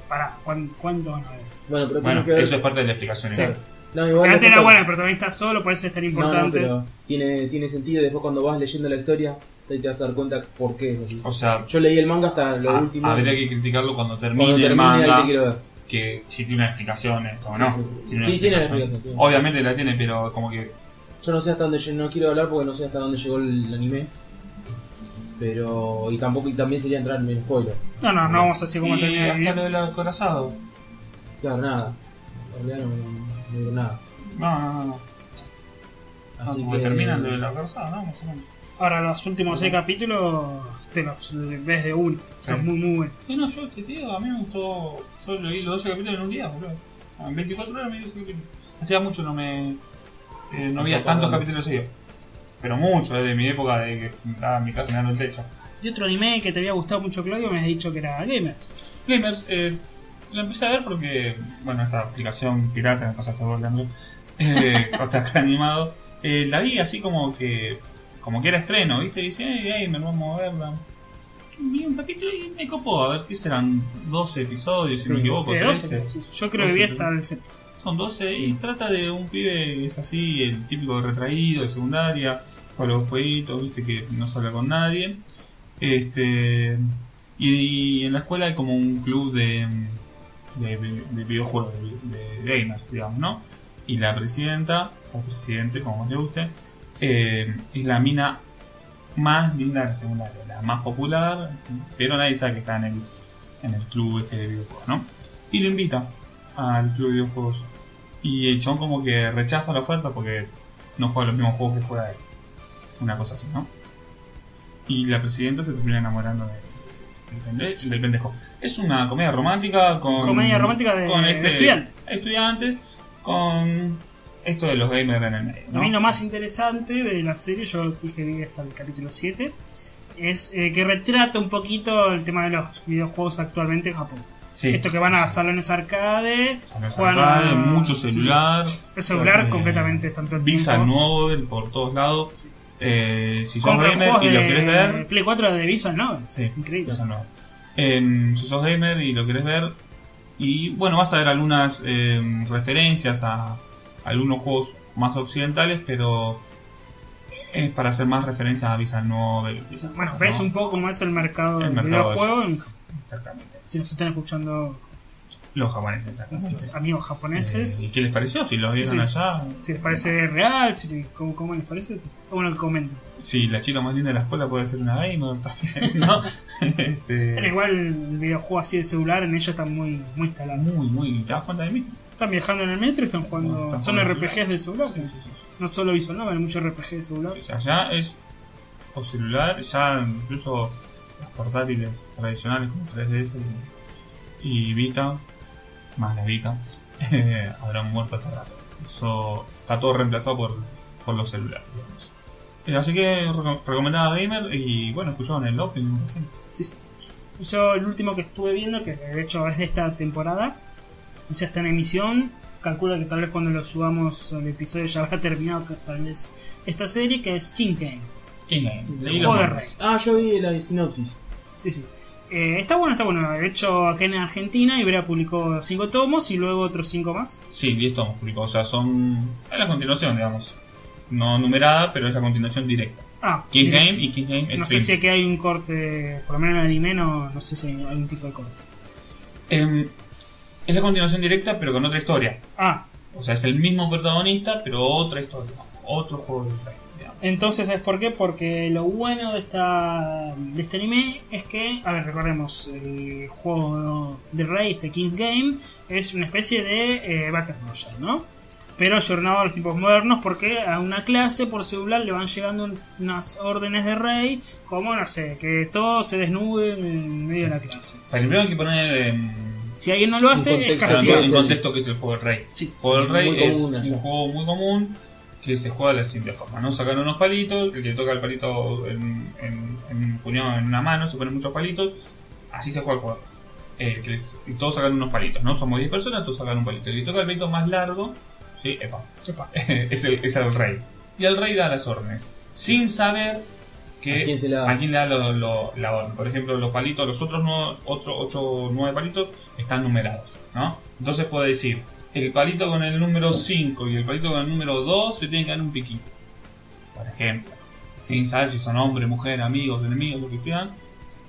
Speaker 2: Pará, ¿cuán- ¿cuántos van a haber?
Speaker 3: Bueno, pero
Speaker 1: bueno,
Speaker 3: tiene que ver.
Speaker 1: eso es parte de la explicación.
Speaker 3: Sí.
Speaker 1: igual.
Speaker 3: No, igual
Speaker 2: Que antes era
Speaker 3: después-
Speaker 2: bueno el protagonista solo, por eso es tan
Speaker 3: No, no,
Speaker 2: importante.
Speaker 3: pero tiene, tiene sentido. Después, cuando vas leyendo la historia, ahí te vas a dar cuenta por qué es así.
Speaker 1: O sea,
Speaker 3: Yo leí el manga hasta lo
Speaker 1: ha-
Speaker 3: último.
Speaker 1: Ah, habría que criticarlo cuando termine,
Speaker 3: Cuando
Speaker 1: el
Speaker 3: termine,
Speaker 1: manga.
Speaker 3: ahí te quiero ver.
Speaker 1: que si tiene una explicación esto o no.
Speaker 3: Sí, sí, tiene la explicación, sí.
Speaker 1: Obviamente la tiene, pero como que
Speaker 3: Yo no sé hasta dónde lle- no quiero hablar porque no sé hasta dónde llegó el anime. Pero. Y tampoco y también sería entrar en el spoiler.
Speaker 2: No, no, no vamos a decir cómo
Speaker 1: Y
Speaker 2: termina el
Speaker 1: hasta lo
Speaker 2: video.
Speaker 1: del acorazado.
Speaker 3: Claro, nada. En realidad no, no digo nada.
Speaker 1: No, no, no. no.
Speaker 3: Así
Speaker 1: Ah, como
Speaker 3: que-
Speaker 1: termina lo del acorazado, ¿no? Más o menos.
Speaker 2: Ahora, los últimos seis capítulos te los ves de uno. Está
Speaker 1: Sí.
Speaker 2: muy, muy bueno.
Speaker 1: Y no, yo te digo, a mí me gustó. Yo leí los 12 capítulos en un día, boludo. En 24 horas me leí 12 capítulos. Hacía mucho no me. eh, no había tantos capítulos seguidos. Pero mucho, desde mi época de que estaba en mi casa mirando el techo.
Speaker 2: Y otro anime que te había gustado mucho, Claudio, me has dicho que era Gamer.
Speaker 1: Gamers, eh, lo empecé a ver porque, bueno, esta aplicación pirata me pasaste vos, Leandro, eh, *laughs* hasta acá animado, eh, la vi así como que, como que era estreno, ¿viste? Y dice, hey, Gamer, vamos a verla. Vi un capítulo y me copó, a ver qué serán, 12 episodios, si no me equivoco,
Speaker 2: Eh,
Speaker 1: 13.
Speaker 2: doce, Yo creo que
Speaker 1: Doce,
Speaker 2: vi
Speaker 1: trece.
Speaker 2: hasta el séptimo.
Speaker 1: Son 12 y trata de un pibe que es así, el típico retraído de secundaria, con los jueguitos, viste, que no se habla con nadie. Este. Y, y en la escuela hay como un club de, de, de videojuegos, de, de gamers, digamos, ¿no? Y la presidenta, o presidente, como más le guste, eh, es la mina más linda de la secundaria, la más popular, pero nadie sabe que está en el, en el club este de videojuegos, ¿no? Y lo invita al club de videojuegos. Y el chon como que rechaza la oferta porque no juega los mismos juegos que juega él. Una cosa así, ¿no? Y la presidenta se termina enamorando de, del pende- del pendejo. Es una comedia romántica con...
Speaker 2: Comedia romántica de,
Speaker 1: con
Speaker 2: de
Speaker 1: este-
Speaker 2: estudiante.
Speaker 1: estudiantes, con esto de los gamers en el medio,
Speaker 2: A mí
Speaker 1: ¿no?
Speaker 2: lo más interesante de la serie, yo dije vi hasta el capítulo 7, es eh, que retrata un poquito el tema de los videojuegos actualmente en Japón.
Speaker 1: Sí.
Speaker 2: Esto que van a salones arcade,
Speaker 1: O sea, no es
Speaker 2: juegan
Speaker 1: arcade,
Speaker 2: a-
Speaker 1: mucho
Speaker 2: sí, sí.
Speaker 1: celular.
Speaker 2: el celular
Speaker 1: Eh,
Speaker 2: completamente tanto el
Speaker 1: Visa
Speaker 2: tiempo.
Speaker 1: nuevo por todos lados. Eh, si sos
Speaker 2: Compran
Speaker 1: gamer
Speaker 2: juegos
Speaker 1: y lo
Speaker 2: de-
Speaker 1: querés ver,
Speaker 2: de Play 4 de Visa no.
Speaker 1: Sí,
Speaker 2: Increíble.
Speaker 1: esa no. Em, si sos gamer y lo querés ver, y bueno, vas a ver algunas em, referencias a algunos juegos más occidentales, pero es para hacer más referencias a Visa 9. quizás,
Speaker 2: Bueno,
Speaker 1: ¿no?
Speaker 2: ves un poco cómo es el mercado
Speaker 1: El
Speaker 2: del
Speaker 1: mercado
Speaker 2: videojuego. en-
Speaker 1: Exactamente.
Speaker 2: Si nos están escuchando
Speaker 1: Los japoneses, exactamente.
Speaker 2: nuestros amigos japoneses,
Speaker 1: Eh, ¿Y qué les pareció? Si los vieron
Speaker 2: Sí.
Speaker 1: allá.
Speaker 2: si les parece real, si, ¿cómo, cómo les parece, bueno, comenten.
Speaker 1: Si la chica más linda de la escuela puede ser una gamer también, *laughs* ¿no?
Speaker 2: Pero
Speaker 1: este,
Speaker 2: igual el videojuego así de celular en ellos están muy, muy instalados.
Speaker 1: muy, muy. ¿Te das cuenta de mí?
Speaker 2: Están viajando en el metro y están jugando.
Speaker 1: Están
Speaker 2: son
Speaker 1: jugando
Speaker 2: RPGs de celular.
Speaker 1: Sí, sí, sí.
Speaker 2: No solo visual, no, hay muchos RPG de celular.
Speaker 1: O sea, ya es o celular, ya incluso las portátiles tradicionales como 3DS y, y Vita, más la Vita, *laughs* eh, habrán muerto hace rato. Eso está todo reemplazado por, por los celulares, digamos. Eh, así que reco- recomendaba Gamer y bueno, escucharon el opening recién.
Speaker 2: Sí, sí. Yo el último que estuve viendo, que de hecho es de esta temporada, o sea, está en emisión. Calculo que tal vez cuando lo subamos el episodio ya *laughs* habrá terminado que tal vez esta serie, que es King Game.
Speaker 1: ¿Quién es? Leí
Speaker 2: El
Speaker 1: los
Speaker 2: juego de
Speaker 1: nombres.
Speaker 2: Rey.
Speaker 3: Ah, yo vi la sinopsis.
Speaker 2: Sí, sí. Eh, está bueno, está bueno. De hecho, acá en Argentina Ibrea publicó cinco tomos y luego otros cinco más.
Speaker 1: Sí, 10 tomos publicados, o sea, son... Es la continuación, digamos. No numerada, pero es la continuación directa.
Speaker 2: Ah,
Speaker 1: King
Speaker 2: mira,
Speaker 1: Game y King Game
Speaker 2: No sé
Speaker 1: Extreme.
Speaker 2: si aquí hay un corte, por lo menos en el anime, no, no sé si hay algún tipo de corte.
Speaker 1: Em, es la continuación directa, pero con otra historia.
Speaker 2: Ah,
Speaker 1: O sea, es el mismo protagonista, pero otra historia. Otro juego de rey, digamos.
Speaker 2: Entonces, ¿sabes por qué? Porque lo bueno de, esta, de este anime es que, a ver, recordemos, el juego de Rey, este King's Game, es una especie de eh, Battle Royale, ¿no? Pero jornado a los tiempos modernos porque a una clase por celular le van llegando un- unas órdenes de Rey, como, no sé, que todos se desnuden en medio de la clase.
Speaker 1: O sea, primero hay que poner em,
Speaker 2: Si alguien no lo hace, es
Speaker 3: contexto,
Speaker 1: claro,
Speaker 2: castigado.
Speaker 1: en
Speaker 3: sí.
Speaker 1: contexto que es el juego del rey.
Speaker 2: Sí.
Speaker 1: El juego del rey
Speaker 3: Muy
Speaker 1: es
Speaker 3: común allá.
Speaker 1: un juego muy común que se juega de la siguiente forma. No sacan unos palitos, el que toca el palito en, en, en un puñado, en una mano, se ponen muchos palitos. Así se juega el juego. El que les- y todos sacan unos palitos, ¿no? Somos 10 personas, todos sacan un palito. El que toca el palito más largo, sí, epa,
Speaker 2: Epa.
Speaker 1: *laughs* es, el, es el rey. Y el rey da las órdenes, sin saber que,
Speaker 3: ¿A quién se la
Speaker 2: Ah.
Speaker 3: da?
Speaker 1: a quién le da lo- lo- la orden. Por ejemplo, los palitos, los otros 8 o 9 palitos están numerados, ¿no? Entonces puede decir, el palito con el número 5 y el palito con el número 2 se tienen que dar un piquito. Por ejemplo, sin saber si son hombre, mujer, amigos, enemigos, lo que sean,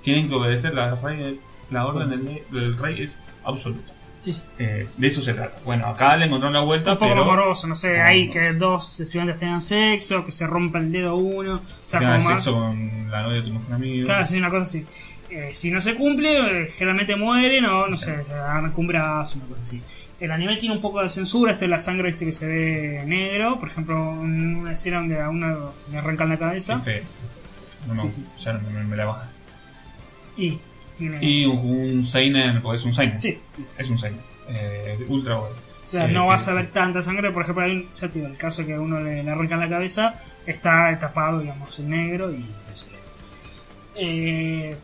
Speaker 1: tienen que obedecer la, rey- la orden del, del rey es absoluta.
Speaker 2: Sí, sí.
Speaker 1: Eh, de eso se trata. Bueno, acá le encontraron la vuelta,
Speaker 2: Un poco
Speaker 1: pero...
Speaker 2: amoroso, no sé,
Speaker 1: Pero-
Speaker 2: hay que dos estudiantes tengan sexo, que se rompa el dedo uno, o sea,
Speaker 1: Tenga
Speaker 2: como más.
Speaker 1: sexo con la novia de tu mejor amigo.
Speaker 2: Claro, sí, una cosa así. Eh, si no se cumple, eh, generalmente mueren o no sé, se dan un brazo, una cosa así. El anime tiene un poco de censura, este es la sangre viste que se ve negro, por ejemplo, un- una escena donde a uno le arrancan la
Speaker 1: Qué
Speaker 2: cabeza
Speaker 1: feo. No, no,
Speaker 2: Sí, sí.
Speaker 1: ya no me, me la bajas.
Speaker 2: y tiene...
Speaker 1: Y un, un seinen, porque es un seinen.
Speaker 2: Sí, sí, sí.
Speaker 1: Es un seinen. Eh, ultra bueno.
Speaker 2: o sea,
Speaker 1: Eh,
Speaker 2: no
Speaker 1: sí,
Speaker 2: vas a
Speaker 1: sí.
Speaker 2: ver tanta sangre, por ejemplo, hay un- ya te digo, el caso que a uno le, le arrancan la cabeza está tapado, digamos, en negro y eso. Eh,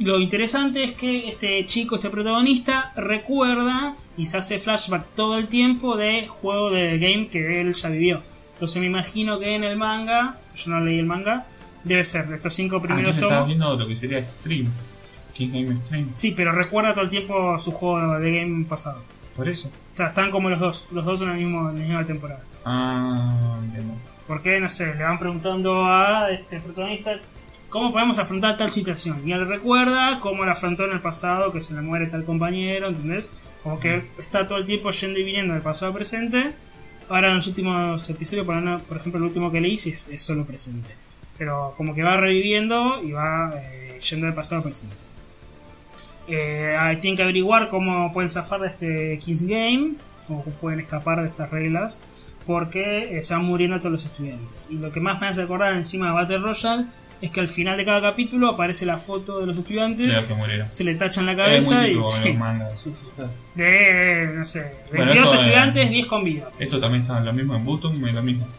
Speaker 2: lo interesante es que este chico, este protagonista, recuerda y se hace flashback todo el tiempo de juego de game que él ya vivió. Entonces me imagino que en el manga, yo no leí el manga, debe ser de estos cinco
Speaker 1: Ah,
Speaker 2: primeros
Speaker 1: entonces
Speaker 2: tomos.
Speaker 1: estabas viendo lo que sería stream. King Game Stream.
Speaker 2: Sí, pero recuerda todo el tiempo su juego de game pasado.
Speaker 1: Por eso.
Speaker 2: O sea, están como los dos, los dos en, el mismo, en la misma temporada.
Speaker 1: Ah, entiendo.
Speaker 2: Porque, no sé, le van preguntando a este protagonista cómo podemos afrontar tal situación. Y él recuerda cómo la afrontó en el pasado, que se le muere tal compañero, ¿entendés? Como que está todo el tiempo yendo y viniendo del pasado a presente. Ahora en los últimos episodios, por, una- por ejemplo, el último que le hice es, es solo presente. Pero como que va reviviendo y va eh, yendo del pasado a presente. Eh, ah, tienen que averiguar cómo pueden zafar de este King's Game, cómo pueden escapar de estas reglas porque eh, se van muriendo todos los estudiantes. Y lo que más me hace acordar encima de Battle Royale es que al final de cada capítulo aparece la foto de los estudiantes,
Speaker 1: Claro que murieron.
Speaker 2: se le tachan la
Speaker 1: Es muy
Speaker 2: cabeza y
Speaker 1: típico en
Speaker 2: *laughs* sí,
Speaker 1: los mangas.
Speaker 2: de, no sé,
Speaker 1: Bueno,
Speaker 2: 22
Speaker 1: esto, eh,
Speaker 2: estudiantes, 10 con vida.
Speaker 1: Esto también está lo mismo en Butum, es lo mismo. No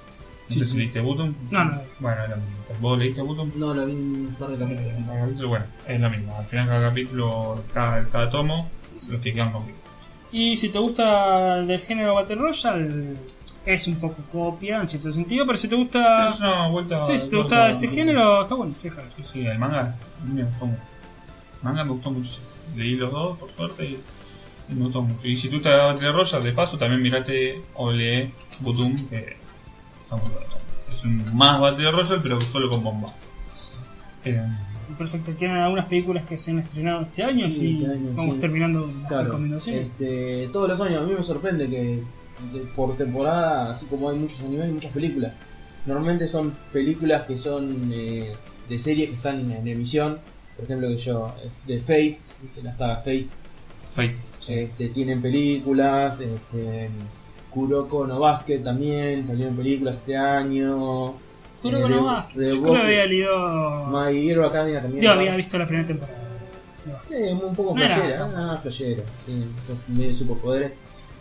Speaker 3: Sí,
Speaker 1: sé si
Speaker 3: sí.
Speaker 1: leíste Butum.
Speaker 2: No, no.
Speaker 1: Bueno, es lo mismo. ¿Vos leíste Butum?
Speaker 3: No, la vi en un par de capítulos.
Speaker 1: Bueno, es lo mismo. Al final cada capítulo, cada, cada tomo,
Speaker 2: sí.
Speaker 1: los que quedan con vida.
Speaker 2: Y si te gusta el del género Battle Royale, es un poco copia en cierto sentido, pero si te
Speaker 1: Pero
Speaker 2: gusta.
Speaker 1: es una vuelta.
Speaker 2: Ah. Sí, si te
Speaker 1: vuelta-
Speaker 2: gusta ese género, está bueno, sí, déjalo.
Speaker 1: Sí, sí, el manga. a mí Me gustó mucho. El manga me gustó mucho. Leí los dos, por suerte, y, y me gustó mucho. Y si tú te agarras Battle Royale, de paso, también mirate o lee Butum, que está muy bueno. Es un más Battle Royale, pero solo con bombas. Eh,
Speaker 2: Perfecto, tienen algunas películas que se han estrenado este año,
Speaker 3: Sí,
Speaker 2: y
Speaker 3: este año,
Speaker 2: vamos
Speaker 3: sí.
Speaker 2: terminando las
Speaker 3: Claro,
Speaker 2: recomendaciones.
Speaker 3: este, todos los años a mí me sorprende que que por temporada, así como hay muchos animes, hay muchas películas. Normalmente son películas que son eh, de series que están en emisión, por ejemplo que yo, eh, de Fate, de la saga Fate,
Speaker 1: Fate.
Speaker 3: este, tienen películas, este, Kuroko no Basket también, salieron películas este año.
Speaker 2: Juro
Speaker 3: eh,
Speaker 2: que
Speaker 3: de-
Speaker 2: no más.
Speaker 3: de
Speaker 2: Yo creo que
Speaker 3: Boku-
Speaker 2: había leído.
Speaker 3: My Hero Academia también.
Speaker 2: Yo había visto la primera temporada.
Speaker 3: Sí, un poco
Speaker 2: No era
Speaker 3: playera,
Speaker 2: tanto.
Speaker 3: ah, playera, sí, esos medio superpoderes.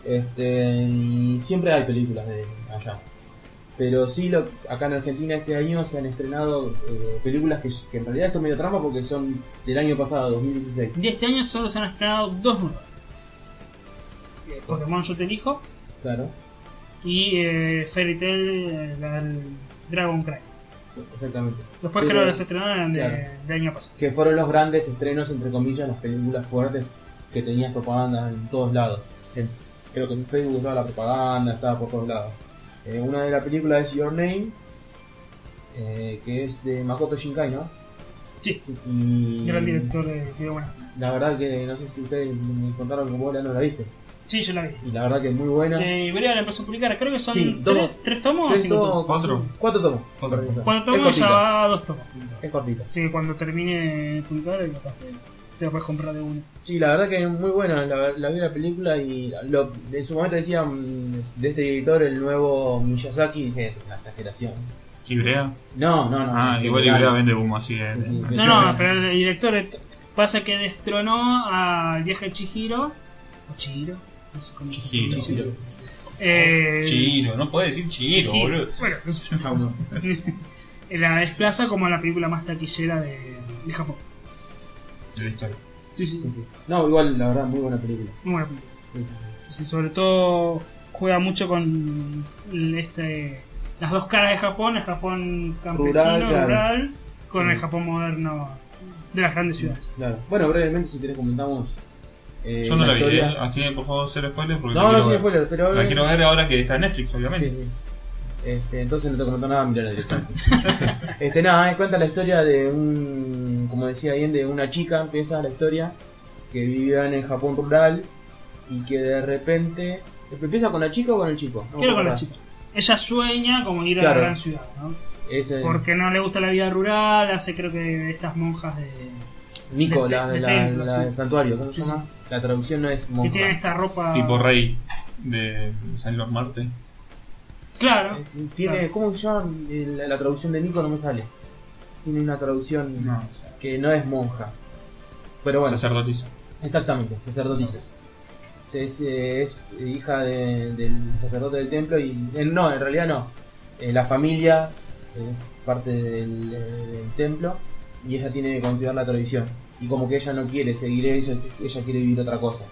Speaker 3: Este, mm, siempre hay películas de allá. Pero sí, lo, acá en Argentina este año se han estrenado eh, películas que, que en realidad esto es medio trampa porque son del año pasado, 2016.
Speaker 2: De este año solo se han estrenado dos nuevas: Pokémon Yo Te Elijo
Speaker 3: Claro,
Speaker 2: y eh, Fairy Tail eh, la del Dragon Cry.
Speaker 3: exactamente.
Speaker 2: Después
Speaker 3: Pero-
Speaker 2: creo que se estrenaron de,
Speaker 3: claro.
Speaker 2: de año pasado.
Speaker 3: Que fueron los grandes estrenos, entre comillas, las películas fuertes que tenías propaganda en todos lados. En- creo que en Facebook estaba la propaganda, estaba por todos lados. Eh, una de las películas es Your Name, eh, que es de Makoto Shinkai, ¿no?
Speaker 2: Sí.
Speaker 3: Y
Speaker 2: Gran director de Video Bueno.
Speaker 3: La verdad que no sé si ustedes me contaron que vos la no la viste.
Speaker 2: Sí, yo la vi.
Speaker 3: Y la verdad que es muy buena.
Speaker 2: Eh, Ibrea la empezó a publicar, creo que son
Speaker 3: Sí,
Speaker 2: tres,
Speaker 3: tomos.
Speaker 2: tres tomos o
Speaker 3: Tres
Speaker 2: cinco tomos.
Speaker 3: tomos-
Speaker 1: Cuatro.
Speaker 3: Cuatro tomos.
Speaker 1: Cuatro.
Speaker 3: perdón, esa.
Speaker 2: Cuando
Speaker 3: es
Speaker 2: tomos
Speaker 3: cortita.
Speaker 2: ya va a dos tomos.
Speaker 3: Es cortita.
Speaker 2: Así que cuando termine de publicar, ya está. te lo puedes comprar de uno.
Speaker 3: Sí, la verdad que es muy buena, la, la vi la película y lo, en su momento decían de este director el nuevo Miyazaki, y dije, una exageración.
Speaker 1: Ibrea.
Speaker 3: No, no, no.
Speaker 1: Ah,
Speaker 3: no,
Speaker 1: igual
Speaker 3: no,
Speaker 1: Ibrea
Speaker 3: no.
Speaker 1: vende humo así. eh.
Speaker 3: Sí, sí, sí.
Speaker 2: No, no, pero el director et- pasa que destronó al viaje de Chihiro. ¿O Chihiro? No sé cómo se
Speaker 1: Chihiro. Oh,
Speaker 2: pronuncia.
Speaker 3: Chihiro.
Speaker 2: Eh,
Speaker 1: Chihiro, no puedes decir Chihiro,
Speaker 2: Chihiro.
Speaker 1: boludo.
Speaker 2: Bueno, qué sé
Speaker 3: Ah, bueno.
Speaker 2: yo. *laughs* la desplaza como la película más taquillera de, de Japón.
Speaker 1: De la historia.
Speaker 2: Sí, sí,
Speaker 3: Sí, sí. No, igual, la verdad, muy buena película.
Speaker 2: muy buena película.
Speaker 3: Sí, sí, sí.
Speaker 2: Sí, Pues, sobre todo juega mucho con el- este, las dos caras de Japón, el Japón campesino,
Speaker 3: Rural,
Speaker 2: rural,
Speaker 3: claro. Mm.
Speaker 2: con el
Speaker 3: Sí.
Speaker 2: Japón moderno de las
Speaker 3: Mm.
Speaker 2: grandes ciudades.
Speaker 3: Claro. Bueno, brevemente, si querés, comentamos. eh,
Speaker 1: Yo no la vi, eh,
Speaker 3: historia.
Speaker 1: así que por favor, cero spoilers porque
Speaker 3: No,
Speaker 1: la
Speaker 3: no,
Speaker 1: quiero
Speaker 3: sin
Speaker 1: ver.
Speaker 3: spoilers, pero.
Speaker 1: La quiero ver ahora que está en Netflix, obviamente.
Speaker 3: Sí, sí. Este, entonces no te comentó nada, mirá la directamente. este, nada, eh, cuenta la historia de un, como decía bien, de una chica, empieza la historia, que vivían en Japón rural y que de repente... ¿Empieza con la chica o con el chico? No,
Speaker 2: Quiero con la
Speaker 3: ¿verdad?
Speaker 2: chica. Ella sueña como ir a
Speaker 3: Claro.
Speaker 2: la gran ciudad, ¿no?
Speaker 3: Ese
Speaker 2: Porque no le gusta la vida rural, hace creo que de estas monjas de,
Speaker 3: Nico,
Speaker 2: de-
Speaker 3: la,
Speaker 2: de
Speaker 3: la-
Speaker 2: templo,
Speaker 3: la
Speaker 2: sí.
Speaker 3: del santuario, ¿cómo
Speaker 2: Sí,
Speaker 3: se llama? La traducción no es
Speaker 2: que
Speaker 3: monja. Eh,
Speaker 2: tienen esta ropa...
Speaker 3: Ah.
Speaker 1: Tipo Rey de Sailor Marte.
Speaker 2: Claro.
Speaker 3: Eh, tiene-
Speaker 2: Claro.
Speaker 3: ¿Cómo se llama? Eh, La, la traducción de Nico no me sale. Tiene una traducción
Speaker 1: No, o sea,
Speaker 3: que no es monja. Pero bueno,
Speaker 1: sacerdotisa.
Speaker 3: exactamente, sacerdotisa. es, eh, es hija de- del sacerdote del templo y eh, no, en realidad no. Eh, la familia es parte del, eh, del templo y ella tiene que continuar la tradición. Y como que ella no quiere seguir eso, ella quiere vivir otra cosa.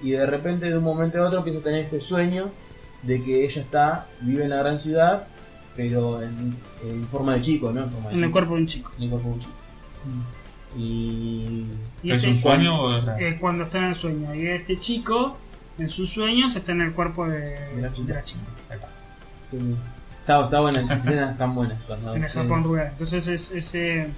Speaker 3: Y de repente, de un momento a otro, empieza a tener este sueño de que ella está, vive en la gran ciudad, pero en, en forma de chico, ¿no? En, forma de
Speaker 2: En el
Speaker 3: chico.
Speaker 2: cuerpo Mm. de un chico.
Speaker 3: En el cuerpo de un chico. Y
Speaker 2: Y
Speaker 1: ¿Es
Speaker 2: este-
Speaker 1: un sueño o es real?
Speaker 2: eh, cuando está en el sueño. Y este chico, en sus sueños, está en el cuerpo de,
Speaker 3: De la chica.
Speaker 2: de la chica.
Speaker 3: Sí, sí. Está, está buena, esas escenas están buenas. cuando
Speaker 2: en el
Speaker 3: se-
Speaker 2: Japón rural. Entonces es ese,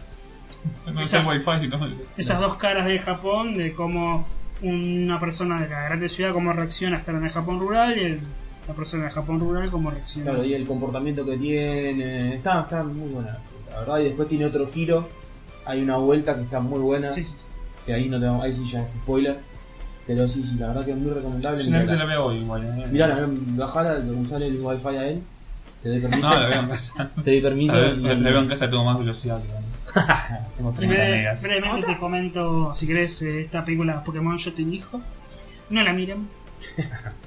Speaker 1: No
Speaker 2: Esa-
Speaker 1: está wifi, ¿no?
Speaker 2: esas dos caras del Japón, de cómo una persona de la grande ciudad cómo reacciona a estar en el Japón rural y el- la persona del Japón rural cómo reacciona.
Speaker 3: Claro, y el comportamiento que tiene. Está, está muy buena. La verdad, y después tiene otro giro. Hay una vuelta que está muy buena.
Speaker 2: Sí, sí.
Speaker 3: Que ahí no te ahí sí ya es spoiler. Pero sí, sí, la verdad que es muy recomendable.
Speaker 1: Yo la
Speaker 3: Mirala,
Speaker 1: veo hoy igual. eh.
Speaker 3: Mirala, bajala, usale el wifi a él. Te doy permiso.
Speaker 1: No, la veo en casa.
Speaker 3: te doy
Speaker 1: La
Speaker 3: permiso.
Speaker 1: veo,
Speaker 3: y- Ah,
Speaker 1: la- la veo en casa, tengo más velocidad. digamos. tengo
Speaker 2: Y
Speaker 1: 30
Speaker 2: breve-
Speaker 1: megas.
Speaker 2: brevemente te comento, si querés, eh, esta película Pokémon Yo te elijo. No la miren.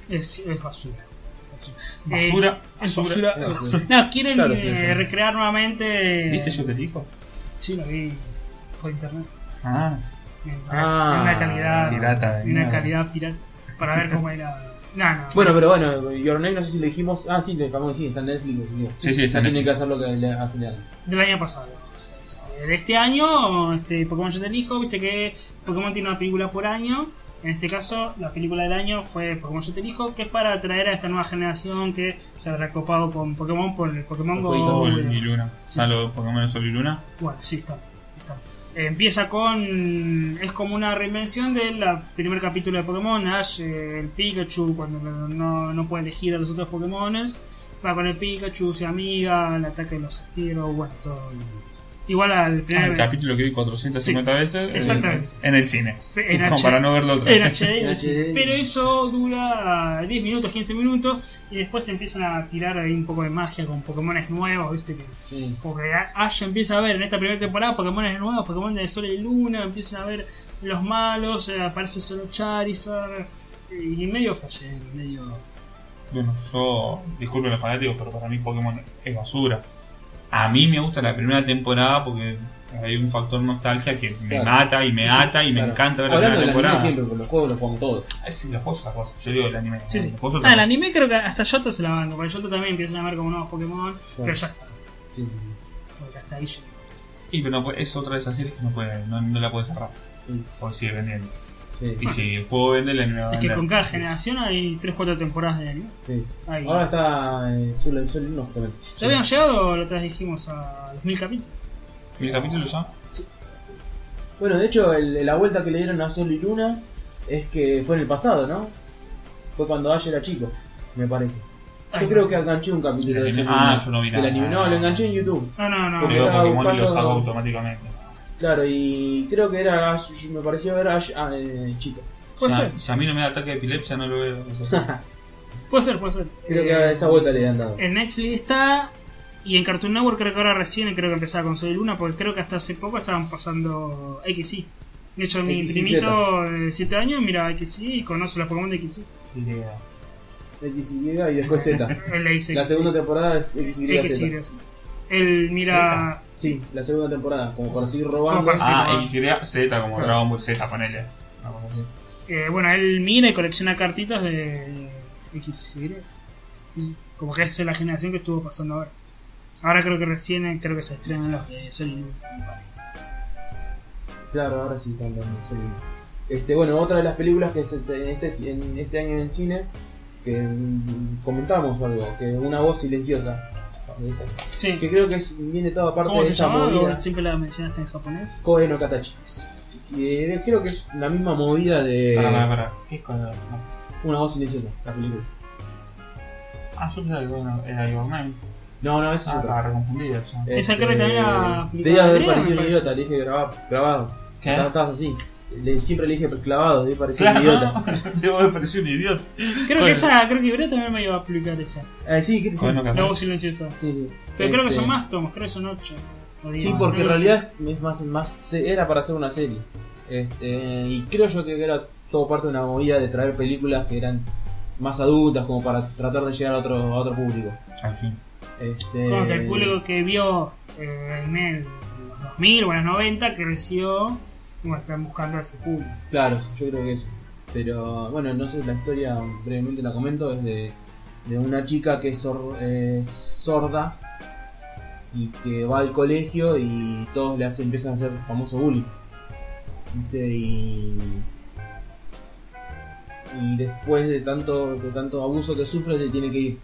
Speaker 2: es, es basura. Eh,
Speaker 1: Basura.
Speaker 2: es
Speaker 1: basura.
Speaker 2: basura. eh,
Speaker 3: Claro, sí.
Speaker 2: No, quieren
Speaker 3: Claro, sí,
Speaker 2: eh,
Speaker 3: sí.
Speaker 2: recrear nuevamente.
Speaker 1: ¿Viste yo te dijo?
Speaker 2: Sí, lo vi por internet.
Speaker 1: Ah,
Speaker 2: en,
Speaker 3: Ah,
Speaker 2: en una calidad
Speaker 1: pirata de
Speaker 2: en una
Speaker 1: mierda.
Speaker 2: calidad pirata para ver cómo era. No, no.
Speaker 3: Bueno, pero bueno, Your Name no sé si lo dijimos. Ah, sí, lo dejamos decir, está en Netflix. así que
Speaker 1: Sí, sí, está
Speaker 3: no
Speaker 1: en
Speaker 3: tiene que hacer lo que le hacen a
Speaker 2: del año pasado. Eh, De este año, este, Pokémon Yo te elijo, viste que Pokémon tiene una película por año. En este caso, la película del año fue Pokémon Yo te elijo, que es para atraer a esta nueva generación que se habrá copado con Pokémon por el Pokémon
Speaker 3: El
Speaker 2: Go.
Speaker 3: jueguito.
Speaker 1: Sol
Speaker 2: bueno.
Speaker 1: y Luna.
Speaker 2: Sí,
Speaker 1: Salvo Pokémon Sol y Luna.
Speaker 2: Bueno, sí, está. está. Eh, Empieza con. Es como una reinvención del primer capítulo de Pokémon. Ash, eh, el Pikachu, cuando no, no- no puede elegir a los otros Pokémones. Va con el Pikachu, se amiga, el ataque de los Spearow, bueno, todo. Igual al
Speaker 1: Ah,
Speaker 2: primer.
Speaker 1: el capítulo que vi 450 veces. eh,
Speaker 2: Exactamente.
Speaker 1: En el cine. *laughs*
Speaker 2: En
Speaker 1: Como
Speaker 2: H-
Speaker 1: para no verlo otra
Speaker 2: en
Speaker 1: vez.
Speaker 2: HD,
Speaker 3: En
Speaker 2: sí.
Speaker 3: HD.
Speaker 2: pero eso dura 10 minutos, 15 minutos y después empiezan a tirar ahí un poco de magia con Pokémones nuevos, viste que
Speaker 3: Sí.
Speaker 2: Porque a- Ash empieza a ver en esta primera temporada Pokémon nuevos, Pokémon de Sol y Luna, empiezan a ver los malos, eh, aparece solo Charizard y medio flashé, medio...
Speaker 1: Bueno, yo disculpe los fanáticos, pero para mí Pokémon es basura. A mí me gusta la primera temporada porque hay un factor nostalgia que me
Speaker 3: Claro.
Speaker 1: mata y me
Speaker 2: Sí,
Speaker 1: ata y me
Speaker 3: Claro.
Speaker 1: encanta ver la primera
Speaker 3: Hablando del anime
Speaker 1: temporada.
Speaker 3: siempre, porque los juegos los jugamos todos.
Speaker 1: Ah, sí, los juegos, las cosas. Yo digo el anime.
Speaker 2: Sí, sí.
Speaker 1: Los juegos
Speaker 2: Ah, el
Speaker 1: también.
Speaker 2: anime creo que hasta Yoto se la banco, porque Yoto también empiezan a ver como nuevos Pokémon, pero ya está,
Speaker 3: Sí, sí,
Speaker 2: porque hasta ahí llegó.
Speaker 1: Y pero no puede- es otra de esas series que no, puede, no, no la puede cerrar.
Speaker 3: Sí.
Speaker 1: O sigue vendiendo.
Speaker 3: sí,
Speaker 1: Y
Speaker 3: sí,
Speaker 1: si el juego vende, el anime va a
Speaker 2: Es que
Speaker 1: vender.
Speaker 2: con cada generación hay 3-4 temporadas de anime.
Speaker 3: sí.
Speaker 2: Ahí.
Speaker 3: Ahora está eh, Sol el Sol y Luna justamente.
Speaker 2: ¿Ya habían llegado? La otra vez dijimos a los mil capítulos.
Speaker 1: ¿Y el capítulo ya?
Speaker 3: Bueno, de hecho, el- la vuelta que le dieron a Sol y Luna es que fue en el pasado, ¿no? Fue cuando Ash era chico, me parece.
Speaker 2: Ay,
Speaker 3: Yo creo que enganché un
Speaker 1: El
Speaker 3: capítulo de
Speaker 1: anime-
Speaker 3: Sol y Luna.
Speaker 1: Ah, yo no vi
Speaker 3: Del
Speaker 1: nada.
Speaker 3: anime. No, lo enganché en YouTube.
Speaker 2: Ah, No, no, no.
Speaker 1: Yo
Speaker 3: Porque
Speaker 1: veo
Speaker 3: estaba
Speaker 1: Pokémon y lo saco
Speaker 3: buscando-
Speaker 1: automáticamente.
Speaker 3: Claro, y creo que era Ash, me pareció ver Ash ah, eh, chico. *laughs*
Speaker 2: Puede
Speaker 1: si, a,
Speaker 2: ser.
Speaker 1: si a mí no me da ataque de epilepsia, no lo veo. Eso sí.
Speaker 2: Puede ser, puede ser.
Speaker 3: Creo que
Speaker 2: Eh,
Speaker 3: a esa vuelta le han dado.
Speaker 2: En Netflix está. Y en Cartoon Network creo que ahora recién creo que empezaba con Soy Luna, porque creo que hasta hace poco estaban pasando XY. De hecho, mi
Speaker 3: XYZ.
Speaker 2: primito de 7 años mira XY y conoce los Pokémon de XY.
Speaker 1: Idea.
Speaker 3: X y y después Z.
Speaker 2: Él le dice
Speaker 3: La
Speaker 2: XY.
Speaker 3: segunda temporada es X y Z.
Speaker 2: XY. Él mira.
Speaker 3: Sí, la segunda temporada, como para seguir
Speaker 2: Como
Speaker 3: robando.
Speaker 2: para-
Speaker 1: Ah,
Speaker 2: no.
Speaker 1: XY Z, como
Speaker 2: Claro.
Speaker 1: Dragon Ball Z, ponele. Una cosa así.
Speaker 2: eh, bueno, él mira y colecciona cartitas de XY. Como que esa es la generación que estuvo pasando ahora. Ahora creo que recién eh, creo que se estrenan los de Soy Luna, me parece.
Speaker 3: Claro, ahora sí están dando sí. Este, bueno, otra de las películas que se, se- en, este, en este año en el cine, que mm, comentamos algo, que una voz silenciosa. de esa,
Speaker 2: Sí.
Speaker 3: Que creo que es, viene toda parte
Speaker 2: ¿Cómo
Speaker 3: de
Speaker 2: se
Speaker 3: esa
Speaker 2: llama?
Speaker 3: movida.
Speaker 2: Siempre la mencionaste en japonés.
Speaker 3: Koe no Katachi. Y, eh, creo que es la misma movida de
Speaker 1: Pará, pará, pará. ¿Qué es con
Speaker 3: una voz silenciosa, la película.
Speaker 1: Ah, yo pensaba que bueno, era Your Name.
Speaker 3: No, no, esa
Speaker 1: Ah,
Speaker 3: es
Speaker 1: estaba
Speaker 3: otra.
Speaker 1: reconfundido. ya.
Speaker 3: Eh,
Speaker 2: Esa creo que también la aplicaba
Speaker 3: Debía haber
Speaker 2: Andrea, me
Speaker 3: parecido un
Speaker 2: parece.
Speaker 3: idiota, le dije grabado. grabado.
Speaker 1: ¿Qué?
Speaker 3: Estabas estabas así. Le- siempre le dije clavado, debía parecer
Speaker 1: Claro,
Speaker 3: un idiota.
Speaker 1: *laughs* debo de parecer un idiota.
Speaker 2: Creo
Speaker 1: Bueno.
Speaker 2: que esa, creo que Ibrea también me iba a aplicar esa.
Speaker 3: Eh, sí, sí.
Speaker 1: Bueno, capaz.
Speaker 2: La voz silenciosa.
Speaker 3: Sí, sí.
Speaker 2: Pero creo que
Speaker 3: Este,
Speaker 2: son más tomos, creo que son 8.
Speaker 3: Sí, porque en realidad es más, más se- era para hacer una serie. Este, y creo yo que era todo parte de una movida de traer películas que eran más adultas, como para tratar de llegar a otro, a otro público.
Speaker 1: Al fin.
Speaker 3: Este,
Speaker 2: Como que el público que vio eh, anime en los 2000 o en los 90 creció. Bueno, están buscando a ese público.
Speaker 3: Claro, yo creo que eso. Pero bueno, no sé, la historia brevemente la comento, es de, de una chica que es sor- eh, sorda y que va al colegio y todos le hacen, empiezan a hacer famoso bullying. ¿Viste? Y, y después de tanto, de tanto abuso que sufre, se tiene que ir.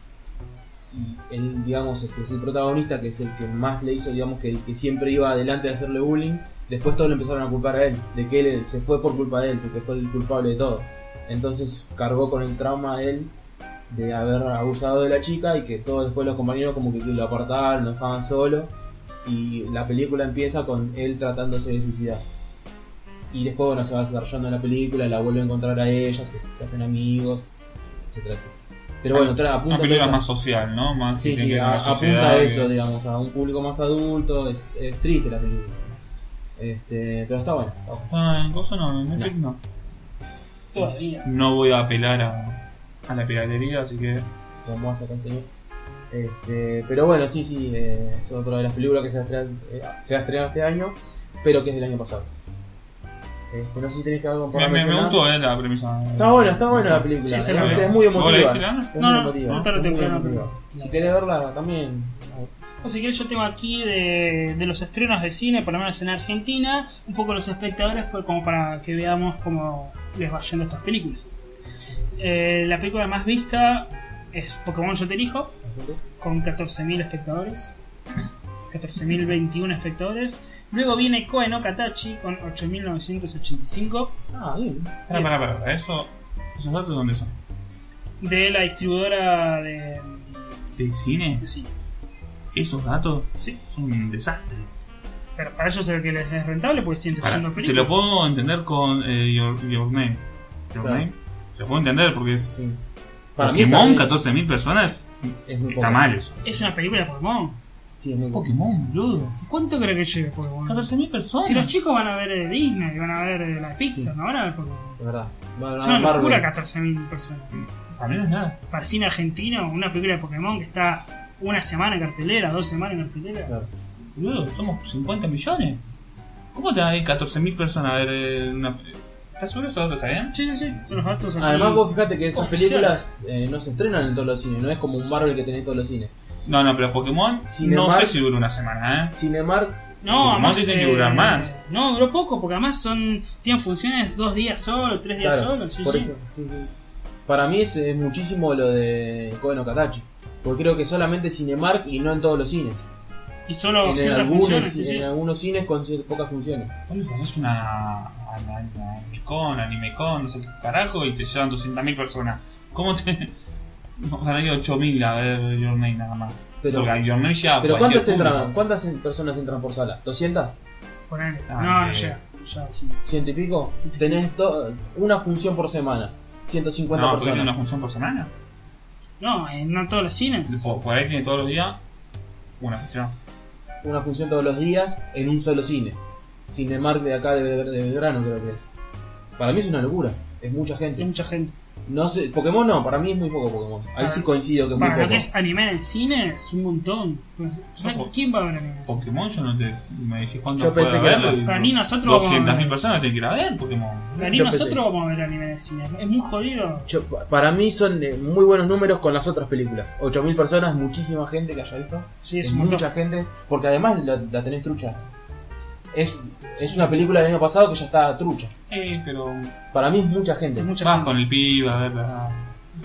Speaker 3: Y él, digamos, este, es el protagonista, que es el que más le hizo, digamos, que el que siempre iba adelante a hacerle bullying. Después todos le empezaron a culpar a él, de que él se fue por culpa de él, porque fue el culpable de todo. Entonces cargó con el trauma de él de haber abusado de la chica y que todos después los compañeros como que lo apartaron, lo dejaban solo. Y la película empieza con él tratándose de suicidar. Y después, bueno, se va desarrollando la película, la vuelve a encontrar a ella, se, se hacen amigos, etcétera, etcétera. Pero bueno, trae apunta
Speaker 1: Una
Speaker 3: a
Speaker 1: película
Speaker 3: esa-
Speaker 1: más social, ¿no? Más
Speaker 3: Sí,
Speaker 1: que
Speaker 3: sí,
Speaker 1: tiene que ver con la
Speaker 3: a- apunta a
Speaker 1: sociedad,
Speaker 3: eso,
Speaker 1: que-
Speaker 3: digamos, a un público más adulto, es, es triste la película. Este, pero está bueno, está bueno.
Speaker 1: Ah, en cosa no, en Netflix no.
Speaker 2: Todavía.
Speaker 1: No voy a apelar a, a la piratería, así que.
Speaker 3: como vas a conseguir. Este, pero bueno, sí, sí, eh, es otra de las películas que se ha, estrenado, eh, se ha estrenado este año, pero que es del año pasado. Este, no sé si tenés que algo por
Speaker 1: Me, me- me
Speaker 3: mencionar.
Speaker 1: gustó eh, la premisa.
Speaker 3: Está buena, está buena la película. eh,
Speaker 2: Sí, se la
Speaker 3: es,
Speaker 2: veo.
Speaker 3: es muy
Speaker 1: ¿Vos la
Speaker 3: emotiva.
Speaker 1: viste, Lana?
Speaker 3: Es
Speaker 2: No,
Speaker 3: muy
Speaker 2: no,
Speaker 3: emotiva.
Speaker 2: no tarde o
Speaker 3: es muy
Speaker 2: temprano,
Speaker 3: emotiva.
Speaker 2: pero-
Speaker 3: Si querés verla también.
Speaker 2: Así que yo tengo aquí de, de los estrenos de cine, por lo menos en Argentina, un poco los espectadores, pues, como para que veamos cómo les va yendo estas películas. Eh, la película más vista es Pokémon Yo Te Elijo, con 14.000 espectadores. 14.021 espectadores. Luego viene Koe no Katachi con 8.985
Speaker 3: Ah, bien.
Speaker 1: Pará, pará, pará, pará, Eso, ¿Esos datos dónde son?
Speaker 2: de la distribuidora de,
Speaker 1: ¿De cine?
Speaker 2: de cine.
Speaker 1: ¿Esos datos?
Speaker 2: Sí.
Speaker 1: Son un desastre.
Speaker 2: Pero para ellos el que les es rentable, pues siguen
Speaker 1: Pará,
Speaker 2: haciendo
Speaker 1: te lo
Speaker 2: películas.
Speaker 1: puedo entender con eh, your, Your Name. Your
Speaker 3: Claro.
Speaker 1: Name. Te lo puedo entender porque es.
Speaker 3: Sí.
Speaker 1: Pokémon,
Speaker 3: está bien.
Speaker 1: 14.000 personas.
Speaker 3: es muy
Speaker 1: Está
Speaker 3: poco.
Speaker 1: mal eso.
Speaker 2: Es una película de Pokémon.
Speaker 3: Sí, es muy poco.
Speaker 1: Pokémon, boludo.
Speaker 2: ¿Cuánto cree que lleve Pokémon?
Speaker 1: 14.000 personas.
Speaker 2: Si los chicos van a ver eh, Disney, van a ver eh, la Pixar,
Speaker 3: Sí.
Speaker 2: no van a ver Pokémon.
Speaker 3: De verdad. Va a
Speaker 2: Es
Speaker 3: ganar
Speaker 2: una
Speaker 3: Marvel.
Speaker 2: locura 14.000 personas.
Speaker 1: Para mí no es nada.
Speaker 2: Para el cine argentino, una película de Pokémon que está una semana en cartelera, dos semanas en cartelera.
Speaker 3: Claro.
Speaker 1: Boludo, somos 50 millones. ¿Cómo te van a ir 14.000 personas a ver eh, una. ¿Estás seguro de esos datos? ¿Está bien?
Speaker 2: Sí, sí, sí, son los datos aquí.
Speaker 3: Además, vos fíjate que esas
Speaker 2: Oficial.
Speaker 3: películas eh, no se estrenan en todos los cines, no es como un Marvel que tenés en todos los cines.
Speaker 1: No, no, pero Pokémon no
Speaker 3: Cinemark-
Speaker 1: sé si dura una semana, ¿eh?
Speaker 3: Cinemark,
Speaker 2: No,
Speaker 1: Pokémon
Speaker 2: además. eh,
Speaker 1: tiene que durar más.
Speaker 2: No, duró poco, porque además son tienen funciones dos días solo, tres días
Speaker 3: claro,
Speaker 2: solo. Sí,
Speaker 3: por
Speaker 2: sí.
Speaker 3: ejemplo, sí, sí. Para mí es, es muchísimo lo de Koen Okatachi, porque creo que solamente Cinemark y no en todos los cines.
Speaker 2: Y solo
Speaker 3: en,
Speaker 2: ciertas
Speaker 3: algunos,
Speaker 2: funciones. sí, sí.
Speaker 3: en algunos cines con cier- pocas funciones.
Speaker 1: Vos le pasás una a la- a la Animecon, Animecon, no sé qué carajo, y te llevan 200.000 personas. ¿Cómo te.? *laughs* Van a ir 8.000 a ver Your Name nada más.
Speaker 3: Pero-
Speaker 1: Porque a Your Name ya.
Speaker 3: Pero ¿cuántas entran? ¿Cuántas en- personas entran por sala? ¿200?
Speaker 2: Ponele.
Speaker 1: Ah,
Speaker 2: no, no
Speaker 1: eh.
Speaker 2: llega. No llega, sí.
Speaker 3: ¿Ciento y pico?
Speaker 2: Ciento y
Speaker 3: Tenés do- una función por semana. 150
Speaker 1: No, porque tiene una
Speaker 3: personas.
Speaker 1: función por semana.
Speaker 2: No, eh, no en todos los cines.
Speaker 1: Por, por ahí tiene todos los días una función.
Speaker 3: Una función todos los días en un solo cine. Cinemark de acá de, Bel- de Belgrano creo que es. Para mí es una locura. Es mucha
Speaker 2: Hay
Speaker 3: gente.
Speaker 2: mucha gente.
Speaker 3: No sé, Pokémon no, para mí es muy poco Pokémon. Ahí
Speaker 2: Ah.
Speaker 3: sí coincido que es muy
Speaker 2: Para lo
Speaker 3: poco.
Speaker 2: que es anime en el cine, es un montón. Entonces, o sea,
Speaker 1: Ojo.
Speaker 2: ¿Quién va a ver anime?
Speaker 1: Pokémon, yo no te. Me decís cuánto
Speaker 3: Yo
Speaker 1: fue
Speaker 3: pensé
Speaker 1: a
Speaker 3: que era
Speaker 1: verlo
Speaker 3: más.
Speaker 1: y-
Speaker 2: Para ni nosotros vamos a
Speaker 1: 200.000
Speaker 2: ver.
Speaker 1: personas tienen que ir a ver Pokémon.
Speaker 2: Para ni
Speaker 3: Yo pensé-
Speaker 2: nosotros vamos a ver anime en el cine. Es muy jodido.
Speaker 3: Yo- pa- para mí son eh, muy buenos números con las otras películas. 8.000 personas, muchísima gente que haya visto.
Speaker 2: Sí, es
Speaker 3: Es
Speaker 2: un montón.
Speaker 3: mucha gente, porque además la, la tenés trucha. Es, es una película del año pasado que ya está trucha.
Speaker 1: Eh, pero.
Speaker 3: Para mí es mucha gente.
Speaker 2: Es mucha
Speaker 1: Vas
Speaker 2: gente.
Speaker 1: con el pibe a ver la.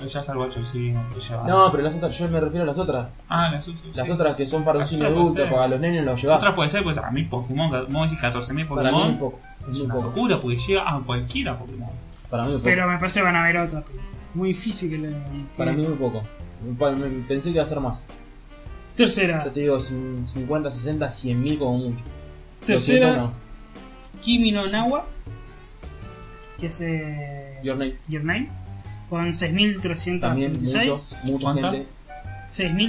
Speaker 1: Ya salgo al cine, te llevas.
Speaker 3: No, pero las otras, yo me refiero a las otras.
Speaker 1: Ah, las otras.
Speaker 3: Las
Speaker 1: sí.
Speaker 3: otras que son para un
Speaker 1: Las
Speaker 3: cine
Speaker 1: otras,
Speaker 3: adulto,
Speaker 1: sí.
Speaker 3: para los nenes los llevás.
Speaker 1: Otras puede ser, pues a mí Pokémon, vos decís 14.000
Speaker 3: Ah. Para mí es
Speaker 1: Pokémon.
Speaker 3: poco. Es
Speaker 1: Es
Speaker 3: muy
Speaker 1: una
Speaker 3: poco.
Speaker 1: locura, porque llega a cualquiera Pokémon.
Speaker 3: Para mí es poco.
Speaker 2: Pero me parece que van a ver otra. Muy difícil que le. que-
Speaker 3: Para mí es muy poco. Pa- me- Pensé que iba a ser más.
Speaker 2: Tercera.
Speaker 3: Yo te digo cin- 50, 60, 100 mil como mucho.
Speaker 2: Tercera,
Speaker 3: 200
Speaker 2: Kimi no Nawa. Que es. eh,
Speaker 3: no. Your Name.
Speaker 2: Your Name. Con
Speaker 3: También
Speaker 2: 6.336.
Speaker 3: mucho, mucha
Speaker 1: ¿Cuánta?
Speaker 3: gente.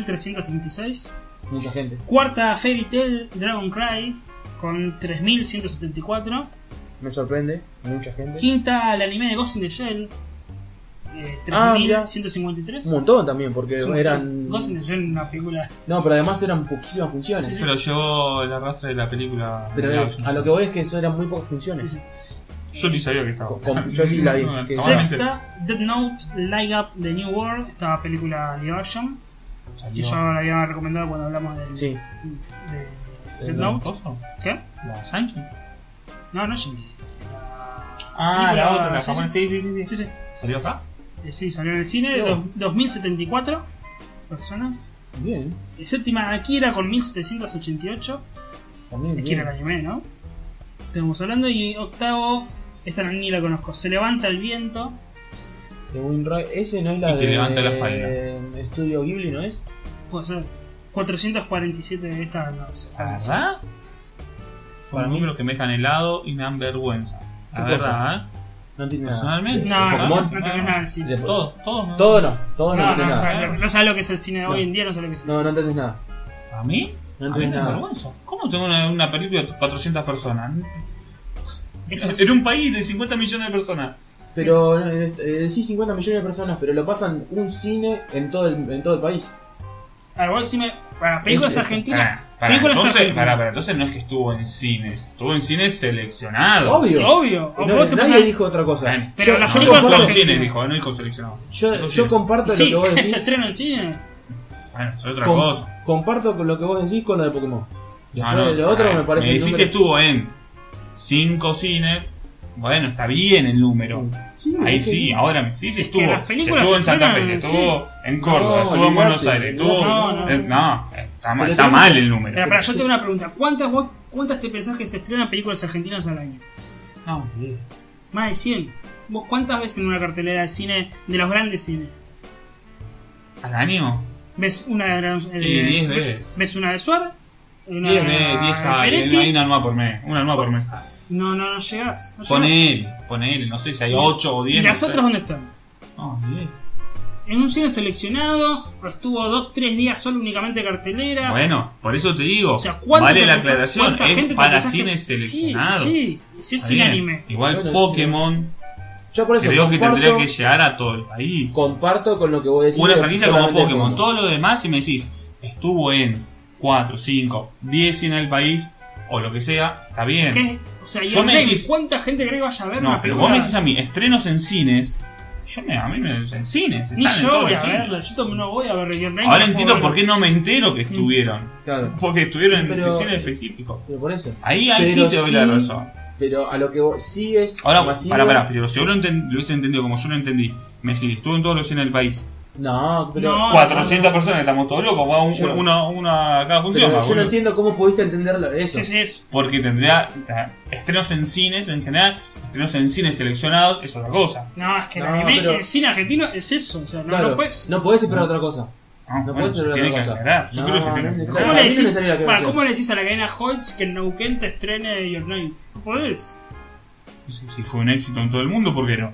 Speaker 2: 6.336.
Speaker 3: Mucha gente.
Speaker 2: Cuarta Fairy Tail Dragon Cry con 3174.
Speaker 3: Me sorprende. Mucha gente.
Speaker 2: Quinta el anime de Ghost in the Shell. eh,
Speaker 3: Ah, mirá.
Speaker 2: 3153.
Speaker 3: Un montón también, porque
Speaker 2: Es un montón.
Speaker 3: eran.
Speaker 2: Ghost in the Shell una película.
Speaker 3: No, pero además eran poquísimas funciones.
Speaker 2: Sí, sí.
Speaker 1: Pero llevó el arrastre de la película.
Speaker 3: Pero
Speaker 1: de
Speaker 3: eh,
Speaker 1: Action.
Speaker 3: a lo que voy es que eso eran muy pocas funciones.
Speaker 2: Sí,
Speaker 1: Yo ni sabía que estaba.
Speaker 3: Con- con- yo sí la vi,
Speaker 1: No,
Speaker 3: que-
Speaker 1: normalmente
Speaker 2: Sexta, Dead Note Light Up The New World. Esta película live action. Que
Speaker 1: Ah, salió-
Speaker 2: yo la había recomendado cuando hablamos del-
Speaker 3: Sí.
Speaker 2: de Dead
Speaker 3: Death
Speaker 2: Note.
Speaker 1: ¿Coso?
Speaker 2: ¿Qué?
Speaker 1: ¿La Yankee?
Speaker 2: No, no es Shinji.
Speaker 1: Ah, la otra, la
Speaker 2: sí,
Speaker 1: japonesa. Sí, sí, sí.
Speaker 2: Sí,
Speaker 1: sí.
Speaker 2: sí.
Speaker 1: ¿Salió acá?
Speaker 2: Eh, Sí, salió en el cine.
Speaker 3: Qué bueno.
Speaker 2: dos- 2074 personas.
Speaker 3: Bien.
Speaker 2: Eh, Séptima, Akira con 1788.
Speaker 3: También. bien.
Speaker 2: Akira el anime, ¿no? Estamos hablando. Y octavo, esta no- ni la conozco. Se levanta el viento.
Speaker 3: De Winroy. Ese no es la
Speaker 1: Y te
Speaker 3: de.
Speaker 1: levanta la falda.
Speaker 3: Estudio Ghibli, ¿no es?
Speaker 2: Puede ser. 447 de esta no sé.
Speaker 1: ¿La verdad? Fue
Speaker 3: Ah, Para
Speaker 1: un
Speaker 3: mí-
Speaker 1: número que me dejan helado y me dan vergüenza. La
Speaker 3: ¿Qué
Speaker 1: verdad, ¿eh?
Speaker 3: No tiene nada.
Speaker 1: Personalmente.
Speaker 2: No, no, no,
Speaker 3: Pokémon?
Speaker 2: no tenés nada de cine.
Speaker 3: De-
Speaker 1: Todos, todos. ¿no?
Speaker 3: Todo no. Todo no,
Speaker 2: No,
Speaker 3: tiene
Speaker 2: no,
Speaker 3: nada.
Speaker 2: sabes, no sabes lo que es el cine de hoy en día, no sabes lo que es el
Speaker 3: No, no
Speaker 2: cine.
Speaker 3: entendés nada.
Speaker 1: ¿A mí?
Speaker 3: No
Speaker 1: A mí
Speaker 3: entendés
Speaker 1: me da
Speaker 3: nada.
Speaker 1: vergüenza. ¿Cómo tengo una, una película de 400 personas?
Speaker 2: Es el
Speaker 1: En un país de 50 millones de personas.
Speaker 3: Pero eh, eh, decís 50 millones de personas, pero lo pasan un cine en todo el, en todo el país.
Speaker 2: A ver, Ah, vos decime, para películas
Speaker 3: Es- es-
Speaker 2: argentinas.
Speaker 1: Ah, para,
Speaker 2: películas
Speaker 1: entonces,
Speaker 2: argentinas.
Speaker 1: para, para, entonces no es que estuvo en cines, estuvo en cines seleccionado.
Speaker 3: Obvio.
Speaker 2: Obvio.
Speaker 3: No,
Speaker 2: o vos te
Speaker 3: nadie
Speaker 2: pasás-
Speaker 3: dijo otra cosa.
Speaker 1: Bueno,
Speaker 2: Pero
Speaker 3: Yo-
Speaker 2: las
Speaker 1: no,
Speaker 3: yo
Speaker 1: dijo
Speaker 2: películas
Speaker 3: comparto-
Speaker 1: en cines,
Speaker 2: argentinas.
Speaker 1: dijo, no dijo seleccionado.
Speaker 3: Yo,
Speaker 1: Dijo
Speaker 3: yo
Speaker 1: cines.
Speaker 3: comparto
Speaker 2: Sí,
Speaker 3: lo
Speaker 2: *laughs*
Speaker 3: que vos
Speaker 2: se
Speaker 3: decís.
Speaker 2: estrena en el cine.
Speaker 1: Bueno, es otra
Speaker 3: com-
Speaker 1: cosa.
Speaker 3: comparto con lo que vos decís con lo de Pokémon. Después
Speaker 1: Ah, no,
Speaker 3: de lo otro
Speaker 1: ah,
Speaker 3: me parece
Speaker 1: Me
Speaker 3: un
Speaker 1: decís
Speaker 3: número-
Speaker 1: estuvo en 5 cines. Bueno, está bien el número.
Speaker 3: Sí,
Speaker 1: Ahí
Speaker 3: es que-
Speaker 1: sí, ahora me- sí, sí
Speaker 2: Es que
Speaker 1: estuvo.
Speaker 2: las
Speaker 1: Se
Speaker 2: películas
Speaker 1: estuvo en
Speaker 2: se
Speaker 1: Santa Fe,
Speaker 2: estrenan,
Speaker 1: se estuvo en Córdoba,
Speaker 3: No,
Speaker 1: estuvo en
Speaker 3: olvidate,
Speaker 1: Buenos Aires, estuvo.
Speaker 2: no, no.
Speaker 1: eh, No, está mal,
Speaker 3: Pero
Speaker 1: está
Speaker 3: tenemos-
Speaker 1: mal el número.
Speaker 2: Pero, para, yo tengo una pregunta. ¿Cuántas vos, cuántas te pensás que se estrenan películas argentinas al año?
Speaker 1: No, bien.
Speaker 2: Más de 100. ¿Vos cuántas ves en una cartelera de cine, de los grandes cines?
Speaker 1: ¿Al año?
Speaker 2: ¿Ves una de los, eh,
Speaker 1: Y 10 veces.
Speaker 2: ¿Ves una de Suárez?
Speaker 1: 10 veces, 10 hay, hay una alma por mes, una alma por mes.
Speaker 2: No, no, no llegás. No llegás.
Speaker 1: Ponele, ponele, no sé si hay 8 o 10.
Speaker 2: ¿Y
Speaker 1: no
Speaker 2: las
Speaker 1: sé.
Speaker 2: otras dónde están?
Speaker 1: No, bien.
Speaker 2: En un cine seleccionado, pero estuvo 2-3 días solo únicamente cartelera.
Speaker 1: Bueno, por eso te digo,
Speaker 2: O sea, ¿cuánto
Speaker 1: vale
Speaker 2: te
Speaker 1: la
Speaker 2: pensás-
Speaker 1: aclaración,
Speaker 2: cuánta gente
Speaker 1: es
Speaker 2: te
Speaker 1: para
Speaker 2: pensás que-
Speaker 1: cines seleccionados.
Speaker 2: Sí, sí, sí es
Speaker 1: Está
Speaker 2: cine
Speaker 1: bien.
Speaker 2: anime.
Speaker 1: Igual
Speaker 3: Bueno,
Speaker 1: Pokémon,
Speaker 3: Yo por eso
Speaker 1: creo que
Speaker 3: comparto,
Speaker 1: tendría que llegar a todo el país.
Speaker 3: comparto con lo que vos decís.
Speaker 1: Una
Speaker 3: de
Speaker 1: franquicia como
Speaker 3: solamente
Speaker 1: Pokémon, todo lo demás, si me decís, estuvo en 4, 5, 10 en el país, o lo que sea, está bien.
Speaker 2: ¿Qué? O sea,
Speaker 1: Yo
Speaker 2: yo
Speaker 1: me
Speaker 2: me
Speaker 1: decís-
Speaker 2: ¿cuánta gente cree que vaya a ver
Speaker 1: No,
Speaker 2: una
Speaker 1: pero
Speaker 2: película?
Speaker 1: vos me decís a mí, estrenos en cines, yo me, a mí me en cines.
Speaker 2: Ni
Speaker 1: están en
Speaker 2: yo
Speaker 1: todos
Speaker 2: voy
Speaker 1: los
Speaker 2: a
Speaker 1: cines.
Speaker 2: verla, yo tam- no voy a ver Ryan Reynolds.
Speaker 1: Ahora entiendo por qué no me entero que estuvieron.
Speaker 3: Claro,
Speaker 1: Porque estuvieron en
Speaker 3: Pero-
Speaker 1: el cine específico.
Speaker 3: pero por eso.
Speaker 1: Ahí, ahí sí
Speaker 3: Pero
Speaker 1: te doy la
Speaker 3: sí.
Speaker 1: razón.
Speaker 3: Pero a lo que vos sí es.
Speaker 1: Ahora,
Speaker 3: masivo.
Speaker 1: pará, pará, pero si vos lo, enten- lo hubiese entendido como yo lo entendí, me decís, estuvo en todos los cines del país.
Speaker 3: No, pero.
Speaker 2: No,
Speaker 1: 400 personas, estamos todos locos, va un-
Speaker 3: Yo-
Speaker 1: una, una a cada
Speaker 3: pero
Speaker 1: función.
Speaker 3: yo
Speaker 1: va,
Speaker 3: no
Speaker 1: boludo.
Speaker 3: entiendo cómo pudiste entenderlo. Eso.
Speaker 2: Sí, sí, es.
Speaker 1: Porque tendría ta, estrenos en cines en general, estrenos en cines seleccionados, es otra cosa.
Speaker 2: No, es que el
Speaker 3: No,
Speaker 2: anime,
Speaker 3: pero-
Speaker 2: el cine argentino es eso. O sea, no,
Speaker 3: Claro,
Speaker 2: no puedes.
Speaker 3: no podés esperar otra cosa.
Speaker 1: No,
Speaker 3: No puede ser
Speaker 1: se
Speaker 3: otra
Speaker 1: tiene que
Speaker 3: cosa.
Speaker 1: aclarar. Yo
Speaker 3: No,
Speaker 1: creo que se
Speaker 3: no
Speaker 1: tiene
Speaker 3: es
Speaker 1: que
Speaker 3: necesario.
Speaker 1: aclarar.
Speaker 2: ¿Cómo, le
Speaker 3: a mí no me
Speaker 2: decís,
Speaker 3: salió la
Speaker 2: para,
Speaker 3: aclaración.
Speaker 2: ¿Cómo le decís a la cadena Holtz que en Neuquén te estrene Your Name? No podés.
Speaker 1: Si- Si fue un éxito en todo el mundo, ¿por qué no?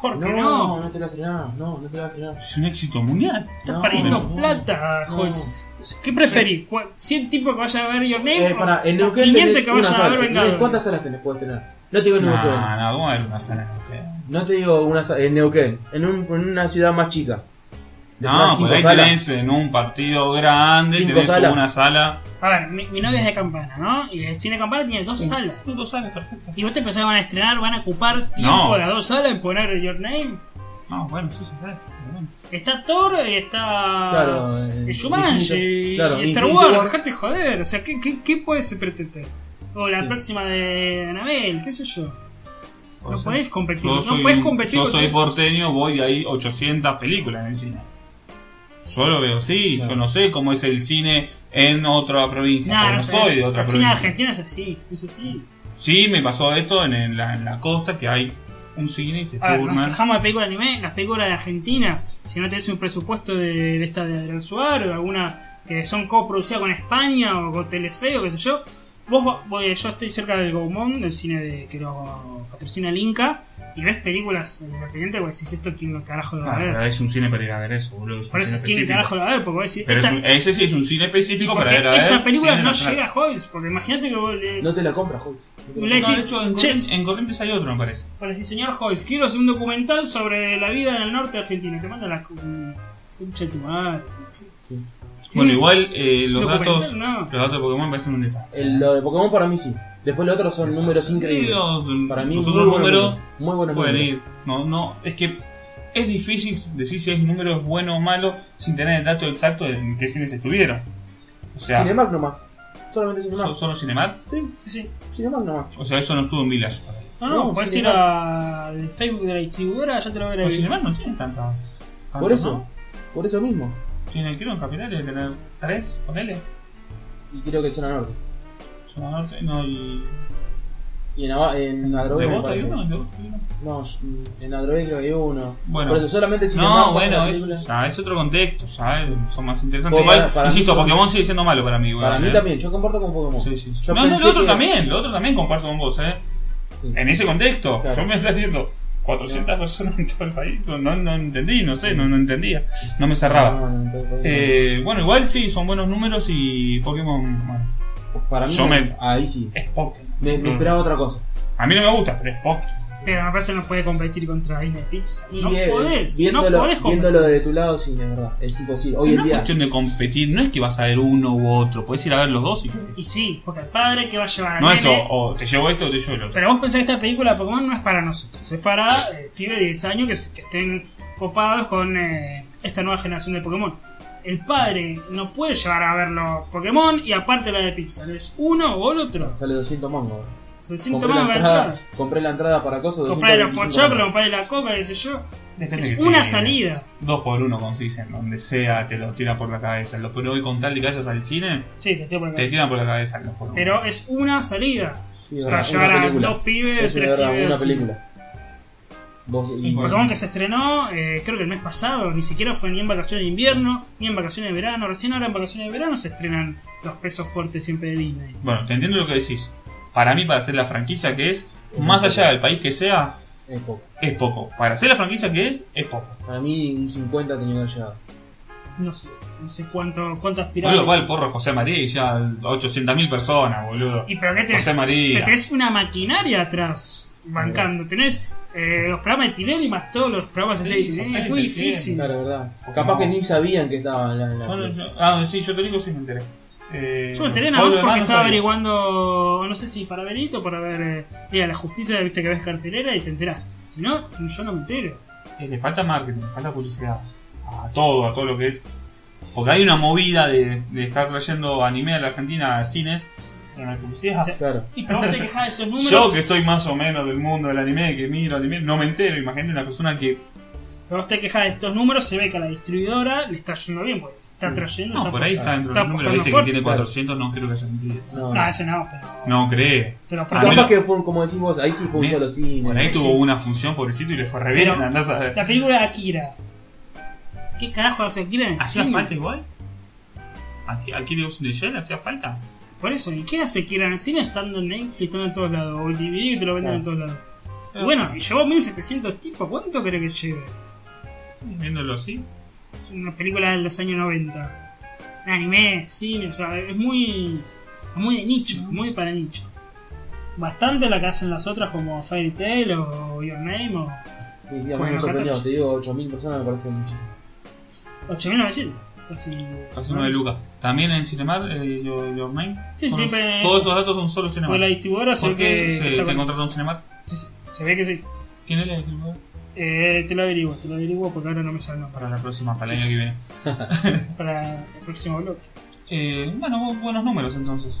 Speaker 2: ¿Por qué
Speaker 3: no,
Speaker 2: no?
Speaker 3: no te la frenás. No, no te la frenás.
Speaker 1: Es un éxito mundial.
Speaker 2: Estás
Speaker 3: no,
Speaker 2: perdiendo
Speaker 3: no,
Speaker 2: plata,
Speaker 3: no.
Speaker 2: Holtz. ¿Qué preferís? ¿Cuál- ¿100 tipos que vayan a ver Your Name?
Speaker 3: Eh, pará, en
Speaker 2: o
Speaker 3: Neuquén
Speaker 2: 500
Speaker 3: tenés
Speaker 2: que
Speaker 3: una
Speaker 2: vayan a
Speaker 3: sala.
Speaker 2: ver
Speaker 3: ¿Tenés
Speaker 2: Vengadores.
Speaker 3: ¿Cuántas salas tenés? Puedes tener. No te digo en
Speaker 1: No,
Speaker 3: Neuquén.
Speaker 1: no, ¿cómo va a haber una sala?
Speaker 3: No te digo una sala. En Neuquén. En, un- en una ciudad más chica.
Speaker 1: No, pues por
Speaker 3: Tenés cinco
Speaker 1: ahí
Speaker 3: salas.
Speaker 1: tenés en un partido grande,
Speaker 3: Cinco
Speaker 1: tenés
Speaker 3: salas.
Speaker 1: una sala.
Speaker 2: A ver, mi, mi novia es de Campana, ¿no? Y el cine Campana tiene dos salas.
Speaker 1: Dos salas, perfecto.
Speaker 2: ¿Y vos te pensás que van a estrenar, van a ocupar tiempo
Speaker 1: No.
Speaker 2: las dos salas en poner Your Name?
Speaker 1: No, bueno, sí, sí, claro. bueno.
Speaker 2: Está Thor y está.
Speaker 3: Claro, eh,
Speaker 2: eh, Jumanji
Speaker 3: Infinito-
Speaker 2: y
Speaker 3: claro,
Speaker 2: Star
Speaker 3: Infinity
Speaker 2: Wars,
Speaker 3: War.
Speaker 2: dejate joder. O sea, ¿qué, qué, qué puedes pretender? O la
Speaker 3: Sí.
Speaker 2: próxima de Anabel, qué sé yo.
Speaker 1: Puede
Speaker 2: No
Speaker 1: ser.
Speaker 2: podés competir,
Speaker 1: Yo
Speaker 2: no
Speaker 1: soy,
Speaker 2: podés competir.
Speaker 1: yo
Speaker 2: con
Speaker 1: soy
Speaker 2: eso.
Speaker 1: porteño, voy ahí 800 películas en el cine. Yo lo veo, sí,
Speaker 3: Claro.
Speaker 1: yo no sé cómo es el cine en otra provincia,
Speaker 2: Nah,
Speaker 1: porque
Speaker 2: no
Speaker 1: no
Speaker 2: sé,
Speaker 1: soy de
Speaker 2: es-
Speaker 1: otra
Speaker 2: el cine
Speaker 1: provincia.
Speaker 2: argentino es así, es así.
Speaker 1: Sí, me pasó esto en, en la, en la costa, que hay un cine y se
Speaker 2: A ver, nos
Speaker 1: turnan.
Speaker 2: quejamos de películas de anime, las películas de Argentina, si no tenés un presupuesto de, de esta de Adrián Suárez o alguna que son coproducidas con España o con Telefe o qué sé yo, vos, va- voy- yo estoy cerca del Gaumont, del cine de, que lo patrocina el Inca, y ves películas independientes, vos decís esto quién carajo lo va
Speaker 1: Ah,
Speaker 2: a ver.
Speaker 1: pero es un cine para ir a ver eso, boludo. es un
Speaker 2: Por eso
Speaker 1: cine
Speaker 2: quién
Speaker 1: específico.
Speaker 2: carajo lo va a ver, porque vos decís,
Speaker 1: Pero es
Speaker 2: esta-
Speaker 1: un- ese sí es un cine específico para
Speaker 2: porque
Speaker 1: ir a ver.
Speaker 2: esa película
Speaker 1: cine
Speaker 2: no
Speaker 1: nacional.
Speaker 2: llega a Hoyts, porque imagínate que vos le,
Speaker 3: No te la compras, Hulk. No te la
Speaker 2: Le
Speaker 1: No,
Speaker 2: decís,
Speaker 1: de hecho, en,
Speaker 2: "Che,
Speaker 1: Corrientes, en Corrientes hay otro, me parece.
Speaker 2: Para decir, señor Hoyes, quiero hacer un documental sobre la vida en el norte argentino. Te manda la cu- concha de tu madre.
Speaker 3: Sí.
Speaker 1: Bueno, igual eh, los
Speaker 2: Documental,
Speaker 1: datos
Speaker 2: no.
Speaker 1: los datos de Pokémon parecen un desastre.
Speaker 3: El- lo de Pokémon para mí sí. Después los otros son
Speaker 1: Exacto.
Speaker 3: números increíbles.
Speaker 1: Los-
Speaker 3: Para mí,
Speaker 1: los
Speaker 3: muy
Speaker 1: otros
Speaker 3: buenos
Speaker 1: números
Speaker 3: números, muy buenos
Speaker 1: pueden
Speaker 3: números.
Speaker 1: ir. No, no, es que es difícil decir si el número es bueno o malo sin tener el dato exacto de en qué cines estuvieron. O sea,
Speaker 3: Cinemark nomás. Solamente
Speaker 1: so-
Speaker 3: Cinemark.
Speaker 1: ¿solo Cinemark?
Speaker 2: Sí, sí.
Speaker 3: Cinemark nomás.
Speaker 1: O sea, eso no estuvo en Village.
Speaker 2: No, no,
Speaker 3: No,
Speaker 2: puedes
Speaker 3: sí,
Speaker 2: ir
Speaker 3: no.
Speaker 2: al Facebook de la distribuidora, ya te lo veré.
Speaker 1: Pero Cinemark no tiene tantas. tantas,
Speaker 3: Por eso.
Speaker 1: ¿no?
Speaker 3: Por eso mismo.
Speaker 1: Tiene, creo en Capital debe tener tres, ponele.
Speaker 3: Y creo que en Zona Norte.
Speaker 1: Zona Norte, no, y.
Speaker 3: Y en, Ava- en
Speaker 1: ¿De
Speaker 3: Adrogué me
Speaker 1: Bosta hay
Speaker 3: parece.
Speaker 1: uno? ¿De Bosta hay uno?
Speaker 3: No, mm, en Adrogué creo que hay uno.
Speaker 1: Bueno.
Speaker 3: Por eso solamente Cinemark.
Speaker 1: No, bueno, es,
Speaker 3: películas.
Speaker 1: ya, es otro contexto, ya, es- son más interesantes.
Speaker 3: Pues,
Speaker 1: Igual,
Speaker 3: para- para
Speaker 1: insisto,
Speaker 3: mí son-
Speaker 1: Pokémon sigue siendo malo para mí.
Speaker 3: Para
Speaker 1: igual,
Speaker 3: mí
Speaker 1: ¿eh?
Speaker 3: también. Yo comparto con Pokémon.
Speaker 1: Sí, sí.
Speaker 3: Yo
Speaker 1: No, no,
Speaker 3: pensé
Speaker 1: lo otro
Speaker 3: que-
Speaker 1: también, lo otro también comparto con vos, ¿eh?
Speaker 3: Sí.
Speaker 1: En ese contexto,
Speaker 3: Claro.
Speaker 1: yo me estás diciendo 400 personas en todo el país, no, no entendí, no sé, no, no entendía, no me cerraba.
Speaker 3: No, no, entonces, Pokémon.
Speaker 1: Eh, bueno, igual sí, son buenos números y Pokémon. Bueno,
Speaker 3: Para mí,
Speaker 1: yo me- Mm.
Speaker 3: ahí sí.
Speaker 1: es Pokémon.
Speaker 3: Me, me
Speaker 1: No.
Speaker 3: esperaba otra cosa.
Speaker 1: A mí no me gusta, pero es Pokémon.
Speaker 2: Pero me parece que no puede competir contra Disney Pixar.
Speaker 3: Y
Speaker 2: no
Speaker 3: eh,
Speaker 2: podés. no
Speaker 3: viéndolo,
Speaker 2: podés competir.
Speaker 3: viéndolo de tu lado, sí, es verdad. Es imposible. Hoy
Speaker 1: no
Speaker 3: en
Speaker 1: es
Speaker 3: día.
Speaker 1: cuestión de competir, no es que vas a ver uno u otro, puedes ir a ver los dos si querés.
Speaker 2: Y sí, porque el padre que va a llevar a
Speaker 1: No eso, o te llevo esto o te llevo el otro.
Speaker 2: Pero vos pensás que esta película de Pokémon no es para nosotros, es para eh, pibes de 10 años que, se- que estén copados con eh, esta nueva generación de Pokémon. El padre no puede llevar a ver los Pokémon y aparte la de Pixar, es uno o el otro.
Speaker 3: Sale 200 mangos.
Speaker 2: Son
Speaker 3: Compré la,
Speaker 2: síntomas de
Speaker 3: entrada,
Speaker 2: entrar.
Speaker 3: compré la entrada para cosas.
Speaker 2: Comprarle los
Speaker 3: 225
Speaker 2: pochoclos,
Speaker 3: mangos.
Speaker 2: comprarle la coca, qué sé yo.
Speaker 1: Depende
Speaker 2: Es
Speaker 1: que
Speaker 2: una
Speaker 1: sí.
Speaker 2: salida.
Speaker 1: Dos por uno consisten, donde sea te lo tiran por la cabeza. Lo pero hoy con tal de que vayas al cine,
Speaker 2: Sí, te estoy por acá.
Speaker 1: te tiran por la cabeza los por uno.
Speaker 2: Pero es una salida.
Speaker 3: Sí, es
Speaker 2: para
Speaker 3: verdad,
Speaker 2: llevar
Speaker 3: una
Speaker 2: a
Speaker 3: película.
Speaker 2: dos pibes,
Speaker 3: Eso es
Speaker 2: tres
Speaker 3: verdad,
Speaker 2: pibes.
Speaker 3: una película. Vos, y,
Speaker 2: Y
Speaker 1: Bueno.
Speaker 2: Pokémon que se estrenó, eh, creo que el mes pasado, ni siquiera fue ni en vacaciones de invierno, ni en vacaciones de verano. Recién ahora en vacaciones de verano se estrenan los pesos fuertes siempre de Disney.
Speaker 1: Bueno, te entiendo lo que decís. Para mí, para hacer la franquicia que es,
Speaker 3: Es
Speaker 1: más
Speaker 3: poco.
Speaker 1: allá del país que sea,
Speaker 3: es poco.
Speaker 1: es poco. Para hacer la franquicia que es, es poco.
Speaker 3: Para mí, un 50 tenía que haber llegado.
Speaker 2: No sé, no sé cuánto, cuántas
Speaker 1: Boludo, va el
Speaker 2: pirámides.
Speaker 1: porro José María y ya 800.000 personas, boludo.
Speaker 2: Y pero qué
Speaker 1: José
Speaker 2: tenés,
Speaker 1: María.
Speaker 2: pero tenés una maquinaria atrás bancando, tenés eh, los programas de Tinelli más todos los programas de
Speaker 1: Sí,
Speaker 2: Tinelli,
Speaker 1: José
Speaker 2: es muy
Speaker 1: del Tinelli,
Speaker 2: difícil.
Speaker 3: Claro, verdad.
Speaker 1: Porque
Speaker 3: Capaz
Speaker 1: no.
Speaker 3: que ni sabían que estaba en la. en la-
Speaker 1: Yo no- yo- ah, sí, yo te digo sí me enteré. Eh,
Speaker 2: Yo me enteré nada
Speaker 1: todo
Speaker 2: más
Speaker 1: lo demás
Speaker 2: porque
Speaker 1: no
Speaker 2: estaba
Speaker 1: sabía.
Speaker 2: averiguando, no sé si para Benito, para ver eh, Liga de la Justicia, viste que ves cartelera y te enterás. Si no, yo no me entero.
Speaker 1: Eh, le falta marketing, le falta publicidad. A todo, a todo lo que es. Porque hay una movida de, de estar trayendo anime a la Argentina a cines. Pero no hay publicidad.
Speaker 2: Sí.
Speaker 3: Claro.
Speaker 2: Y pero vos te quejás de esos números.
Speaker 1: Yo que soy más o menos del mundo del anime, que miro anime, no me entero. Imagínate una persona que.
Speaker 2: Pero vos te quejas de estos números, se ve que a la distribuidora le está yendo bien, pues. Está
Speaker 3: Sí.
Speaker 2: trayendo.
Speaker 1: No,
Speaker 2: está
Speaker 1: por ahí está
Speaker 2: aportando.
Speaker 1: dentro
Speaker 2: Está
Speaker 1: del número.
Speaker 2: apostando
Speaker 1: Dice que
Speaker 2: fuerte.
Speaker 1: tiene 400, no creo que haya mentido.
Speaker 3: No,
Speaker 2: Ah, ese no, pero.
Speaker 1: No cree.
Speaker 2: Pero por
Speaker 1: Ah,
Speaker 3: Capaz
Speaker 1: bueno.
Speaker 3: que fue, un- como decís vos, ahí sí fue un
Speaker 1: Bien.
Speaker 3: solo cine.
Speaker 1: Por ahí
Speaker 2: Sí.
Speaker 1: tuvo una función, pobrecito, y le fue re bien.
Speaker 2: Pero-
Speaker 1: andás a ver.
Speaker 2: la película de Akira. ¿Qué carajo hace Akira en
Speaker 1: ¿Hacía
Speaker 2: cine?
Speaker 1: falta igual? ¿Aquí, aquí de Ocean de Shell hacía falta?
Speaker 2: Por eso, ¿y qué hace Akira en el cine estando en Netflix, estando en todos lados? O el DVD que te lo venden en todos
Speaker 3: Claro.
Speaker 2: lados. Y bueno, y llevó 1700 tipos, ¿cuánto crees que lleve?
Speaker 1: Viéndolo así.
Speaker 2: Una película de los años 90. Anime, cine, o sea, es muy. muy de nicho, muy para nicho. Bastante la que hacen las otras como Fairy Tail o Your Name o
Speaker 3: Sí, sí, a mí
Speaker 2: Bueno,
Speaker 3: me sorprendió.
Speaker 2: acá-
Speaker 3: Te digo, 8.000 personas me parece muchísimo.
Speaker 2: 8900. Casi.
Speaker 1: Casi uno de Lucas. También en Cinemar, eh, Your, Your Name.
Speaker 2: Sí,
Speaker 1: Son-
Speaker 2: siempre-
Speaker 1: Todos esos datos son solo
Speaker 2: Fue
Speaker 1: Cinemar.
Speaker 2: la distribuidora, se ve
Speaker 1: ¿Por qué
Speaker 2: que.
Speaker 1: se, te
Speaker 2: que está con-
Speaker 1: contrató un Cinemar?
Speaker 2: sí, sí, se ve que sí.
Speaker 1: ¿Quién es la distribuidora?
Speaker 2: Eh, te lo averiguo, te lo averiguo porque ahora no me sale el nombre.
Speaker 1: Para la próxima, para el año que viene.
Speaker 2: Para el próximo bloque.
Speaker 1: Eh, bueno, bu- buenos números entonces.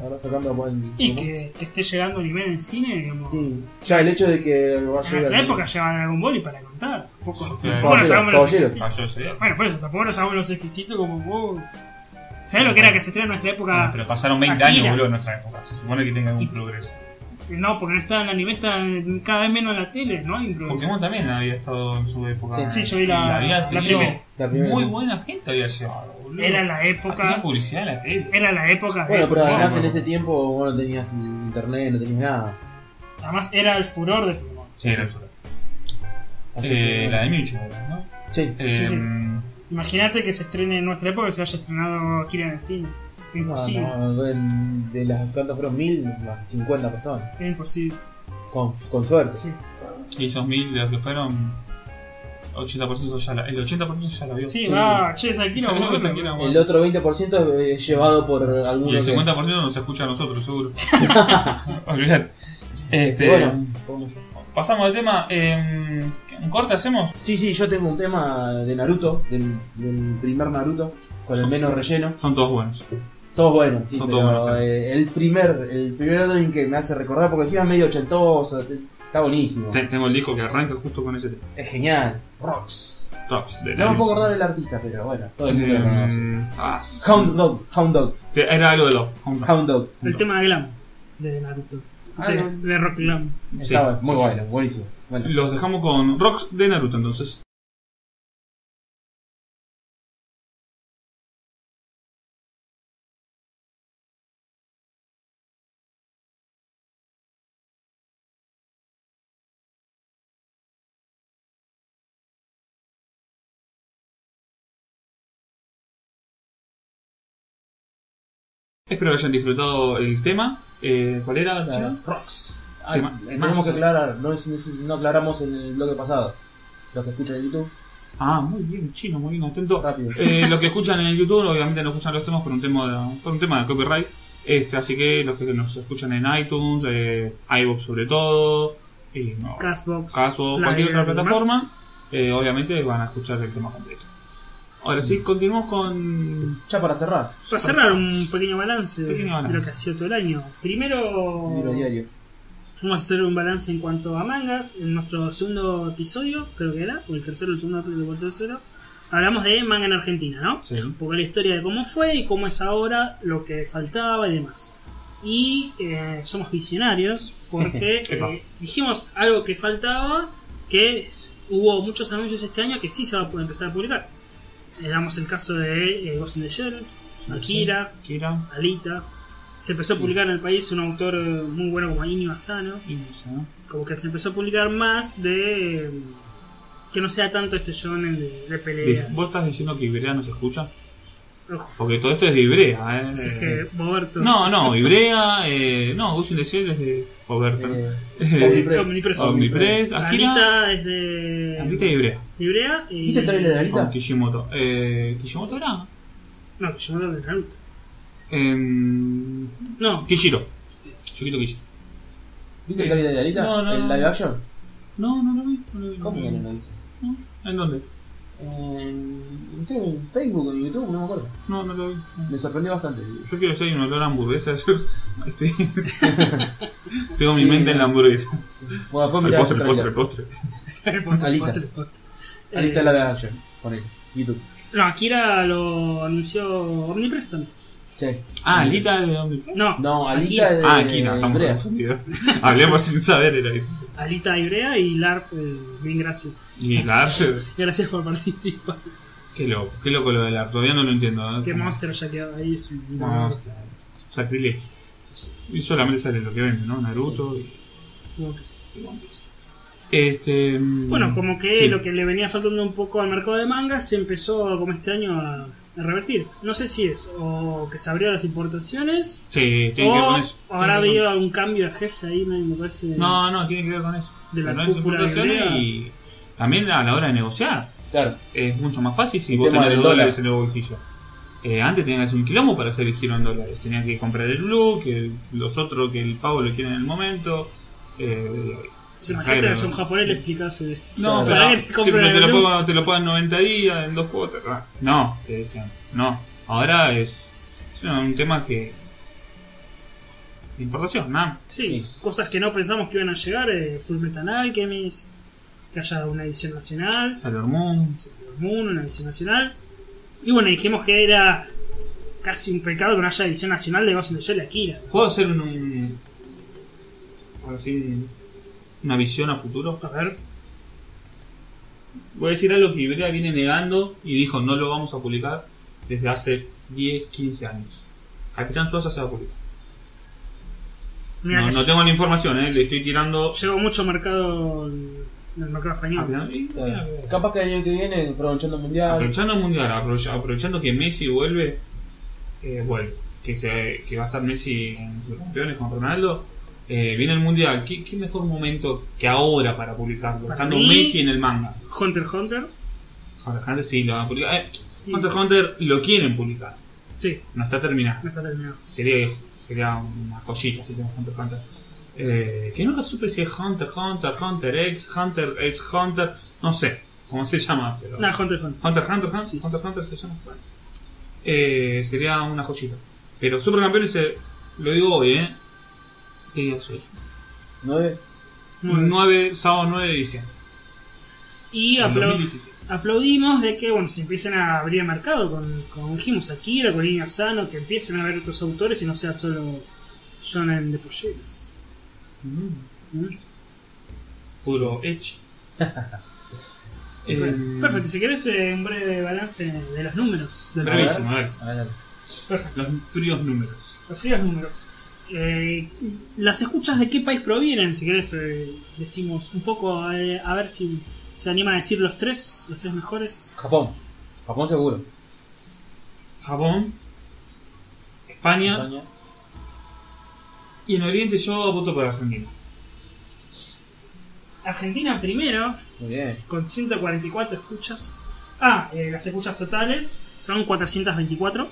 Speaker 3: Ahora sacando por el.
Speaker 2: Y
Speaker 3: ¿no?
Speaker 2: que, que esté llegando anime en el cine, digamos.
Speaker 3: Sí. Ya, el hecho de que va a
Speaker 2: En nuestra
Speaker 3: llegar.
Speaker 2: época llevaban Dragon Ball y para contar. Tampoco,
Speaker 1: Sí.
Speaker 2: tampoco lo sabemos los
Speaker 3: Caballero,
Speaker 2: exquisitos.
Speaker 1: Cayó ese día.
Speaker 2: Bueno, por eso, tampoco lo sabemos los exquisitos como vos. ¿Sabés lo que era que se trae en nuestra
Speaker 1: Bueno,
Speaker 2: época?
Speaker 1: Ah, pero pasaron 20
Speaker 2: Akira.
Speaker 1: años, boludo, en nuestra época. Se supone que tenga algún progreso.
Speaker 2: No, porque no está en anime, está en- cada vez menos en la tele, ¿no? hay
Speaker 1: Pokémon también había estado en su época.
Speaker 2: Sí, yo vi la-
Speaker 1: Y había
Speaker 2: la
Speaker 1: tenido
Speaker 2: primera.
Speaker 3: La primera.
Speaker 1: Muy buena gente había llevado, boludo.
Speaker 2: Era la
Speaker 1: Hacían
Speaker 2: época.
Speaker 1: publicidad en la tele.
Speaker 2: Era la época. de-
Speaker 3: Bueno, pero
Speaker 1: Bueno,
Speaker 3: además
Speaker 1: bueno.
Speaker 3: en ese tiempo vos no tenías internet, no tenías nada.
Speaker 2: Además, era el furor de Pokémon.
Speaker 1: Sí, era absurdo.
Speaker 3: Así
Speaker 1: Eh,
Speaker 3: que-
Speaker 1: la de Miucci, ¿no?
Speaker 3: Sí.
Speaker 1: Eh,
Speaker 2: sí. Imagínate que se estrene en nuestra época y se haya estrenado Akira en el cine.
Speaker 3: No,
Speaker 2: Imposible.
Speaker 3: no, en- de las cuantas fueron mil, más 50 personas.
Speaker 2: Es imposible.
Speaker 3: Con, con suerte.
Speaker 2: Sí.
Speaker 1: Y esos mil de los que fueron, 80% ya la, el 80% ya la vio.
Speaker 2: Sí,
Speaker 3: Sí.
Speaker 2: va, che, tranquilo,
Speaker 1: Tranquilo,
Speaker 2: boludo.
Speaker 1: tranquilo,
Speaker 3: El otro 20% es eh, llevado por alguno.
Speaker 1: Y el
Speaker 3: que-
Speaker 1: 50% nos escucha a nosotros,
Speaker 3: *laughs*
Speaker 1: seguro. *laughs* Olvídate. Este,
Speaker 3: Bueno, podemos-
Speaker 1: pasamos al tema. eh, ¿Un corte hacemos?
Speaker 3: Sí, sí, yo tengo un tema de Naruto, del, del primer Naruto, con el menos relleno.
Speaker 1: Son todos buenos.
Speaker 3: Todos buenos, sí,
Speaker 1: Son
Speaker 3: pero
Speaker 1: todos buenos, sí.
Speaker 3: eh, el primer, el primer opening que me hace recordar, porque encima es medio ochentoso, te- está buenísimo.
Speaker 1: Te- Tengo el disco que arranca justo con ese tema.
Speaker 3: Es genial. Rocks.
Speaker 1: Tops, de
Speaker 3: No me
Speaker 1: Naruto.
Speaker 3: puedo acordar del artista, pero bueno, todo el mundo lo conoce.
Speaker 1: Eh, ah, sí.
Speaker 3: Hound Dog, Hound Dog,
Speaker 1: Era algo de los. Hound Dog.
Speaker 3: Hound Dog.
Speaker 2: El tema de Glam, de Naruto.
Speaker 3: Ah,
Speaker 2: Sí,
Speaker 3: no.
Speaker 2: de Rock Glam.
Speaker 1: Sí.
Speaker 3: Está bueno, muy bueno, buenísimo. Bueno.
Speaker 1: Los dejamos con Rocks de Naruto entonces. Espero que hayan disfrutado el tema. Eh, ¿Cuál era? Eh,
Speaker 3: Claro. Rocks. Ay,
Speaker 1: Ma-
Speaker 3: tenemos
Speaker 1: más.
Speaker 3: que aclarar, no, es- no es- no aclaramos en el bloque pasado. Los que escuchan en YouTube,
Speaker 1: Ah, muy bien, chino, muy bien, atento.
Speaker 3: rápido.
Speaker 1: Eh, lo que escuchan en el YouTube, obviamente no escuchan los temas por un tema de, por un tema de copyright. Este, así que los que nos escuchan en iTunes, eh, iVoox sobre todo, y no,
Speaker 2: Castbox.
Speaker 1: Caso,
Speaker 2: la
Speaker 1: cualquier
Speaker 2: de-
Speaker 1: otra plataforma, eh, obviamente van a escuchar el tema completo. Ahora sí, continuamos con
Speaker 3: Ya para cerrar,
Speaker 2: Para cerrar un pequeño balance,
Speaker 1: Pequeño balance.
Speaker 2: de lo que ha sido todo el año.
Speaker 1: Oh.
Speaker 2: Primero,
Speaker 3: libro diario.
Speaker 2: vamos a hacer un balance en cuanto a mangas. En nuestro segundo episodio, creo que era, o el tercero, el segundo, creo que fue el tercero, hablamos de manga en Argentina, ¿no?
Speaker 1: Sí.
Speaker 2: Un poco la historia de cómo fue y cómo es ahora, lo que faltaba y demás. Y eh, somos visionarios porque
Speaker 1: *laughs* Epa.
Speaker 2: eh, dijimos algo que faltaba, que es- hubo muchos anuncios este año que sí se va a poder empezar a publicar. Eh, damos el caso de eh, Ghost in the Shell, Akira,
Speaker 1: Akira.
Speaker 2: Alita. Se empezó a publicar en el país un autor eh, muy bueno como Inio Asano.
Speaker 1: y no sé, ¿no?
Speaker 2: Como que se empezó a publicar más de. eh, que no sea tanto este shonen de, de peleas.
Speaker 1: Vos estás diciendo que Ibrea no se escucha,
Speaker 2: Ojo,
Speaker 1: porque todo esto es de Ibrea. ¿eh?
Speaker 2: así que, Boberto.
Speaker 3: *laughs*
Speaker 1: No, no, Ibrea, eh, no, Gus in the Shell es de Roberto. *laughs*
Speaker 3: Eh,
Speaker 1: Eh,
Speaker 3: Omnipress.
Speaker 2: Omnipress.
Speaker 1: Omnipress, Akira,
Speaker 2: Alita es de.
Speaker 1: Akita y Ibrea,
Speaker 2: Ibrea y.
Speaker 3: ¿Viste el trailer de
Speaker 1: con
Speaker 3: Alita?
Speaker 1: Kishimoto. Eh, ¿Kishimoto era?
Speaker 2: No, que yo hablo de Naruto.
Speaker 1: Em, *laughs*
Speaker 2: No,
Speaker 1: Kishiro. Yukito Kishiro.
Speaker 3: ¿Viste el trailer de Alita?
Speaker 1: No, no,
Speaker 3: ¿El
Speaker 1: no.
Speaker 3: live action?
Speaker 1: No, no lo vi. No lo vi.
Speaker 3: ¿Cómo que no lo viste?
Speaker 1: No, ¿En dónde?
Speaker 3: En, creo que en Facebook o en YouTube, no me acuerdo.
Speaker 1: No, no lo vi.
Speaker 3: Me sorprendió bastante.
Speaker 1: Yo quiero ser un olor a hamburguesa. Yo
Speaker 3: *laughs*
Speaker 1: estoy- Tengo mi
Speaker 3: Sí,
Speaker 1: mente en la
Speaker 3: no.
Speaker 1: hamburguesa.
Speaker 3: Bueno, después
Speaker 1: El
Speaker 3: mirá ese
Speaker 1: postre, el postre,
Speaker 3: trailer.
Speaker 1: el postre.
Speaker 2: el postre,
Speaker 3: Alita.
Speaker 2: postre, postre.
Speaker 3: Alita
Speaker 2: Eh,
Speaker 3: live action, con él, YouTube.
Speaker 2: No, Akira lo anunció Omnipress también.
Speaker 3: Che.
Speaker 1: Ah, Alita de Omnipress.
Speaker 2: No,
Speaker 3: No,
Speaker 2: Akira.
Speaker 3: Alita es Eh, de
Speaker 1: Ah, Kina, estamos
Speaker 3: Ibrea.
Speaker 1: confundidos. Hablemos sin saber. Era.
Speaker 2: Alita Ibrea y Larp, eh, bien gracias.
Speaker 1: Y la arte.
Speaker 2: Gracias por participar.
Speaker 1: Qué loco, qué loco lo del arte. Todavía no lo entiendo. ¿eh?
Speaker 2: Que
Speaker 1: Como-
Speaker 2: Monster haya quedado ahí es un
Speaker 1: Monster. Sacrilegio. Y solamente sale lo que vende, ¿no? Naruto y-
Speaker 2: Como que-
Speaker 1: y One Piece. Este. mm,
Speaker 2: Bueno, como que
Speaker 1: sí.
Speaker 2: lo que le venía faltando un poco al mercado de mangas se empezó como este año a, a revertir. No sé si es o que se abrieron las importaciones
Speaker 1: Sí, tiene que ver
Speaker 2: o
Speaker 1: con eso. Tiene
Speaker 2: habrá
Speaker 1: que ver
Speaker 2: habido algún cambio de jefe ahí, me me parece.
Speaker 1: con- No, no, tiene que ver con eso.
Speaker 2: De la
Speaker 1: Con esas
Speaker 2: cúpula
Speaker 1: importaciones
Speaker 2: hebrea.
Speaker 1: y también a la hora de negociar.
Speaker 3: Claro.
Speaker 1: es mucho más fácil si
Speaker 3: El
Speaker 1: vos
Speaker 3: tema
Speaker 1: tenés
Speaker 3: del
Speaker 1: dólares
Speaker 3: dólar.
Speaker 1: en el bolsillo. Eh, antes tenías que hacer un quilombo para hacer el giro en dólares. Tenías que comprar el blue, que los otros, que el pago lo quieren en el momento. Eh,
Speaker 2: Se
Speaker 1: acá
Speaker 2: imagínate
Speaker 1: era-
Speaker 2: que son eh, japonés le explicase.
Speaker 1: no, pero
Speaker 3: Claro.
Speaker 2: Para que te compren
Speaker 1: siempre
Speaker 2: el
Speaker 1: te, lo
Speaker 2: blue.
Speaker 1: pago, te lo pagan 90 días, en dos cuotas. ah. No, te decían. No. Ahora es, es un tema que. de importación, nada.
Speaker 2: Sí, cosas que no pensamos que iban a llegar, eh, Full Metal Alchemist, que haya una edición nacional.
Speaker 1: Sailor Moon.
Speaker 2: Sailor Moon, una edición nacional. Y bueno, dijimos que era casi un pecado que no haya edición nacional de Ghost in the Shell y Akira.
Speaker 1: ¿Puedo hacer un. un- así, una visión a futuro?
Speaker 2: A ver,
Speaker 1: Voy a decir algo que Ibrea viene negando y dijo no lo vamos a publicar desde hace 10, 15 años. Capitán Suaza se va a publicar.
Speaker 2: mira
Speaker 1: No,
Speaker 2: que
Speaker 1: no tengo la información, ¿eh? le estoy tirando...
Speaker 2: llegó mucho mercado en el mercado español.
Speaker 1: Capitán- y, mira,
Speaker 3: Claro. Capaz que el año que viene, aprovechando el mundial.
Speaker 1: Aprovechando el mundial, aprovecha- aprovechando que Messi vuelve, eh, vuelve, que, se, que va a estar Messi en sus campeones con Ronaldo, eh, viene el mundial. ¿Qué, qué mejor momento que ahora para publicarlo?
Speaker 2: Para
Speaker 1: Estando
Speaker 2: mí-
Speaker 1: Messi en el manga.
Speaker 2: Hunter x Hunter,
Speaker 1: Hunter x Hunter sí lo van a publicar. Eh,
Speaker 2: Sí.
Speaker 1: Hunter x Hunter lo quieren publicar,
Speaker 2: sí,
Speaker 1: no está terminado.
Speaker 2: no está terminado.
Speaker 1: sería, sería una joyita si tenemos Hunter x Hunter. Eh, que nunca supe si es Hunter, Hunter, Hunter X, Hunter X, Hunter, no sé cómo se llama, pero.
Speaker 2: No, Hunter x Hunter.
Speaker 1: Hunter, Hunter, Hunter, Hunter, Hunter se llama. Bueno. Eh, sería una joyita. Pero Supercampeones, eh, lo digo hoy, ¿eh? ¿Qué día es hoy?
Speaker 3: ¿Nueve?
Speaker 2: Muy bien.
Speaker 1: 9, sábado 9 de diciembre.
Speaker 2: Y
Speaker 1: del
Speaker 2: aplau-
Speaker 1: 2017.
Speaker 2: aplaudimos de que bueno se empiecen a abrir el mercado con, con Himus Akira, con Iña Sano, que empiecen a ver otros autores y no sea solo Shonen de polleros.
Speaker 1: Mm,
Speaker 2: ¿Mm?
Speaker 1: Puro Edge. Eh,
Speaker 2: Bueno, Perfecto, si querés eh, un breve balance de los números. del
Speaker 1: Bravísimo.
Speaker 2: programa.
Speaker 1: a ver.
Speaker 3: A ver, dale.
Speaker 2: Perfecto,
Speaker 1: Los fríos números.
Speaker 2: los fríos números. Eh, las escuchas de qué país provienen, si querés eh, decimos un poco, eh, a ver si se anima a decir los tres, los tres mejores.
Speaker 3: Japón. Japón seguro.
Speaker 1: Japón, España,
Speaker 3: España.
Speaker 1: Y en Oriente yo voto por Argentina.
Speaker 2: Argentina primero,
Speaker 3: Muy bien.
Speaker 2: con 144 escuchas. Ah, eh, las escuchas totales son 424.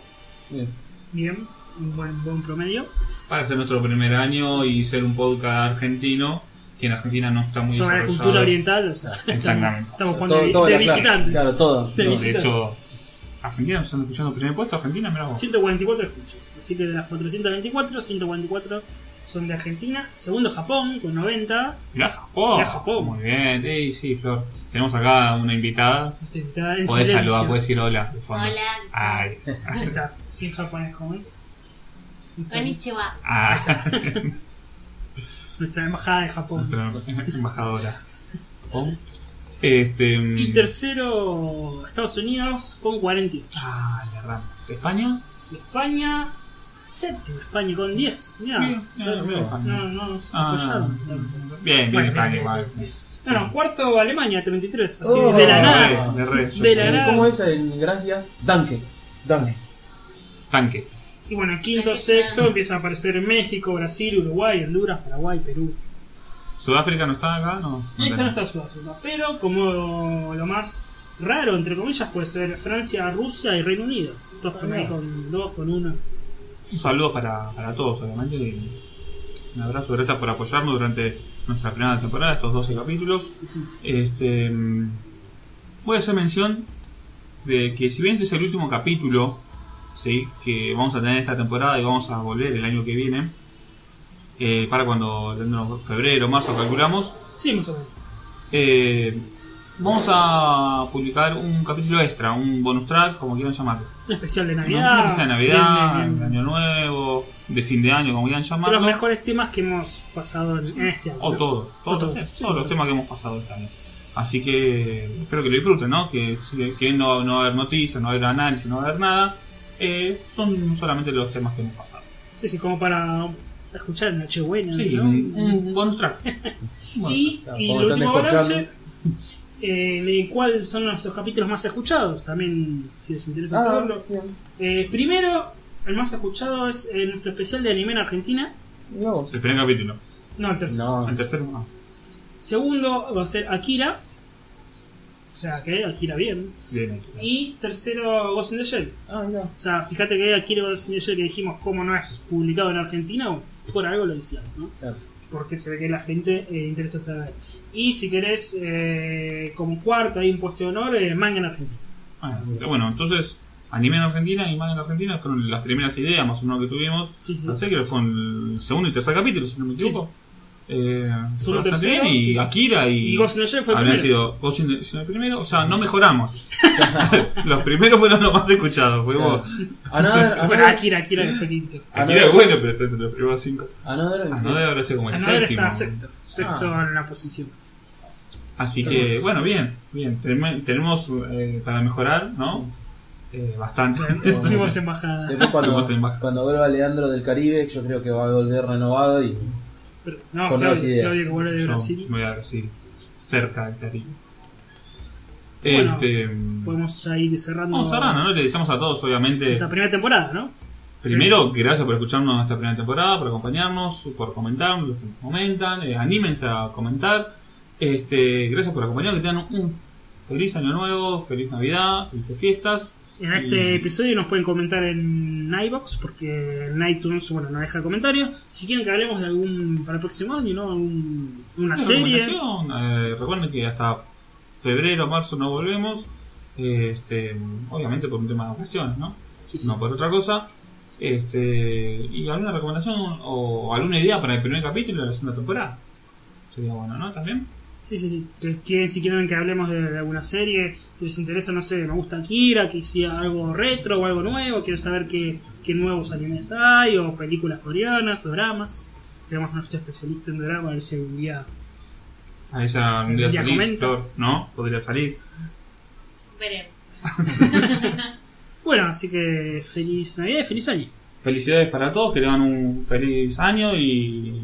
Speaker 3: Bien.
Speaker 2: Bien, un buen, buen promedio.
Speaker 1: Para ser nuestro primer año y ser un podcast argentino, que en Argentina no está muy
Speaker 2: Sobre la
Speaker 1: desarrollado.
Speaker 2: cultura oriental, o sea,
Speaker 1: Exactamente.
Speaker 2: estamos jugando
Speaker 3: Todo-
Speaker 2: de,
Speaker 3: todo
Speaker 2: de
Speaker 3: la clave.
Speaker 2: visitante.
Speaker 3: Claro, todo.
Speaker 2: De
Speaker 1: No, de
Speaker 2: visitante.
Speaker 1: hecho, Argentina nos están escuchando primer puesto, Argentina, mira vos.
Speaker 2: 144 escuchas. Así que de las 424, 144 son de Argentina. Segundo Japón, con 90.
Speaker 1: Mirá Japón.
Speaker 2: Mirá Japón.
Speaker 1: Muy bien, Ey, sí, Flor. Tenemos acá una invitada.
Speaker 2: Está en
Speaker 1: Podés
Speaker 2: silencio.
Speaker 1: saludar, podés decir hola. de fondo.
Speaker 4: Hola.
Speaker 1: Ay,
Speaker 2: Ahí está, sí, en japonés, ¿cómo es? No sé,
Speaker 4: Konnichiwa.
Speaker 2: *laughs*
Speaker 1: ah,
Speaker 2: Nuestra embajada de Japón.
Speaker 1: nuestra *laughs* embajadora. Este. mm,
Speaker 2: Y tercero, Estados Unidos, con 48.
Speaker 1: Ah, la rama. ¿España?
Speaker 2: España, séptimo. España con 10. Mirá,
Speaker 1: Bien, bien,
Speaker 2: entonces,
Speaker 1: bien, España.
Speaker 2: Ah, no, no nos
Speaker 1: Ah,
Speaker 2: apoyaron.
Speaker 1: bien, bien,
Speaker 2: Bueno,
Speaker 1: España
Speaker 2: bien,
Speaker 1: igual.
Speaker 2: No, no, cuarto Alemania, 33. Así,
Speaker 3: Oh.
Speaker 2: de la
Speaker 1: De
Speaker 2: nada.
Speaker 1: re, de re, yo
Speaker 2: De
Speaker 1: creo.
Speaker 2: la-
Speaker 3: ¿Cómo es en gracias? Danke. Danke.
Speaker 1: Tanque.
Speaker 2: Y bueno, quinto, sexto, empiezan a aparecer México, Brasil, Uruguay, Honduras, Paraguay, Perú.
Speaker 1: ¿Sudáfrica no está acá? No. no
Speaker 2: Esta no
Speaker 1: tenemos.
Speaker 2: está Sudáfrica, pero como lo más raro, entre comillas, puede ser Francia, Rusia y Reino Unido. Todos con, ahí con dos, con uno.
Speaker 1: Un saludo para, para todos, obviamente. y un abrazo, gracias por apoyarnos durante nuestra primera temporada, estos 12 capítulos. Este, mm, voy a hacer mención de que si bien este es el último capítulo ¿sí? que vamos a tener esta temporada y vamos a volver el año que viene, eh, para cuando tendremos febrero, marzo calculamos,
Speaker 2: Sí, más o menos.
Speaker 1: eh, vamos a publicar un capítulo extra, un bonus track, como quieran llamarlo.
Speaker 2: Un especial de
Speaker 1: Una
Speaker 2: Navidad.
Speaker 1: empresa de Navidad,
Speaker 2: bien, bien,
Speaker 1: de
Speaker 2: bien.
Speaker 1: Año Nuevo, de fin de año, como quieran
Speaker 2: De los
Speaker 1: llamarlo.
Speaker 2: mejores temas que hemos pasado en en este año.
Speaker 1: O todos,
Speaker 2: O
Speaker 1: todos,
Speaker 2: todos,
Speaker 1: los-
Speaker 2: sí,
Speaker 1: todos los
Speaker 2: sí.
Speaker 1: temas que hemos pasado este año. Así que espero que lo disfruten, ¿no? Que si, si bien no, no va a haber noticias, no va a haber análisis, no va a haber nada, eh, son solamente los temas que hemos pasado.
Speaker 2: Sí, sí, como para escuchar Nochebuena.
Speaker 1: Sí,
Speaker 2: ¿no?
Speaker 1: un, un bonus track. Un bonus
Speaker 2: Y,
Speaker 3: Claro,
Speaker 2: y
Speaker 3: como
Speaker 2: el
Speaker 3: están
Speaker 2: último balance,
Speaker 3: escuchando.
Speaker 2: eh, de cuáles son nuestros capítulos más escuchados, también si les interesa
Speaker 1: Ah.
Speaker 2: saberlo.
Speaker 3: Ah, bien.
Speaker 2: Eh, primero, el más escuchado es eh, nuestro especial de anime en Argentina.
Speaker 3: No.
Speaker 1: track. El primer capítulo.
Speaker 2: Ah, No, el tercero.
Speaker 3: No.
Speaker 1: El tercero, no.
Speaker 2: Segundo va a ser Akira. O sea, que Akira bien.
Speaker 1: Bien.
Speaker 2: Y tercero, Ghost in the Shell.
Speaker 3: Ah, mira.
Speaker 2: O sea, fíjate que Akira Ghost in the Shell que dijimos como no es publicado en Argentina, por algo lo hicieron, ¿no?
Speaker 3: Claro.
Speaker 2: porque se ve que la gente eh, interesa saber. Y si querés, eh, como cuarto, hay un puesto de honor, eh, manga en Argentina.
Speaker 1: Ah, bueno, entonces, anime en Argentina, anime en Argentina fueron las primeras ideas más o menos que tuvimos.
Speaker 2: Sí, sí.
Speaker 1: Así que fue el segundo y tercer capítulo, si no me equivoco. Eh, fue bastante
Speaker 2: tercero,
Speaker 1: bien, y
Speaker 2: sí, sí.
Speaker 1: Akira y,
Speaker 2: Y Ghost in the Shell fue el
Speaker 1: habrían
Speaker 2: primero.
Speaker 1: sido Ghost in the- siendo el primero, o sea, no mejoramos. *laughs* los primeros fueron los más escuchados, fuimos
Speaker 2: *laughs*
Speaker 3: Another,
Speaker 2: Bueno,
Speaker 3: another,
Speaker 2: Akira, Akira que fue quinto.
Speaker 1: Akira es bueno, pero este está entre los primeros cinco.
Speaker 3: another,
Speaker 1: Ah, no debe haber sido como el
Speaker 2: Another
Speaker 1: séptimo.
Speaker 2: está sexto, sexto
Speaker 3: Ah.
Speaker 2: en la posición.
Speaker 1: Así que, bueno, bien, bien. Tenemos- Tenemos eh, para mejorar, ¿no? Eh, bastante.
Speaker 2: Fuimos embajada.
Speaker 3: Después cuando,
Speaker 1: Vamos en baja.
Speaker 3: cuando vuelva Leandro del Caribe, yo creo que va a volver renovado y
Speaker 2: Pero, no,
Speaker 3: Con
Speaker 2: Claudio,
Speaker 3: las ideas.
Speaker 2: Claudio que vuelve de
Speaker 1: Yo
Speaker 2: Brasil.
Speaker 1: me voy a Brasil, cerca del Caribe.
Speaker 2: Bueno,
Speaker 1: este.
Speaker 2: Podemos ya ir cerrando
Speaker 1: Vamos cerrando, ¿no? Le decimos a todos, obviamente.
Speaker 2: esta primera temporada, ¿no?
Speaker 1: Primero, gracias por escucharnos esta primera temporada, por acompañarnos, por comentar, los que comentan, eh, anímense a comentar. Este, gracias por acompañarnos, que tengan un feliz año nuevo, feliz Navidad, felices fiestas.
Speaker 2: En este
Speaker 1: Y-
Speaker 2: episodio nos pueden comentar en iBox porque en iTunes bueno, no deja comentarios. Si quieren que hablemos de algún para el próximo año, ¿no? Un- una serie.
Speaker 1: recomendación, eh, recuerden que hasta febrero, marzo no volvemos, este, obviamente por un tema de vacaciones, ¿no?
Speaker 2: Sí, sí.
Speaker 1: no pues. por otra cosa. Este, y alguna recomendación o alguna idea para el primer capítulo de la segunda temporada. Sería bueno, ¿no? También.
Speaker 2: Sí, sí, sí. Entonces, ¿quieren- si quieren que hablemos de, de alguna serie, que les interesa, no sé, me gusta Kira, que sea algo retro o algo nuevo, quiero saber qué, qué nuevos animes hay, o películas coreanas, programas. Tenemos a nuestro especialista en drama, a ver si algún día.
Speaker 1: A ella un día
Speaker 2: Ya
Speaker 1: salir,
Speaker 2: comenta.
Speaker 1: Flor, ¿no? Podría salir.
Speaker 4: Veremos.
Speaker 2: Bueno, así que feliz Navidad y feliz año.
Speaker 1: Felicidades para todos, que tengan un feliz año y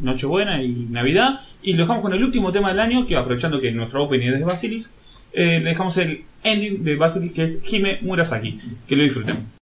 Speaker 1: Nochebuena y Navidad. Y lo dejamos con el último tema del año, que aprovechando que nuestro opening es de Basilisk, eh, le dejamos el ending de Basilisk, que es Hime Murasaki. Que lo disfruten.